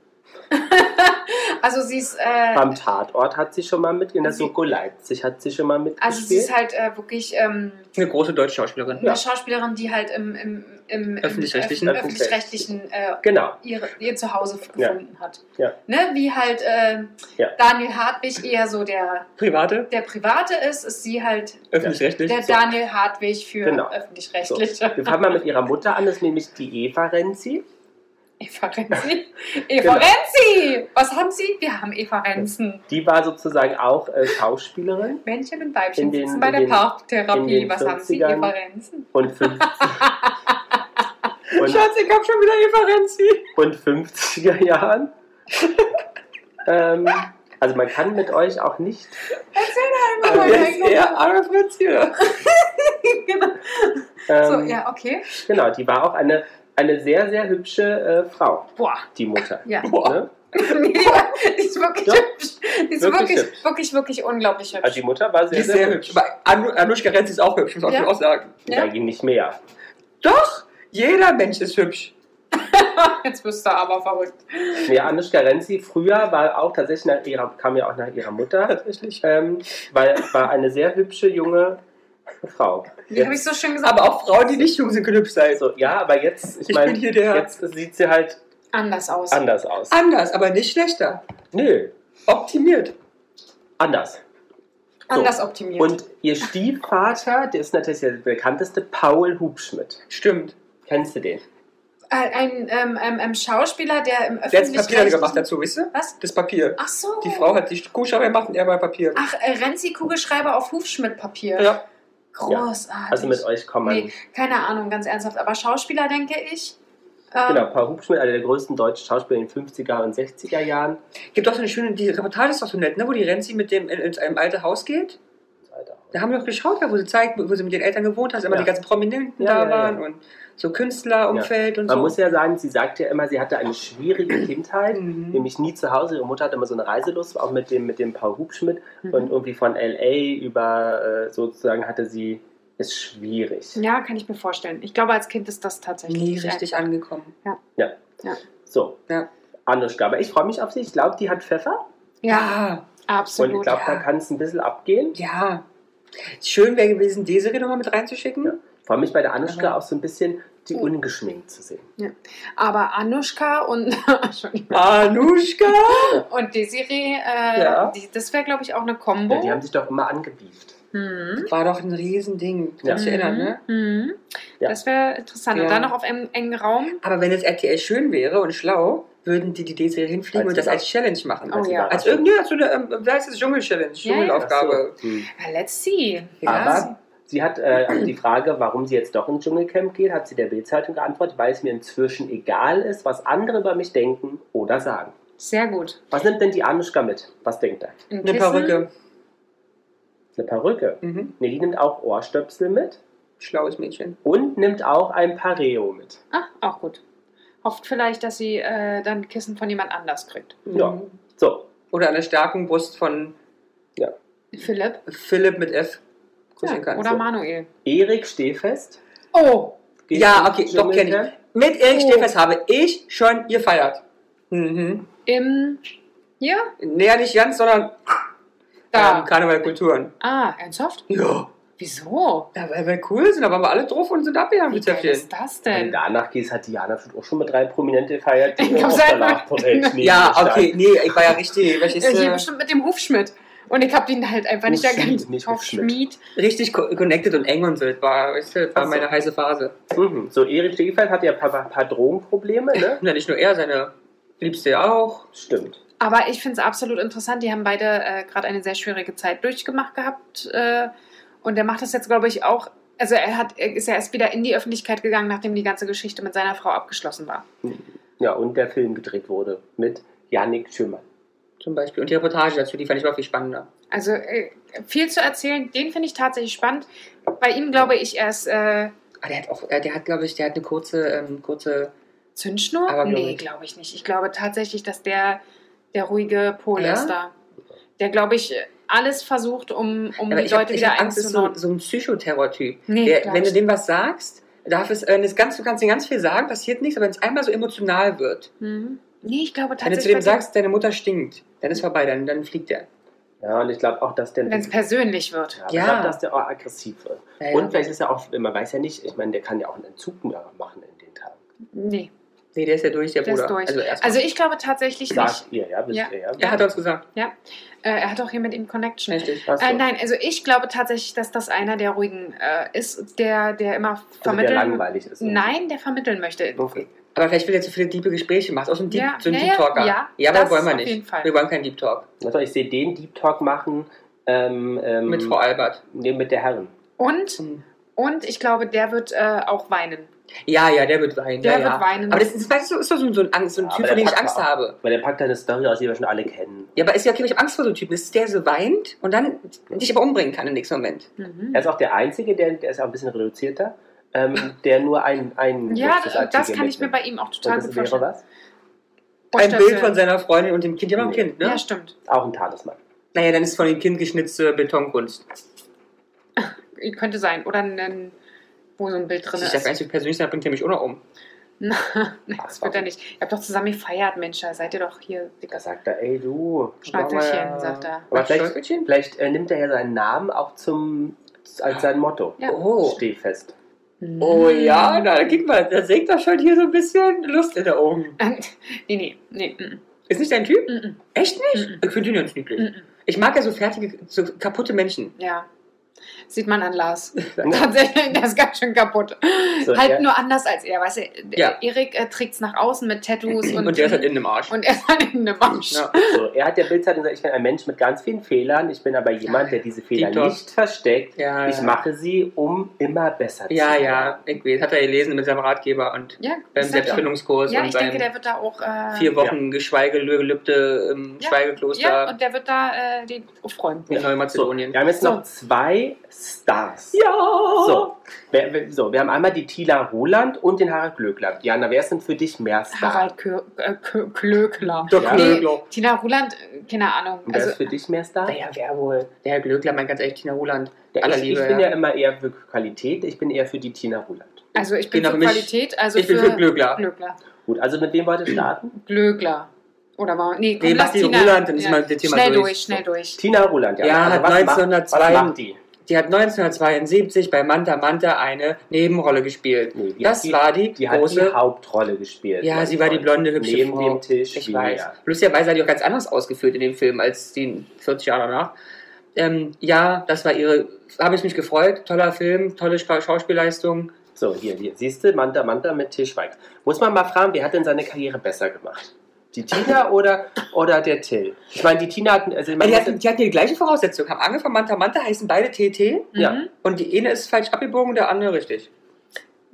[SPEAKER 2] Also sie ist, äh,
[SPEAKER 4] Am Tatort hat sie schon mal mit, in der
[SPEAKER 2] Sie-
[SPEAKER 4] Soko Leipzig hat sie schon mal mitgespielt.
[SPEAKER 2] also sie ist halt äh, wirklich ähm,
[SPEAKER 1] Eine große deutsche Schauspielerin.
[SPEAKER 2] eine Schauspielerin, die halt im, im, im im
[SPEAKER 1] Öffentlich-rechtlichen?
[SPEAKER 2] öff- öffentlich-rechtlichen äh,
[SPEAKER 4] genau,
[SPEAKER 2] ihre, ihr Zuhause f-
[SPEAKER 4] Ja.
[SPEAKER 2] gefunden hat.
[SPEAKER 4] Ja.
[SPEAKER 2] Ne? Wie halt äh,
[SPEAKER 4] Ja.
[SPEAKER 2] Daniel Hartwig eher so der,
[SPEAKER 1] Private,
[SPEAKER 2] der Private ist, ist sie halt
[SPEAKER 1] öffentlich-rechtlich.
[SPEAKER 2] der Daniel Hartwig für
[SPEAKER 4] Genau. so.
[SPEAKER 2] öffentlich-rechtliche.
[SPEAKER 4] Wir fangen mal mit ihrer Mutter an, das ist nämlich die Eva Renzi.
[SPEAKER 2] Eva
[SPEAKER 4] (laughs)
[SPEAKER 2] Renzi. Eva
[SPEAKER 4] Genau.
[SPEAKER 2] Renzi! Was haben Sie? Wir haben Eva Renzen.
[SPEAKER 4] Die war sozusagen auch äh, Schauspielerin
[SPEAKER 2] Männchen und Weibchen
[SPEAKER 4] In den-
[SPEAKER 2] sitzen bei
[SPEAKER 4] in
[SPEAKER 2] der
[SPEAKER 4] den- in
[SPEAKER 2] Paartherapie.
[SPEAKER 4] den
[SPEAKER 2] Was haben Sie?
[SPEAKER 4] 40ern?
[SPEAKER 2] Eva Renzen.
[SPEAKER 4] und
[SPEAKER 2] (laughs)
[SPEAKER 4] 50, und,
[SPEAKER 1] Schatz, ich hab schon wieder Eva Renzi.
[SPEAKER 4] und 50er Jahren. ähm, also man kann mit euch auch nicht
[SPEAKER 2] Oh
[SPEAKER 4] Ah,
[SPEAKER 2] mein
[SPEAKER 1] Jetzt
[SPEAKER 2] Gott.
[SPEAKER 1] eher Arme Fritz hier.
[SPEAKER 2] Genau.
[SPEAKER 4] ähm,
[SPEAKER 2] So, ja, okay.
[SPEAKER 4] Genau, die war auch eine, eine sehr, sehr hübsche äh, Frau,
[SPEAKER 2] Boah.
[SPEAKER 4] die Mutter. (laughs)
[SPEAKER 2] Ja. (laughs)
[SPEAKER 4] Ne?
[SPEAKER 2] Nee, die ist wirklich
[SPEAKER 4] Ja.
[SPEAKER 2] hübsch. Die ist
[SPEAKER 4] Wirklich
[SPEAKER 2] wirklich,
[SPEAKER 4] hübsch.
[SPEAKER 2] wirklich, wirklich, unglaublich hübsch.
[SPEAKER 4] Also die Mutter war
[SPEAKER 1] Die
[SPEAKER 4] sehr,
[SPEAKER 1] ist sehr hübsch. Aber Anu Anuschka Renzi ist auch hübsch, muss man
[SPEAKER 2] Ja.
[SPEAKER 1] auch sagen.
[SPEAKER 4] Da
[SPEAKER 2] Ja.
[SPEAKER 4] ging nicht mehr.
[SPEAKER 1] Doch, jeder Mensch ist hübsch.
[SPEAKER 2] Jetzt bist du aber verrückt.
[SPEAKER 4] Nee, Anuschka Renzi früher war auch tatsächlich nach ihrer, kam ja auch nach ihrer Mutter,
[SPEAKER 1] Tatsächlich.
[SPEAKER 4] ähm, weil, war eine sehr hübsche junge Frau.
[SPEAKER 2] Wie habe ich so schön gesagt?
[SPEAKER 1] Aber auch Frauen, die nicht jung sind, können hübsch sein.
[SPEAKER 4] Also ja, aber jetzt, ich
[SPEAKER 1] Ich bin
[SPEAKER 4] meine,
[SPEAKER 1] hier der-
[SPEAKER 4] jetzt sieht sie halt
[SPEAKER 2] Anders aus. Ah.
[SPEAKER 4] anders aus.
[SPEAKER 1] Anders, aber nicht schlechter.
[SPEAKER 4] Nö,
[SPEAKER 1] Optimiert.
[SPEAKER 4] Anders.
[SPEAKER 2] Anders optimiert.
[SPEAKER 4] Und ihr Stiefvater, der ist natürlich der bekannteste, Paul Hubschmidt.
[SPEAKER 1] Stimmt.
[SPEAKER 4] Kennst du den?
[SPEAKER 2] ein ähm, ähm, ähm, Schauspieler, der im
[SPEAKER 1] Der hat
[SPEAKER 2] öffentlichen.
[SPEAKER 1] das Papier dann gemacht dazu, wisst ihr?
[SPEAKER 2] Was?
[SPEAKER 1] Das Papier.
[SPEAKER 2] Ach so.
[SPEAKER 1] Die Frau hat die Kuhschreiber gemacht und er war Papier.
[SPEAKER 2] Ach, äh, Renzi Kugelschreiber auf Hufschmidt-Papier.
[SPEAKER 1] Ja.
[SPEAKER 2] Großartig.
[SPEAKER 4] Also mit euch kann man.
[SPEAKER 2] Nee, keine Ahnung, ganz ernsthaft. Aber Schauspieler, denke ich. Ähm,
[SPEAKER 4] Genau, Paul Hubschmidt, einer der größten deutschen Schauspieler in den 50er und 60er Jahren.
[SPEAKER 1] Gibt auch so eine schöne, die Reportage ist doch so nett, ne? wo die Renzi mit dem in, in einem alten Haus geht.
[SPEAKER 4] Alter.
[SPEAKER 1] Da haben wir doch geschaut, ja, wo sie zeigt, wo sie mit den Eltern gewohnt hat, immer
[SPEAKER 4] Ja.
[SPEAKER 1] die ganzen Prominenten da
[SPEAKER 4] Ja, ja, ja.
[SPEAKER 1] waren und so Künstlerumfeld und
[SPEAKER 4] Man
[SPEAKER 1] so.
[SPEAKER 4] muss ja sagen, sie sagt ja immer, sie hatte eine schwierige Kindheit,
[SPEAKER 1] Mhm.
[SPEAKER 4] nämlich nie zu Hause. Ihre Mutter hatte immer so eine Reiselust, auch mit dem, mit dem Paul Hubschmidt.
[SPEAKER 1] Mhm.
[SPEAKER 4] Und irgendwie von L.A. über äh, sozusagen hatte sie es schwierig.
[SPEAKER 2] ja, kann ich mir vorstellen. Ich glaube, als Kind ist das tatsächlich.
[SPEAKER 1] nie
[SPEAKER 2] nicht
[SPEAKER 1] richtig
[SPEAKER 2] einfach.
[SPEAKER 1] angekommen.
[SPEAKER 4] So,
[SPEAKER 1] Ja.
[SPEAKER 4] Anuschka. Aber ich freue mich auf sie. Ich glaube, die hat Pfeffer.
[SPEAKER 2] Ja,
[SPEAKER 4] und ich
[SPEAKER 2] absolut.
[SPEAKER 4] glaube,
[SPEAKER 1] ja.
[SPEAKER 4] da kann es ein bisschen abgehen.
[SPEAKER 1] ja. ja. Schön wäre gewesen, Desiree nochmal mit reinzuschicken.
[SPEAKER 4] Ja. Ich freue mich bei der Anuschka
[SPEAKER 1] Mhm.
[SPEAKER 4] auch so ein bisschen, die
[SPEAKER 2] Mhm.
[SPEAKER 4] ungeschminkt zu sehen.
[SPEAKER 2] Aber Anushka und, (laughs) Entschuldigung.
[SPEAKER 1] Anuschka!
[SPEAKER 2] und Desiree, äh,
[SPEAKER 1] Ja.
[SPEAKER 2] die, das wäre, glaube ich, auch eine Kombo.
[SPEAKER 4] Ja, die haben sich doch immer angebieft.
[SPEAKER 1] Hm.
[SPEAKER 2] Mhm.
[SPEAKER 1] War doch ein Riesending. Kannst du dich
[SPEAKER 2] Mhm.
[SPEAKER 1] erinnern, ne?
[SPEAKER 2] Mhm.
[SPEAKER 4] Ja.
[SPEAKER 2] Das wäre interessant.
[SPEAKER 1] Ja.
[SPEAKER 2] Und dann noch auf einem engen Raum.
[SPEAKER 1] Aber wenn jetzt RTL schön wäre und schlau, würden die die Desiree hinfliegen
[SPEAKER 4] Als
[SPEAKER 1] und das als Challenge machen.
[SPEAKER 2] Oh ja.
[SPEAKER 1] Als
[SPEAKER 4] Überraschung.
[SPEAKER 1] irgendwie, als so eine, ähm, wie heißt das, Dschungel-Challenge,
[SPEAKER 2] Ja, ja.
[SPEAKER 1] Dschungelaufgabe.
[SPEAKER 4] Ach so. Hm.
[SPEAKER 2] Ja, let's see.
[SPEAKER 4] Aber sie hat äh, die Frage, warum sie jetzt doch ins Dschungelcamp geht, hat sie der Bild-Zeitung geantwortet, weil es mir inzwischen egal ist, was andere über mich denken oder sagen.
[SPEAKER 2] Sehr gut.
[SPEAKER 4] Was nimmt denn die Anuschka mit? Was denkt er?
[SPEAKER 2] Ein
[SPEAKER 1] Eine
[SPEAKER 2] Kissen.
[SPEAKER 1] Perücke.
[SPEAKER 4] Eine Perücke.
[SPEAKER 1] Mhm.
[SPEAKER 4] Nee, die nimmt auch Ohrstöpsel mit
[SPEAKER 1] Schlaues Mädchen.
[SPEAKER 4] und nimmt auch ein Pareo mit.
[SPEAKER 2] Ah, auch gut. Hofft vielleicht, dass sie äh, dann Kissen von jemand anders kriegt.
[SPEAKER 4] Ja.
[SPEAKER 1] Mhm.
[SPEAKER 4] So,
[SPEAKER 1] Oder an der starken Brust von
[SPEAKER 2] Philipp
[SPEAKER 1] Philipp mit F.
[SPEAKER 2] ja,
[SPEAKER 1] kuscheln kann.
[SPEAKER 2] oder
[SPEAKER 1] So.
[SPEAKER 2] Manuel.
[SPEAKER 4] Erik Stehfest.
[SPEAKER 2] Oh,
[SPEAKER 4] geht
[SPEAKER 1] Ja,
[SPEAKER 4] ins
[SPEAKER 1] okay, doch, kenn ich.
[SPEAKER 4] Dschungelcamp.
[SPEAKER 1] Mit Erik
[SPEAKER 2] Oh.
[SPEAKER 1] Stehfest habe ich schon gefeiert. Mhm.
[SPEAKER 2] im. Hier?
[SPEAKER 1] Naja, nicht ganz, sondern
[SPEAKER 2] Da.
[SPEAKER 1] ähm, Karneval Kulturen.
[SPEAKER 2] Ah, ernsthaft?
[SPEAKER 1] Ja.
[SPEAKER 2] Wieso?
[SPEAKER 1] Ja, weil wir cool sind, da waren wir alle drauf und sind abgegangen
[SPEAKER 2] Wie
[SPEAKER 1] mit
[SPEAKER 2] geil
[SPEAKER 1] Zäpfchen.
[SPEAKER 2] ist das
[SPEAKER 4] Wenn
[SPEAKER 2] denn?
[SPEAKER 4] du danach gehst, hat Diana Fürth auch schon mit drei Prominente gefeiert.
[SPEAKER 2] Ich glaub,
[SPEAKER 4] auch
[SPEAKER 2] seit-
[SPEAKER 4] danach direkt neben
[SPEAKER 1] Ja,
[SPEAKER 4] ihr stand.
[SPEAKER 1] okay, nee, ich war ja
[SPEAKER 2] (laughs)
[SPEAKER 1] richtig, welches,
[SPEAKER 2] Ja, hier
[SPEAKER 1] äh,
[SPEAKER 2] bestimmt mit dem Hufschmidt. Und ich habe ihn halt einfach nicht
[SPEAKER 4] Hufschmied,
[SPEAKER 2] erkannt.
[SPEAKER 4] nicht
[SPEAKER 2] Hufschmied.
[SPEAKER 1] richtig co- connected und eng und so. Das war, weißt du, das war
[SPEAKER 4] Ach so.
[SPEAKER 1] meine heiße Phase.
[SPEAKER 4] Mhm. So, Erik Stehfest hat ja ein paar, paar Drogenprobleme,
[SPEAKER 1] (laughs)
[SPEAKER 4] ne?
[SPEAKER 1] Und ja, nicht nur er, seine Liebste ja auch.
[SPEAKER 4] Stimmt.
[SPEAKER 2] Aber ich finde es absolut interessant. Die haben beide äh, gerade eine sehr schwierige Zeit durchgemacht gehabt. Äh, und der macht das jetzt, glaube ich, auch. Also er hat, er ist ja erst wieder in die Öffentlichkeit gegangen, nachdem die ganze Geschichte mit seiner Frau abgeschlossen war.
[SPEAKER 4] Ja, und der Film gedreht wurde mit Yannick Schürmann.
[SPEAKER 1] Zum Beispiel. Und die Reportage dazu, die fand ich war viel spannender.
[SPEAKER 2] Also äh, viel zu erzählen, den finde ich tatsächlich spannend. Bei ihm glaube ich, er ist äh,
[SPEAKER 1] Ah, der hat auch, äh, der hat, glaube ich, der hat eine kurze, ähm, kurze.
[SPEAKER 2] Zündschnur?
[SPEAKER 1] Aber glaub
[SPEAKER 2] nee,
[SPEAKER 1] ich.
[SPEAKER 2] glaube ich nicht. Ich glaube tatsächlich, dass der der ruhige Pol
[SPEAKER 1] Ja?
[SPEAKER 2] ist da. Der, glaube ich, alles versucht, um, um die
[SPEAKER 1] ich
[SPEAKER 2] Leute
[SPEAKER 1] hab- ich
[SPEAKER 2] wieder
[SPEAKER 1] hab Angst, das ist so,
[SPEAKER 2] einzunorden.
[SPEAKER 1] so ein Psychoterror-Typ.
[SPEAKER 2] Nee,
[SPEAKER 1] der,
[SPEAKER 2] glaub
[SPEAKER 1] wenn du
[SPEAKER 2] ich.
[SPEAKER 1] dem was sagst, darf es, äh, das ganz, du kannst ihm ganz viel sagen, passiert nichts, aber wenn es einmal so emotional wird,
[SPEAKER 2] Mhm. Nee, ich glaube
[SPEAKER 1] wenn du
[SPEAKER 2] tatsächlich.
[SPEAKER 1] zu dem
[SPEAKER 2] bei dem-
[SPEAKER 1] sagst, deine Mutter stinkt, dann ist vorbei, dann, dann fliegt er.
[SPEAKER 4] Ja, und ich glaube auch, dass der.
[SPEAKER 2] Wenn es persönlich wird.
[SPEAKER 4] ja, aber
[SPEAKER 1] Ja.
[SPEAKER 4] Ich glaube, dass der auch aggressiv wird.
[SPEAKER 1] Naja,
[SPEAKER 4] Und vielleicht ist er auch, man weiß ja nicht, ich meine, der kann ja auch einen Entzug machen in den Tagen.
[SPEAKER 2] Nee.
[SPEAKER 1] nee, der ist ja durch, der
[SPEAKER 2] Der ist
[SPEAKER 1] Bruder.
[SPEAKER 2] durch.
[SPEAKER 1] Also, erstmal.
[SPEAKER 2] Also ich glaube tatsächlich nicht.
[SPEAKER 4] Sagt ihr, ja? Wisst
[SPEAKER 2] Ja.
[SPEAKER 4] ihr, ja?
[SPEAKER 1] er hat uns gesagt.
[SPEAKER 2] Äh, er hat auch hier mit ihm Connection.
[SPEAKER 1] Richtig.
[SPEAKER 4] Ach so.
[SPEAKER 2] Äh, nein, also ich glaube tatsächlich, dass das einer der ruhigen äh, ist, der, der immer
[SPEAKER 4] Also der
[SPEAKER 2] vermitteln
[SPEAKER 4] langweilig ist. ne?
[SPEAKER 2] Nein, der vermitteln möchte.
[SPEAKER 4] Okay.
[SPEAKER 1] Aber vielleicht will er zu viele liebe Gespräche machen. Auch so ein Deep,
[SPEAKER 2] Ja,
[SPEAKER 1] so ein
[SPEAKER 2] ja,
[SPEAKER 1] Deep Talker.
[SPEAKER 2] ja,
[SPEAKER 1] aber
[SPEAKER 2] das
[SPEAKER 1] wollen wir
[SPEAKER 2] auf
[SPEAKER 1] nicht.
[SPEAKER 2] jeden Fall.
[SPEAKER 1] Wir wollen keinen Deep Talk.
[SPEAKER 4] Also ich sehe den Deep Talk machen ähm, ähm,
[SPEAKER 2] Mhm.
[SPEAKER 1] Mit Frau Albert.
[SPEAKER 4] nee, mit der Herren.
[SPEAKER 2] Und, und ich glaube, der wird äh, auch weinen.
[SPEAKER 1] Ja, ja, der wird weinen.
[SPEAKER 2] Der
[SPEAKER 1] ja, ja.
[SPEAKER 2] wird weinen.
[SPEAKER 1] Aber das ist, weißt du, ist doch so ein, so ein, Angst, so ein
[SPEAKER 4] Ja,
[SPEAKER 1] Typ,
[SPEAKER 4] aber
[SPEAKER 1] vor
[SPEAKER 4] der
[SPEAKER 1] dem ich
[SPEAKER 4] packt
[SPEAKER 1] Angst
[SPEAKER 4] mal
[SPEAKER 1] habe.
[SPEAKER 4] Weil der packt eine Story aus, die wir schon alle kennen.
[SPEAKER 1] Ja, aber ist ja okay, ich habe Angst vor so einem Typen. Das ist der, der so weint und dann dich aber umbringen kann im nächsten Moment.
[SPEAKER 2] Mhm.
[SPEAKER 4] Er ist auch der Einzige, der, der ist auch ein bisschen reduzierter, ähm, der nur einen, einen
[SPEAKER 2] Ja, das,
[SPEAKER 4] Luxusartikel
[SPEAKER 2] das kann ich mir
[SPEAKER 4] mitnimmt.
[SPEAKER 2] bei ihm auch total
[SPEAKER 4] Und
[SPEAKER 2] gut
[SPEAKER 4] das wäre
[SPEAKER 2] vorstellen.
[SPEAKER 4] was?
[SPEAKER 1] Ein
[SPEAKER 2] Ohrstöpsel.
[SPEAKER 1] Bild von seiner Freundin und dem Kind. Die haben auch ein
[SPEAKER 4] Nee.
[SPEAKER 1] Kind, ne?
[SPEAKER 2] Oh, Ja, stimmt.
[SPEAKER 4] Auch ein Talisman.
[SPEAKER 1] Naja, dann ist von dem Kind geschnitzte Betonkunst.
[SPEAKER 2] Könnte sein. Oder ein, wo so ein Bild drin
[SPEAKER 1] Dass ich
[SPEAKER 2] ist.
[SPEAKER 1] das einzig persönlich sein, bringt er mich auch noch um.
[SPEAKER 2] Nein, (laughs) das wird er nicht. Ihr habt doch zusammen gefeiert, Mensch. Da seid ihr doch hier.
[SPEAKER 4] Da sagt er, ey du.
[SPEAKER 2] Schnäuzelchen, sagt er.
[SPEAKER 4] Aber
[SPEAKER 1] Aber
[SPEAKER 4] vielleicht,
[SPEAKER 1] vielleicht.
[SPEAKER 4] vielleicht äh, nimmt er ja seinen Namen auch zum, als sein Motto.
[SPEAKER 2] Ja.
[SPEAKER 1] Oh.
[SPEAKER 4] Steh fest.
[SPEAKER 1] Oh
[SPEAKER 2] Mm. (laughs)
[SPEAKER 1] ja, na, da geht man, da sägt er schon hier so ein bisschen Lust in der Augen.
[SPEAKER 2] nee, nee, nee. mm.
[SPEAKER 1] Ist nicht dein Typ?
[SPEAKER 2] Mhm.
[SPEAKER 1] Echt nicht?
[SPEAKER 2] Mhm.
[SPEAKER 1] Ich finde ihn ganz niedlich.
[SPEAKER 2] Mhm.
[SPEAKER 1] Ich mag ja so fertige, so kaputte Menschen.
[SPEAKER 2] Ja. Sieht man
[SPEAKER 1] (laughs)
[SPEAKER 2] an Lars. (laughs) Tatsächlich, der ist ganz schön kaputt.
[SPEAKER 4] (laughs) So,
[SPEAKER 2] (laughs) halt
[SPEAKER 4] ja.
[SPEAKER 2] nur anders als er. Weißt du,
[SPEAKER 1] Ja.
[SPEAKER 2] Erik äh, trägt es nach außen mit Tattoos und,
[SPEAKER 1] Und der ist halt in dem Arsch.
[SPEAKER 2] (laughs) und er ist halt in einem Arsch.
[SPEAKER 1] Ja.
[SPEAKER 4] So, er hat der Bildzeitung gesagt, ich bin ein Mensch mit ganz vielen Fehlern. Ich bin aber jemand, der diese Fehler
[SPEAKER 1] TikTok.
[SPEAKER 4] nicht versteckt.
[SPEAKER 1] Ja,
[SPEAKER 4] Ich
[SPEAKER 1] ja.
[SPEAKER 4] mache sie, um immer besser zu
[SPEAKER 1] Ja,
[SPEAKER 4] werden.
[SPEAKER 1] ja, ich weiß. Hat er gelesen mit seinem Ratgeber und
[SPEAKER 2] Ja,
[SPEAKER 1] beim
[SPEAKER 2] ich sag ja.
[SPEAKER 1] Selbstfindungskurs
[SPEAKER 2] Ja,
[SPEAKER 1] und
[SPEAKER 2] ich denke,
[SPEAKER 1] seinem
[SPEAKER 2] der wird da auch. Äh,
[SPEAKER 1] vier Wochen Geschweigelübte im
[SPEAKER 2] Ja.
[SPEAKER 1] Schweigekloster
[SPEAKER 2] Ja, und der wird da äh, den
[SPEAKER 1] Oh,
[SPEAKER 2] aufräumen.
[SPEAKER 1] in Neumazedonien.
[SPEAKER 4] So, wir haben jetzt
[SPEAKER 2] So.
[SPEAKER 4] noch zwei Stars.
[SPEAKER 1] Ja.
[SPEAKER 4] So. Wer, wer, so, wir haben einmal die Tila Roland und den Harald Glöckland. Jana, wer ist denn für dich mehr Star?
[SPEAKER 2] Harald Kö äh, Kö Klöckler.
[SPEAKER 1] Der
[SPEAKER 4] Ja.
[SPEAKER 1] Glöckler.
[SPEAKER 2] Tina Ruland, äh, keine Ahnung.
[SPEAKER 4] Und wer ist
[SPEAKER 2] Also,
[SPEAKER 4] für dich mehr Star?
[SPEAKER 1] Naja, Ah, wer wohl? Der Herr Glöckler, mein ganz ehrlich, Tina Roland.
[SPEAKER 2] Also
[SPEAKER 4] Ja,
[SPEAKER 1] aller
[SPEAKER 4] Also ich,
[SPEAKER 1] Liebe,
[SPEAKER 4] ich bin ja.
[SPEAKER 1] ja.
[SPEAKER 4] immer eher für Qualität, ich bin eher für die Tina Roland.
[SPEAKER 2] also ich bin
[SPEAKER 1] Genau,
[SPEAKER 2] für
[SPEAKER 1] mich-
[SPEAKER 2] Qualität, also
[SPEAKER 1] ich bin für Glöckler.
[SPEAKER 2] Glöckler.
[SPEAKER 4] Gut, also mit wem wollt ihr starten?
[SPEAKER 2] Glöckler. Oder warum? Nee, komm,
[SPEAKER 1] Nee,
[SPEAKER 2] lass
[SPEAKER 1] mach die
[SPEAKER 2] Tina.
[SPEAKER 1] Roland, dann ist mal das Thema
[SPEAKER 2] schnell
[SPEAKER 1] durch.
[SPEAKER 2] durch. Schnell durch.
[SPEAKER 4] Tina Roland,
[SPEAKER 1] Ja,
[SPEAKER 4] Also
[SPEAKER 1] hat
[SPEAKER 4] was Macht,
[SPEAKER 1] 1902
[SPEAKER 4] was macht die?
[SPEAKER 1] Die hat 1972 bei Manta Manta eine Nebenrolle gespielt.
[SPEAKER 4] Nee, die
[SPEAKER 1] das
[SPEAKER 4] hat die-
[SPEAKER 1] war die,
[SPEAKER 4] Die hat die
[SPEAKER 1] große.
[SPEAKER 4] Hauptrolle gespielt.
[SPEAKER 1] ja,
[SPEAKER 4] meine
[SPEAKER 1] sie war die
[SPEAKER 4] Freunde.
[SPEAKER 1] blonde, hübsche
[SPEAKER 4] Neben
[SPEAKER 1] Frau.
[SPEAKER 4] dem Tisch.
[SPEAKER 1] Ich
[SPEAKER 4] wie
[SPEAKER 1] weiß.
[SPEAKER 4] wir.
[SPEAKER 1] Lustigerweise hat die auch ganz anders ausgeführt in dem Film als die 40 Jahre danach. Ähm, ja, das war ihre. Habe ich mich gefreut. Toller Film, tolle Scha Schauspielleistung.
[SPEAKER 4] So, hier, hier. siehst du, Manta Manta mit Till Schweiger. Muss man mal fragen, wer hat denn seine Karriere besser gemacht? Die
[SPEAKER 1] (laughs)
[SPEAKER 4] Tina oder, oder der Till? Ich meine, die Tina hat... Also,
[SPEAKER 1] Weil
[SPEAKER 4] ich meine,
[SPEAKER 1] Die hatten, die hatten die gleichen Voraussetzungen. Haben angefangen, Manta Manta heißen beide TT
[SPEAKER 4] Ja.
[SPEAKER 2] Mhm.
[SPEAKER 1] und die eine ist falsch abgebogen und der andere richtig.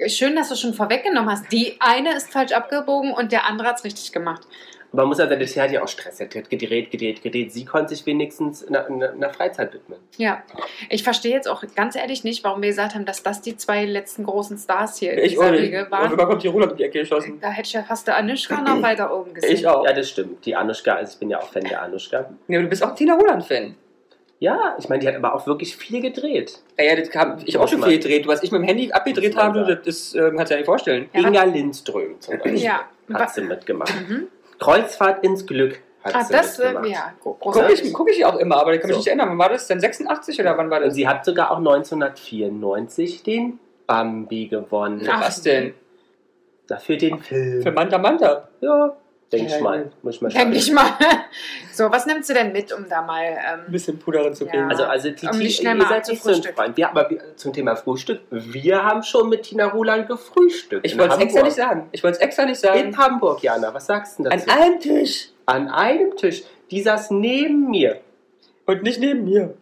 [SPEAKER 2] Schön, dass du schon vorweggenommen hast. Die eine ist falsch abgebogen und der andere hat es richtig gemacht.
[SPEAKER 4] man muss also, der Till hat ja auch Stress. Der Till hat gedreht, gedreht, gedreht. Sie konnte sich wenigstens einer, einer einer Freizeit widmen.
[SPEAKER 2] Ja, ich verstehe jetzt auch ganz ehrlich nicht, warum wir gesagt haben, dass das die zwei letzten großen Stars hier in
[SPEAKER 1] Ich auch
[SPEAKER 2] dieser
[SPEAKER 1] nicht.
[SPEAKER 2] Riege
[SPEAKER 1] Und
[SPEAKER 2] waren.
[SPEAKER 1] immer kommt die Ruder um die Ecke geschossen.
[SPEAKER 2] Da hätte ich ja fast der Anushka noch weiter oben
[SPEAKER 1] (laughs)
[SPEAKER 2] gesehen.
[SPEAKER 1] Ich auch.
[SPEAKER 4] Ja, das stimmt. Die Anuschka, also ich bin ja auch Fan der Anuschka.
[SPEAKER 1] Ja, du bist auch Tina Roland-Fan.
[SPEAKER 4] Ja, ich meine, die hat aber auch wirklich viel gedreht.
[SPEAKER 1] Naja, das kam ich auch schon viel gedreht. Was ich mit dem Handy abgedreht
[SPEAKER 4] Muss man
[SPEAKER 1] habe,
[SPEAKER 4] sagen.
[SPEAKER 1] das ähm, kannst du ja nicht vorstellen.
[SPEAKER 2] Ja,
[SPEAKER 4] Inga Lindström zum Beispiel
[SPEAKER 2] Ja.
[SPEAKER 4] hat sie mitgemacht.
[SPEAKER 2] Mhm.
[SPEAKER 4] Kreuzfahrt ins Glück hat
[SPEAKER 2] Ah,
[SPEAKER 4] sie
[SPEAKER 2] das
[SPEAKER 4] mitgemacht.
[SPEAKER 2] wird ja gro-
[SPEAKER 1] Gucke
[SPEAKER 2] großartig.
[SPEAKER 1] ich, guck ich auch immer, aber ich kann mich
[SPEAKER 4] So.
[SPEAKER 1] nicht erinnern. Wann war das denn? 86 oder wann war
[SPEAKER 4] Und
[SPEAKER 1] das?
[SPEAKER 4] sie hat sogar auch 1994 den Bambi gewonnen.
[SPEAKER 1] Für
[SPEAKER 2] Ach.
[SPEAKER 1] was denn?
[SPEAKER 4] Dafür den Film.
[SPEAKER 1] Für Manta Manta.
[SPEAKER 4] ja, denk
[SPEAKER 1] Ja,
[SPEAKER 4] ich mal. Muss ich mal schauen.
[SPEAKER 2] Denke ich mal. (laughs) So, was nimmst du denn mit, um da mal.
[SPEAKER 1] Ein
[SPEAKER 2] Ähm,
[SPEAKER 1] bisschen Puderin zu
[SPEAKER 2] Ja.
[SPEAKER 1] kriegen.
[SPEAKER 4] Also, also die,
[SPEAKER 2] Um
[SPEAKER 4] die,
[SPEAKER 2] die schnell
[SPEAKER 4] ihr
[SPEAKER 2] mal
[SPEAKER 4] seid
[SPEAKER 2] zu
[SPEAKER 4] nicht so ein
[SPEAKER 2] Frühstück.
[SPEAKER 4] Freund. Ja, aber wir, zum Thema Frühstück. Wir haben schon mit Tina Roland gefrühstückt.
[SPEAKER 1] ich
[SPEAKER 4] in
[SPEAKER 1] wollte es extra
[SPEAKER 4] Hamburg.
[SPEAKER 1] nicht sagen. Ich wollte es extra nicht sagen.
[SPEAKER 4] In Hamburg, Jana. Was sagst du denn
[SPEAKER 1] An
[SPEAKER 4] dazu?
[SPEAKER 1] einem Tisch
[SPEAKER 4] An einem Tisch. Die saß neben mir.
[SPEAKER 1] und nicht neben mir.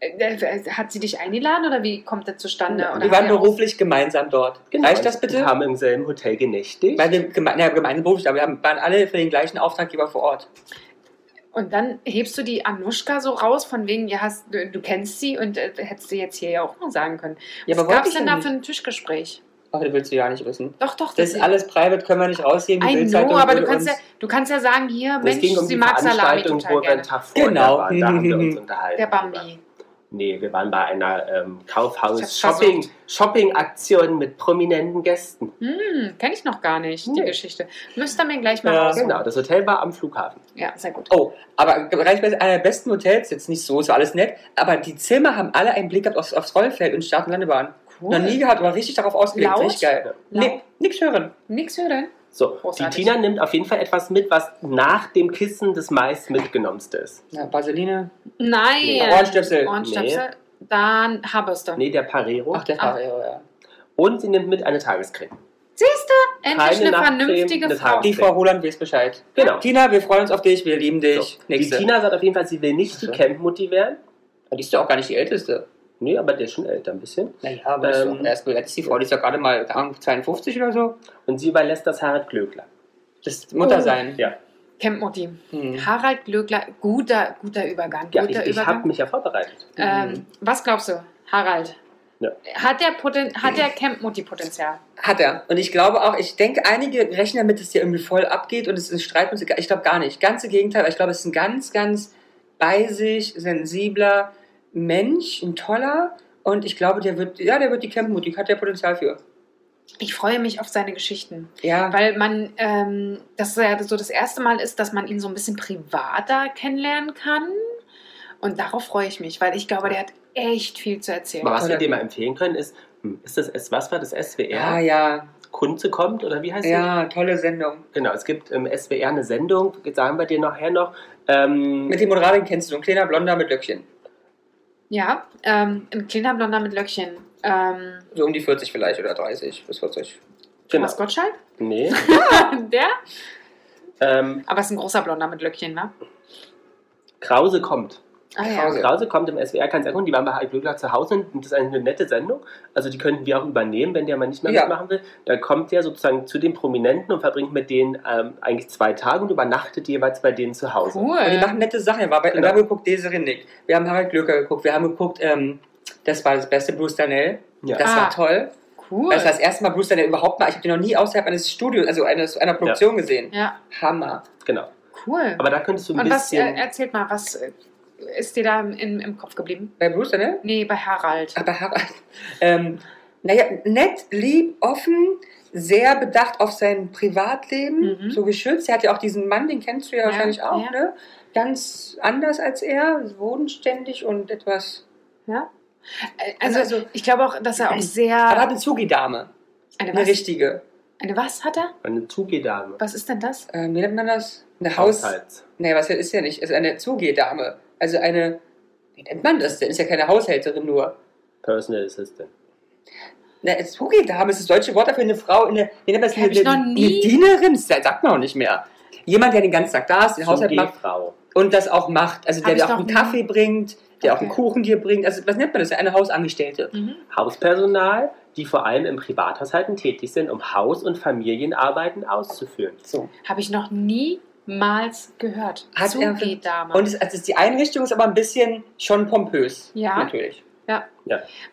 [SPEAKER 2] äh, äh, hat sie dich eingeladen oder wie kommt das zustande?
[SPEAKER 4] Ja,
[SPEAKER 2] oder Genau.
[SPEAKER 1] Wir
[SPEAKER 2] haben
[SPEAKER 1] waren beruflich gemeinsam dort. Reicht das
[SPEAKER 4] Wir
[SPEAKER 1] bitte?
[SPEAKER 4] Genau, haben im selben Hotel genächtigt.
[SPEAKER 1] Weil wir geme naja, gemeinsam beruflich, aber wir haben, waren alle für den gleichen Auftraggeber vor Ort.
[SPEAKER 2] Und dann hebst du die Anuschka so raus, von wegen, ja, hast, du, du kennst sie und äh, hättest du jetzt hier ja auch mal sagen können.
[SPEAKER 1] Ja,
[SPEAKER 2] Was
[SPEAKER 1] aber
[SPEAKER 2] gab
[SPEAKER 1] wollte
[SPEAKER 2] es
[SPEAKER 1] ich
[SPEAKER 2] denn
[SPEAKER 1] ja
[SPEAKER 2] da
[SPEAKER 1] nicht.
[SPEAKER 2] für ein Tischgespräch?
[SPEAKER 1] Ach, das willst du ja nicht wissen.
[SPEAKER 2] Doch, doch,
[SPEAKER 1] Das ist alles private, können wir nicht rausheben. die
[SPEAKER 2] I
[SPEAKER 1] Bildzeitung
[SPEAKER 2] know, aber du
[SPEAKER 1] würde
[SPEAKER 2] kannst, ja,
[SPEAKER 1] uns-
[SPEAKER 2] du kannst ja sagen, hier,
[SPEAKER 4] es
[SPEAKER 2] Mensch,
[SPEAKER 4] ging um
[SPEAKER 2] sie
[SPEAKER 4] die
[SPEAKER 2] mag Salami
[SPEAKER 4] Veranstaltung, wo
[SPEAKER 2] total
[SPEAKER 4] wir einen
[SPEAKER 2] gerne.
[SPEAKER 4] Tag vorher
[SPEAKER 1] Genau.
[SPEAKER 4] waren. Da haben wir
[SPEAKER 1] (laughs)
[SPEAKER 4] uns unterhalten.
[SPEAKER 2] Der Bambi.
[SPEAKER 4] Nee, wir waren bei einer ähm,
[SPEAKER 2] Ich hab's
[SPEAKER 4] Kaufhaus-Shopping-Aktion mit prominenten Gästen.
[SPEAKER 2] Hm, kenne ich noch gar nicht, die
[SPEAKER 4] Nee.
[SPEAKER 2] Geschichte. Müsst ihr mir gleich mal
[SPEAKER 1] Ja.
[SPEAKER 2] raus.
[SPEAKER 4] Genau, das Hotel war am Flughafen.
[SPEAKER 2] Ja, sehr gut.
[SPEAKER 1] Oh, aber reicht bei einer der besten Hotels, jetzt nicht so, es war alles nett, aber die Zimmer haben alle einen Blick gehabt aufs, aufs Rollfeld und Start- und Landebahn. Noch nie gehabt, war richtig darauf ausgelegt.
[SPEAKER 2] Laut?
[SPEAKER 1] Richtig geil.
[SPEAKER 4] Laut?
[SPEAKER 1] Nee, nix hören.
[SPEAKER 2] Nix hören.
[SPEAKER 4] So,
[SPEAKER 2] Großartig.
[SPEAKER 4] die Tina nimmt auf jeden Fall etwas mit, was nach dem Kissen des meist mitgenommenste ist.
[SPEAKER 1] Na, Vaseline,
[SPEAKER 2] Nein.
[SPEAKER 1] Ohrenstöpsel.
[SPEAKER 2] Ohrenstöpsel. Dann Haberstöpsel.
[SPEAKER 4] Nee, der Parero.
[SPEAKER 1] Ach, der
[SPEAKER 2] Ach.
[SPEAKER 1] Fahrer, ja, ja.
[SPEAKER 4] Und sie nimmt mit eine Tagescreme.
[SPEAKER 2] Siehst du? Endlich
[SPEAKER 4] Keine
[SPEAKER 2] eine
[SPEAKER 4] Nachtcreme,
[SPEAKER 2] vernünftige
[SPEAKER 4] eine
[SPEAKER 2] Frau.
[SPEAKER 1] Die Frau Roland weiß Bescheid.
[SPEAKER 4] Genau.
[SPEAKER 1] Tina, wir freuen uns auf dich, wir lieben
[SPEAKER 4] So.
[SPEAKER 1] dich.
[SPEAKER 4] Die
[SPEAKER 1] Nächste.
[SPEAKER 4] Tina sagt auf jeden Fall, sie will nicht die
[SPEAKER 1] Ach so.
[SPEAKER 4] Camp-Mutti werden.
[SPEAKER 1] die ist doch auch gar nicht die Älteste.
[SPEAKER 4] Nee, aber der ist schon älter ein bisschen.
[SPEAKER 1] Naja, aber das ist
[SPEAKER 4] Ähm.
[SPEAKER 1] doch erst bewertet die Frau, die ist ja gerade mal keine Ahnung, 52 oder so.
[SPEAKER 4] Und sie überlässt das Harald Glöckler.
[SPEAKER 1] Das ist Mutter
[SPEAKER 2] Oh.
[SPEAKER 1] sein.
[SPEAKER 4] Ja,
[SPEAKER 2] Campmotti.
[SPEAKER 1] Hm.
[SPEAKER 2] Harald Glöckler, guter, guter Übergang.
[SPEAKER 4] ja ich,
[SPEAKER 2] guter
[SPEAKER 4] ich habe
[SPEAKER 2] Übergang.
[SPEAKER 4] mich ja vorbereitet.
[SPEAKER 2] Ähm, was glaubst du, Harald?
[SPEAKER 4] Ja.
[SPEAKER 2] Hat der, Poten hat der Campmotti Potenzial?
[SPEAKER 1] Hat er. Und ich glaube auch, ich denke, einige rechnen damit, dass der irgendwie voll abgeht und es ist ein Streit. Und so. Ich glaube gar nicht. Ganz im Gegenteil, weil ich glaube, es ist ein ganz, ganz bei sich, sensibler Mensch, ein toller. Und ich glaube, der wird, ja, der wird die kämpfen. Die hat der Potenzial für.
[SPEAKER 2] Ich freue mich auf seine Geschichten,
[SPEAKER 1] Ja.
[SPEAKER 2] weil man ähm, das ja so das erste Mal ist, dass man ihn so ein bisschen privater kennenlernen kann. Und darauf freue ich mich, weil ich glaube, der hat echt viel zu erzählen.
[SPEAKER 4] Aber was wir
[SPEAKER 1] Oder-
[SPEAKER 4] dir mal empfehlen können ist, hm, ist das, S- was war das SWR?
[SPEAKER 1] Ah, Ja, ja.
[SPEAKER 4] Kunze kommt oder wie heißt die?
[SPEAKER 1] Ja, tolle Sendung.
[SPEAKER 4] Genau, es gibt im SWR eine Sendung, sagen wir dir nachher noch. Ähm,
[SPEAKER 1] Mit dem Moderator den kennst du, ein kleiner Blonder mit Löckchen.
[SPEAKER 2] Ja, ähm, ein kleiner Blonder mit Löckchen. Ähm,
[SPEAKER 1] So um die 40 vielleicht oder 30 bis 40.
[SPEAKER 4] genau.
[SPEAKER 2] Was Gottschalk?
[SPEAKER 4] Nee.
[SPEAKER 2] (laughs) Der?
[SPEAKER 4] Ähm,
[SPEAKER 2] Aber ist ein großer Blonder mit Löckchen, ne?
[SPEAKER 4] Krause kommt.
[SPEAKER 2] Ah,
[SPEAKER 1] Krause.
[SPEAKER 2] ja.
[SPEAKER 1] Ja.
[SPEAKER 4] Krause kommt im SWR, kannst erkunden. Die waren bei Harry Glückler zu Hause und das ist eine nette Sendung. Also die könnten wir auch übernehmen, wenn der mal nicht mehr
[SPEAKER 1] Ja.
[SPEAKER 4] mitmachen will. Da kommt der sozusagen zu den Prominenten und verbringt mit denen ähm, eigentlich zwei Tage und übernachtet jeweils bei denen zu Hause.
[SPEAKER 2] Cool.
[SPEAKER 1] Und die machen nette Sachen. War bei,
[SPEAKER 4] Genau.
[SPEAKER 1] Wir haben geguckt Desiree Nick, wir haben Harald Glöcker geguckt, wir haben geguckt, ähm, das war das beste Bruce Danell.
[SPEAKER 4] Ja.
[SPEAKER 1] Das
[SPEAKER 2] Ah.
[SPEAKER 1] war toll.
[SPEAKER 2] cool.
[SPEAKER 1] Das war das erste Mal Bruce Danell überhaupt mal. Ich habe den noch nie außerhalb eines Studios, also eines, einer Produktion gesehen.
[SPEAKER 2] ja,
[SPEAKER 1] Hammer.
[SPEAKER 4] Genau.
[SPEAKER 2] cool.
[SPEAKER 4] Aber da könntest du ein
[SPEAKER 2] Und was,
[SPEAKER 4] bisschen.
[SPEAKER 2] äh, erzählt mal, was äh, ist dir da im, im, im Kopf geblieben?
[SPEAKER 1] Bei Bruce Danell?
[SPEAKER 2] Nee, bei Harald.
[SPEAKER 1] Aber Harald, (laughs) ähm, naja, nett, lieb, offen, sehr bedacht auf sein Privatleben,
[SPEAKER 2] Mhm.
[SPEAKER 1] so geschützt. Er hat ja auch diesen Mann, den kennst du ja,
[SPEAKER 2] Ja,
[SPEAKER 1] wahrscheinlich auch,
[SPEAKER 2] ja.
[SPEAKER 1] ne? Ganz anders als er, bodenständig und etwas.
[SPEAKER 2] Äh, Also, ich glaube auch, dass
[SPEAKER 1] (clears throat)
[SPEAKER 2] er auch sehr...
[SPEAKER 1] Aber hat eine Zugi-Dame.
[SPEAKER 2] eine,
[SPEAKER 1] Eine
[SPEAKER 2] was,
[SPEAKER 1] richtige.
[SPEAKER 2] eine was hat er?
[SPEAKER 4] eine Zugehdame.
[SPEAKER 2] Was ist denn das?
[SPEAKER 1] Ähm, wie nennt man das? Eine Haus.
[SPEAKER 4] Haushalts.
[SPEAKER 1] Nee, was ist ja nicht? Ist eine Zugehdame. Also eine. Wie nennt man das denn? Ist ja keine Haushälterin nur.
[SPEAKER 4] Personal Assistant.
[SPEAKER 1] Eine Zugehdame ist das deutsche Wort dafür eine Frau. Eine, wie nennt man das?
[SPEAKER 2] Hab
[SPEAKER 1] Eine,
[SPEAKER 2] ich noch
[SPEAKER 1] eine
[SPEAKER 2] nie.
[SPEAKER 1] Dienerin? Das sagt man auch nicht mehr. Jemand, der den ganzen Tag da ist, den Haushalt macht
[SPEAKER 4] Zugehfrau.
[SPEAKER 1] und das auch macht. Also
[SPEAKER 2] Hab
[SPEAKER 1] der
[SPEAKER 2] ich
[SPEAKER 1] dir auch
[SPEAKER 2] noch
[SPEAKER 1] einen
[SPEAKER 2] nie.
[SPEAKER 1] Kaffee bringt, der auch einen
[SPEAKER 2] Okay.
[SPEAKER 1] Kuchen dir bringt. Also was nennt man das? Eine Hausangestellte.
[SPEAKER 2] Mhm.
[SPEAKER 4] Hauspersonal, die vor allem in Privathaushalten tätig sind, um Haus- und Familienarbeiten auszuführen.
[SPEAKER 1] So.
[SPEAKER 2] Habe ich noch niemals gehört.
[SPEAKER 1] Hat er-
[SPEAKER 2] Zugehdame.
[SPEAKER 1] Und es, also es- die Einrichtung ist aber ein bisschen schon pompös.
[SPEAKER 2] Ja.
[SPEAKER 1] Natürlich.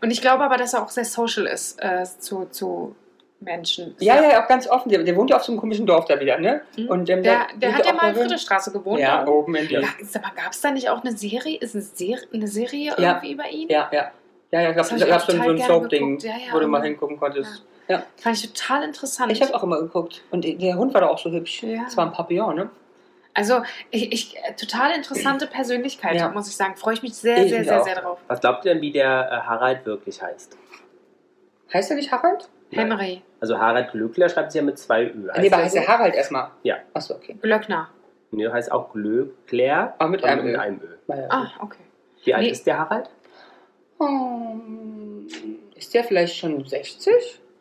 [SPEAKER 2] Und ich glaube aber, dass er auch sehr social ist äh, zu, zu Menschen.
[SPEAKER 1] Ja, ja, auch ganz offen. Der, der wohnt ja auf so einem komischen Dorf da wieder, ne?
[SPEAKER 2] Mhm.
[SPEAKER 1] Und, ähm,
[SPEAKER 2] Der, der
[SPEAKER 1] wohnt
[SPEAKER 2] hat ja
[SPEAKER 1] auch
[SPEAKER 2] mal in
[SPEAKER 1] darin.
[SPEAKER 2] Friedrichstraße gewohnt.
[SPEAKER 1] Ja, oben in
[SPEAKER 4] Ja.
[SPEAKER 1] ja.
[SPEAKER 2] Gab es da nicht auch eine Serie? Ist eine Serie, eine Serie
[SPEAKER 1] Ja.
[SPEAKER 2] irgendwie über ihn?
[SPEAKER 1] Ja, ja. Ja, ja, ich
[SPEAKER 2] Das
[SPEAKER 1] glaube, da
[SPEAKER 2] hab ich
[SPEAKER 1] gab
[SPEAKER 2] auch
[SPEAKER 1] schon so
[SPEAKER 2] total
[SPEAKER 1] ein
[SPEAKER 2] gerne
[SPEAKER 1] Soap-Ding,
[SPEAKER 2] geguckt. Ja, ja,
[SPEAKER 1] wo du mal
[SPEAKER 2] und-
[SPEAKER 1] hingucken konntest.
[SPEAKER 2] Fand ich total interessant.
[SPEAKER 1] Ich habe auch immer geguckt. Und der Hund war doch auch so hübsch.
[SPEAKER 2] Ja.
[SPEAKER 1] Das war ein Papillon, ne?
[SPEAKER 2] also, ich, ich, äh, total interessante Persönlichkeit,
[SPEAKER 1] Ja.
[SPEAKER 2] muss ich sagen. Freue ich mich sehr,
[SPEAKER 1] Ich
[SPEAKER 2] sehr,
[SPEAKER 1] mich
[SPEAKER 2] sehr,
[SPEAKER 1] auch.
[SPEAKER 2] sehr drauf.
[SPEAKER 4] Was glaubt ihr denn, wie der äh, Harald wirklich heißt?
[SPEAKER 1] Heißt er nicht Harald?
[SPEAKER 4] Nein.
[SPEAKER 2] Henry
[SPEAKER 4] Also Harald Glöckler schreibt sich ja mit zwei Ü.
[SPEAKER 1] nee, aber heißt
[SPEAKER 4] so?
[SPEAKER 1] er Harald erstmal?
[SPEAKER 4] Ja.
[SPEAKER 1] Achso, okay.
[SPEAKER 2] Glöckner.
[SPEAKER 4] Nee, heißt auch Glöckler.
[SPEAKER 1] Aber mit
[SPEAKER 4] aber
[SPEAKER 1] einem Ö.
[SPEAKER 4] Ö.
[SPEAKER 2] Ah, okay.
[SPEAKER 4] Wie alt
[SPEAKER 2] Nee.
[SPEAKER 4] ist der Harald?
[SPEAKER 1] Ähm, Ist der vielleicht schon 60?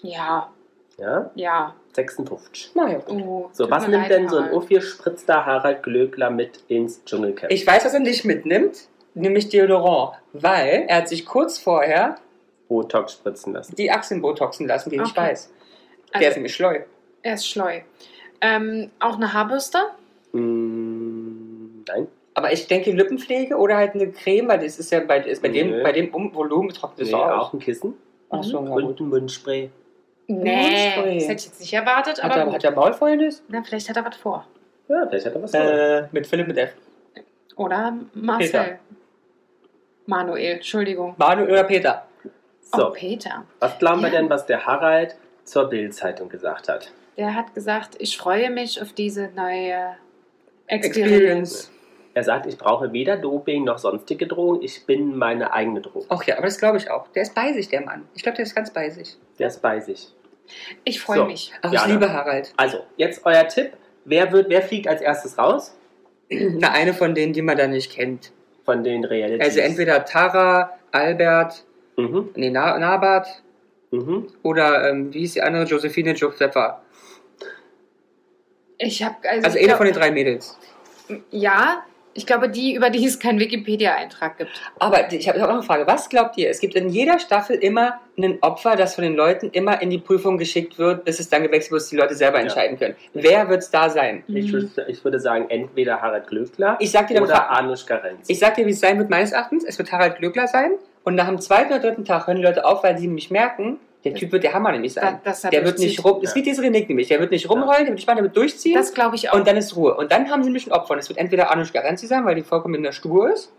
[SPEAKER 2] Ja,
[SPEAKER 4] Ja,
[SPEAKER 2] ja.
[SPEAKER 4] 56.
[SPEAKER 1] Naja, gut.
[SPEAKER 2] Oh,
[SPEAKER 4] So,
[SPEAKER 2] tut
[SPEAKER 4] was
[SPEAKER 2] mir
[SPEAKER 4] nimmt
[SPEAKER 2] leid,
[SPEAKER 4] denn so ein
[SPEAKER 2] Harald.
[SPEAKER 4] O4-spritzter Harald Glöckler mit ins Dschungelcamp?
[SPEAKER 1] Ich weiß, was er nicht mitnimmt, nämlich Deodorant, weil er hat sich kurz vorher
[SPEAKER 4] Botox spritzen lassen.
[SPEAKER 1] die Achseln botoxen lassen gegen
[SPEAKER 2] Okay.
[SPEAKER 1] Schweiß. Der ist
[SPEAKER 2] Also,
[SPEAKER 1] nämlich schleu.
[SPEAKER 2] er ist schleu. Ähm, auch eine Haarbürste?
[SPEAKER 4] Mm, nein.
[SPEAKER 1] Aber ich denke Lippenpflege oder halt eine Creme, weil das ist ja bei, ist bei
[SPEAKER 4] Nee.
[SPEAKER 1] dem, bei dem um Volumen trocknet es
[SPEAKER 4] Nee,
[SPEAKER 1] auch.
[SPEAKER 4] auch Mhm. ein Kissen
[SPEAKER 1] Ach so, na gut.
[SPEAKER 4] und ein Mundspray.
[SPEAKER 2] Nee,
[SPEAKER 1] Mundspray.
[SPEAKER 2] das hätte ich jetzt nicht erwartet,
[SPEAKER 1] Hat
[SPEAKER 2] aber
[SPEAKER 1] er,
[SPEAKER 2] gut.
[SPEAKER 1] hat er Maulfäulnis?
[SPEAKER 2] Na, vielleicht hat er was vor.
[SPEAKER 4] Ja, vielleicht hat er was vor.
[SPEAKER 1] Äh, mit Philipp mit F.
[SPEAKER 2] Oder Marcel.
[SPEAKER 1] Peter.
[SPEAKER 2] Manuel, Entschuldigung.
[SPEAKER 1] Manuel oder Peter?
[SPEAKER 2] Oh,
[SPEAKER 4] So,
[SPEAKER 2] Peter.
[SPEAKER 4] was glauben wir
[SPEAKER 2] Ja.
[SPEAKER 4] denn, was der Harald zur Bild-Zeitung gesagt hat?
[SPEAKER 2] Der hat gesagt, ich freue mich auf diese neue Experience.
[SPEAKER 1] Experience.
[SPEAKER 4] Er sagt, ich brauche weder Doping noch sonstige Drogen, ich bin meine eigene Droge.
[SPEAKER 1] Ach ja, aber das glaube ich auch. Der ist bei sich, der Mann. Ich glaube, der ist ganz bei sich.
[SPEAKER 4] Der ist bei sich.
[SPEAKER 2] Ich freue
[SPEAKER 4] So.
[SPEAKER 2] mich.
[SPEAKER 1] Ach,
[SPEAKER 4] Ja,
[SPEAKER 1] ich
[SPEAKER 4] ne?
[SPEAKER 1] liebe Harald.
[SPEAKER 4] Also, jetzt euer Tipp. Wer, wird, wer fliegt als erstes raus
[SPEAKER 1] Mhm. Na, eine von denen, die man da nicht kennt.
[SPEAKER 4] von den Realities?
[SPEAKER 1] Also entweder Tara, Albert,
[SPEAKER 4] Mhm,
[SPEAKER 1] nee, Na- Nabert
[SPEAKER 4] mhm.
[SPEAKER 1] oder ähm, wie hieß die andere? Josephine Jo Pfeffer.
[SPEAKER 2] Ich habe also,
[SPEAKER 1] Also
[SPEAKER 2] ich
[SPEAKER 1] eine von
[SPEAKER 2] glaub-
[SPEAKER 1] den drei Mädels.
[SPEAKER 2] Ja, ich glaube die, über die es keinen Wikipedia-Eintrag gibt.
[SPEAKER 1] Aber ich habe noch eine Frage. Was glaubt ihr? Es gibt in jeder Staffel immer ein Opfer, das von den Leuten immer in die Prüfung geschickt wird, bis es dann gewechselt wird, dass die Leute selber
[SPEAKER 4] Ja.
[SPEAKER 1] entscheiden können. Wer wird es da sein?
[SPEAKER 4] Ich,
[SPEAKER 2] Mhm.
[SPEAKER 4] wüsste, ich würde sagen, entweder Harald Glöckler
[SPEAKER 1] Ich sag dir, dann
[SPEAKER 4] oder
[SPEAKER 1] fra-
[SPEAKER 4] Anuschka Renz.
[SPEAKER 1] ich sag dir, wie es sein wird, meines Erachtens. Es wird Harald Glöckler sein. Und nach dem zweiten oder dritten Tag hören die Leute auf, weil sie nämlich merken, der Typ wird der Hammer nämlich sein.
[SPEAKER 2] Da- dass er
[SPEAKER 1] der wird
[SPEAKER 2] durchzieht.
[SPEAKER 1] nicht rum, es
[SPEAKER 4] Ja.
[SPEAKER 1] wird diese Renick nämlich, der wird nicht rumrollen, der wird nicht machen, der wird durchziehen.
[SPEAKER 2] Das glaube ich auch.
[SPEAKER 1] Und dann ist Ruhe. Und dann haben sie nämlich ein Opfer. Und es wird entweder Anushka Renzi sein, weil die vollkommen in der Stur ist.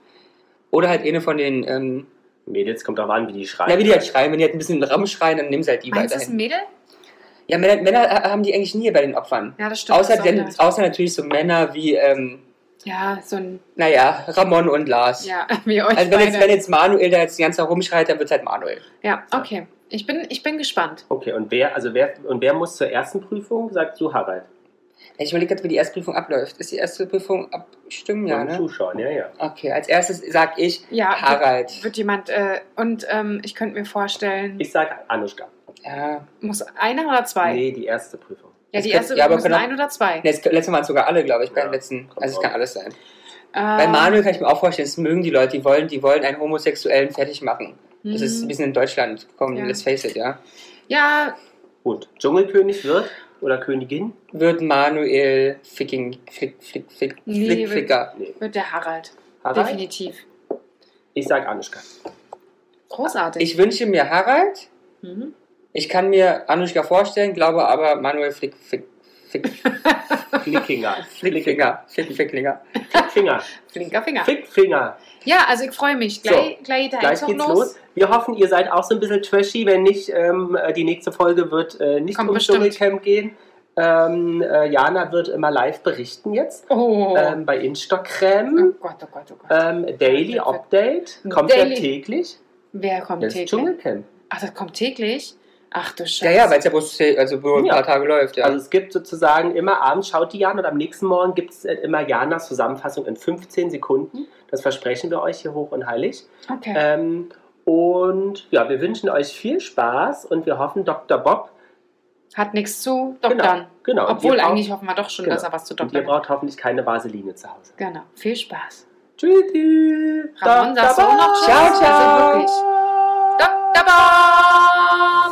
[SPEAKER 1] Oder halt eine von den, ähm,
[SPEAKER 4] Mädels kommt drauf an, wie die schreien.
[SPEAKER 1] na, wie die halt schreien. Wenn die halt ein bisschen Ramm schreien, dann nehmen sie halt die
[SPEAKER 2] Meinst du, das ist
[SPEAKER 1] weiterhin.
[SPEAKER 2] ein Mädel?
[SPEAKER 1] Ja, Männer, Männer äh, haben die eigentlich nie bei den Opfern.
[SPEAKER 2] Ja, das stimmt.
[SPEAKER 1] Außer,
[SPEAKER 2] das ist auch
[SPEAKER 1] denn,
[SPEAKER 2] eine-
[SPEAKER 1] außer natürlich so Männer wie, ähm,
[SPEAKER 2] Ja, so ein,
[SPEAKER 1] naja, Ramon und Lars.
[SPEAKER 2] ja, (laughs) wie euch
[SPEAKER 1] Also wenn
[SPEAKER 2] beide.
[SPEAKER 1] jetzt, wenn jetzt Manuel da jetzt die ganze Zeit rumschreit, dann wird es halt Manuel.
[SPEAKER 2] ja, okay. Ich bin, ich bin gespannt.
[SPEAKER 4] Okay, und wer, also wer, und wer muss zur ersten Prüfung, sagst du Harald?
[SPEAKER 1] Ich überlege gerade, wie die erste Prüfung abläuft. Ist die erste Prüfung abstimmen? Ja,
[SPEAKER 4] Beim
[SPEAKER 1] ne?
[SPEAKER 4] Zuschauen, ja, ja.
[SPEAKER 1] Okay, als erstes sag ich
[SPEAKER 2] Ja,
[SPEAKER 1] Harald.
[SPEAKER 2] Wird, wird jemand, äh, und ähm, ich könnte mir vorstellen,
[SPEAKER 4] Ich sage Anuschka.
[SPEAKER 1] Ja.
[SPEAKER 2] muss einer oder zwei?
[SPEAKER 4] Nee, die erste Prüfung.
[SPEAKER 2] ja,
[SPEAKER 1] es
[SPEAKER 2] die
[SPEAKER 1] kann-
[SPEAKER 2] erste
[SPEAKER 1] ja, aber
[SPEAKER 2] müssen
[SPEAKER 1] kann auch-
[SPEAKER 2] ein oder zwei.
[SPEAKER 1] Ne, es- Letztes Mal waren es sogar alle, glaube ich, beim
[SPEAKER 4] Ja,
[SPEAKER 1] letzten.
[SPEAKER 4] kommt
[SPEAKER 1] Also es
[SPEAKER 4] drauf.
[SPEAKER 1] kann alles sein.
[SPEAKER 2] Ähm,
[SPEAKER 1] Bei Manuel kann ich mir auch vorstellen, das mögen die Leute, die wollen, die wollen einen Homosexuellen fertig machen. Das ist ein
[SPEAKER 2] hm.
[SPEAKER 1] bisschen in Deutschland gekommen,
[SPEAKER 2] Ja.
[SPEAKER 1] let's face it, ja.
[SPEAKER 2] Ja,
[SPEAKER 4] Gut, Dschungelkönig wird oder Königin?
[SPEAKER 1] Wird Manuel Ficking, Flick, Flick, Flick,
[SPEAKER 2] Nee,
[SPEAKER 1] Flick,
[SPEAKER 2] wird-
[SPEAKER 1] Flicker.
[SPEAKER 4] Nee.
[SPEAKER 2] wird der Harald.
[SPEAKER 4] Harald?
[SPEAKER 2] Definitiv.
[SPEAKER 4] Ich sage Anuschka.
[SPEAKER 2] Großartig.
[SPEAKER 1] Ich wünsche mir Harald,
[SPEAKER 2] mhm.
[SPEAKER 1] ich kann mir Anuschka vorstellen, glaube aber Manuel Flick, Flick, Flick,
[SPEAKER 2] (laughs)
[SPEAKER 4] Flickinger.
[SPEAKER 1] Flickfinger, Flick, Flickfinger.
[SPEAKER 4] Finger.
[SPEAKER 2] Flinker Finger.
[SPEAKER 4] Fickfinger.
[SPEAKER 2] Ja, also ich freue mich. Gleich, gleich geht der
[SPEAKER 4] Gleich
[SPEAKER 2] Einzug
[SPEAKER 4] geht's
[SPEAKER 2] los.
[SPEAKER 4] los. Wir hoffen, ihr seid auch so ein bisschen trashy. Wenn nicht, ähm, äh, die nächste Folge wird äh, nicht
[SPEAKER 2] Kommt
[SPEAKER 4] um
[SPEAKER 2] bestimmt.
[SPEAKER 4] Dschungelcamp gehen. Ähm, äh, Jana wird immer live berichten jetzt
[SPEAKER 2] Oh.
[SPEAKER 4] ähm, bei
[SPEAKER 2] oh
[SPEAKER 4] Instagram.
[SPEAKER 2] Gott, oh Gott, oh Gott.
[SPEAKER 4] Ähm, Daily Update. Kommt
[SPEAKER 2] Daily.
[SPEAKER 4] ja täglich.
[SPEAKER 2] Wer kommt
[SPEAKER 4] Das ist
[SPEAKER 2] täglich?
[SPEAKER 4] Dschungelcamp.
[SPEAKER 2] Ach, das kommt täglich? Ach du Scheiße.
[SPEAKER 1] Ja, ja, weil es ja bloß, also bloß ein
[SPEAKER 4] Ja.
[SPEAKER 1] paar Tage läuft, ja.
[SPEAKER 4] Also es gibt sozusagen immer abends schaut die Jana und am nächsten Morgen gibt es immer Janas Zusammenfassung in 15 Sekunden. Das versprechen wir euch hier hoch und heilig.
[SPEAKER 2] okay.
[SPEAKER 4] Ähm, und ja, wir wünschen euch viel Spaß und wir hoffen, Dr. Bob.
[SPEAKER 2] Hat nichts zu doktern.
[SPEAKER 4] genau. Und
[SPEAKER 2] Obwohl,
[SPEAKER 4] ihr braucht-
[SPEAKER 2] eigentlich hoffen wir doch schon,
[SPEAKER 4] Genau.
[SPEAKER 2] dass er was zu
[SPEAKER 4] Und ihr
[SPEAKER 2] doktern hat.
[SPEAKER 4] braucht hoffentlich keine Vaseline zu Hause.
[SPEAKER 2] Genau. Viel Spaß.
[SPEAKER 4] Tschüssi.
[SPEAKER 2] Ramon,
[SPEAKER 4] Dr.
[SPEAKER 2] sagst du auch
[SPEAKER 4] Bob.
[SPEAKER 2] noch Tschüss?
[SPEAKER 1] Ciao, ciao.
[SPEAKER 2] Also wirklich. Dr. Bob!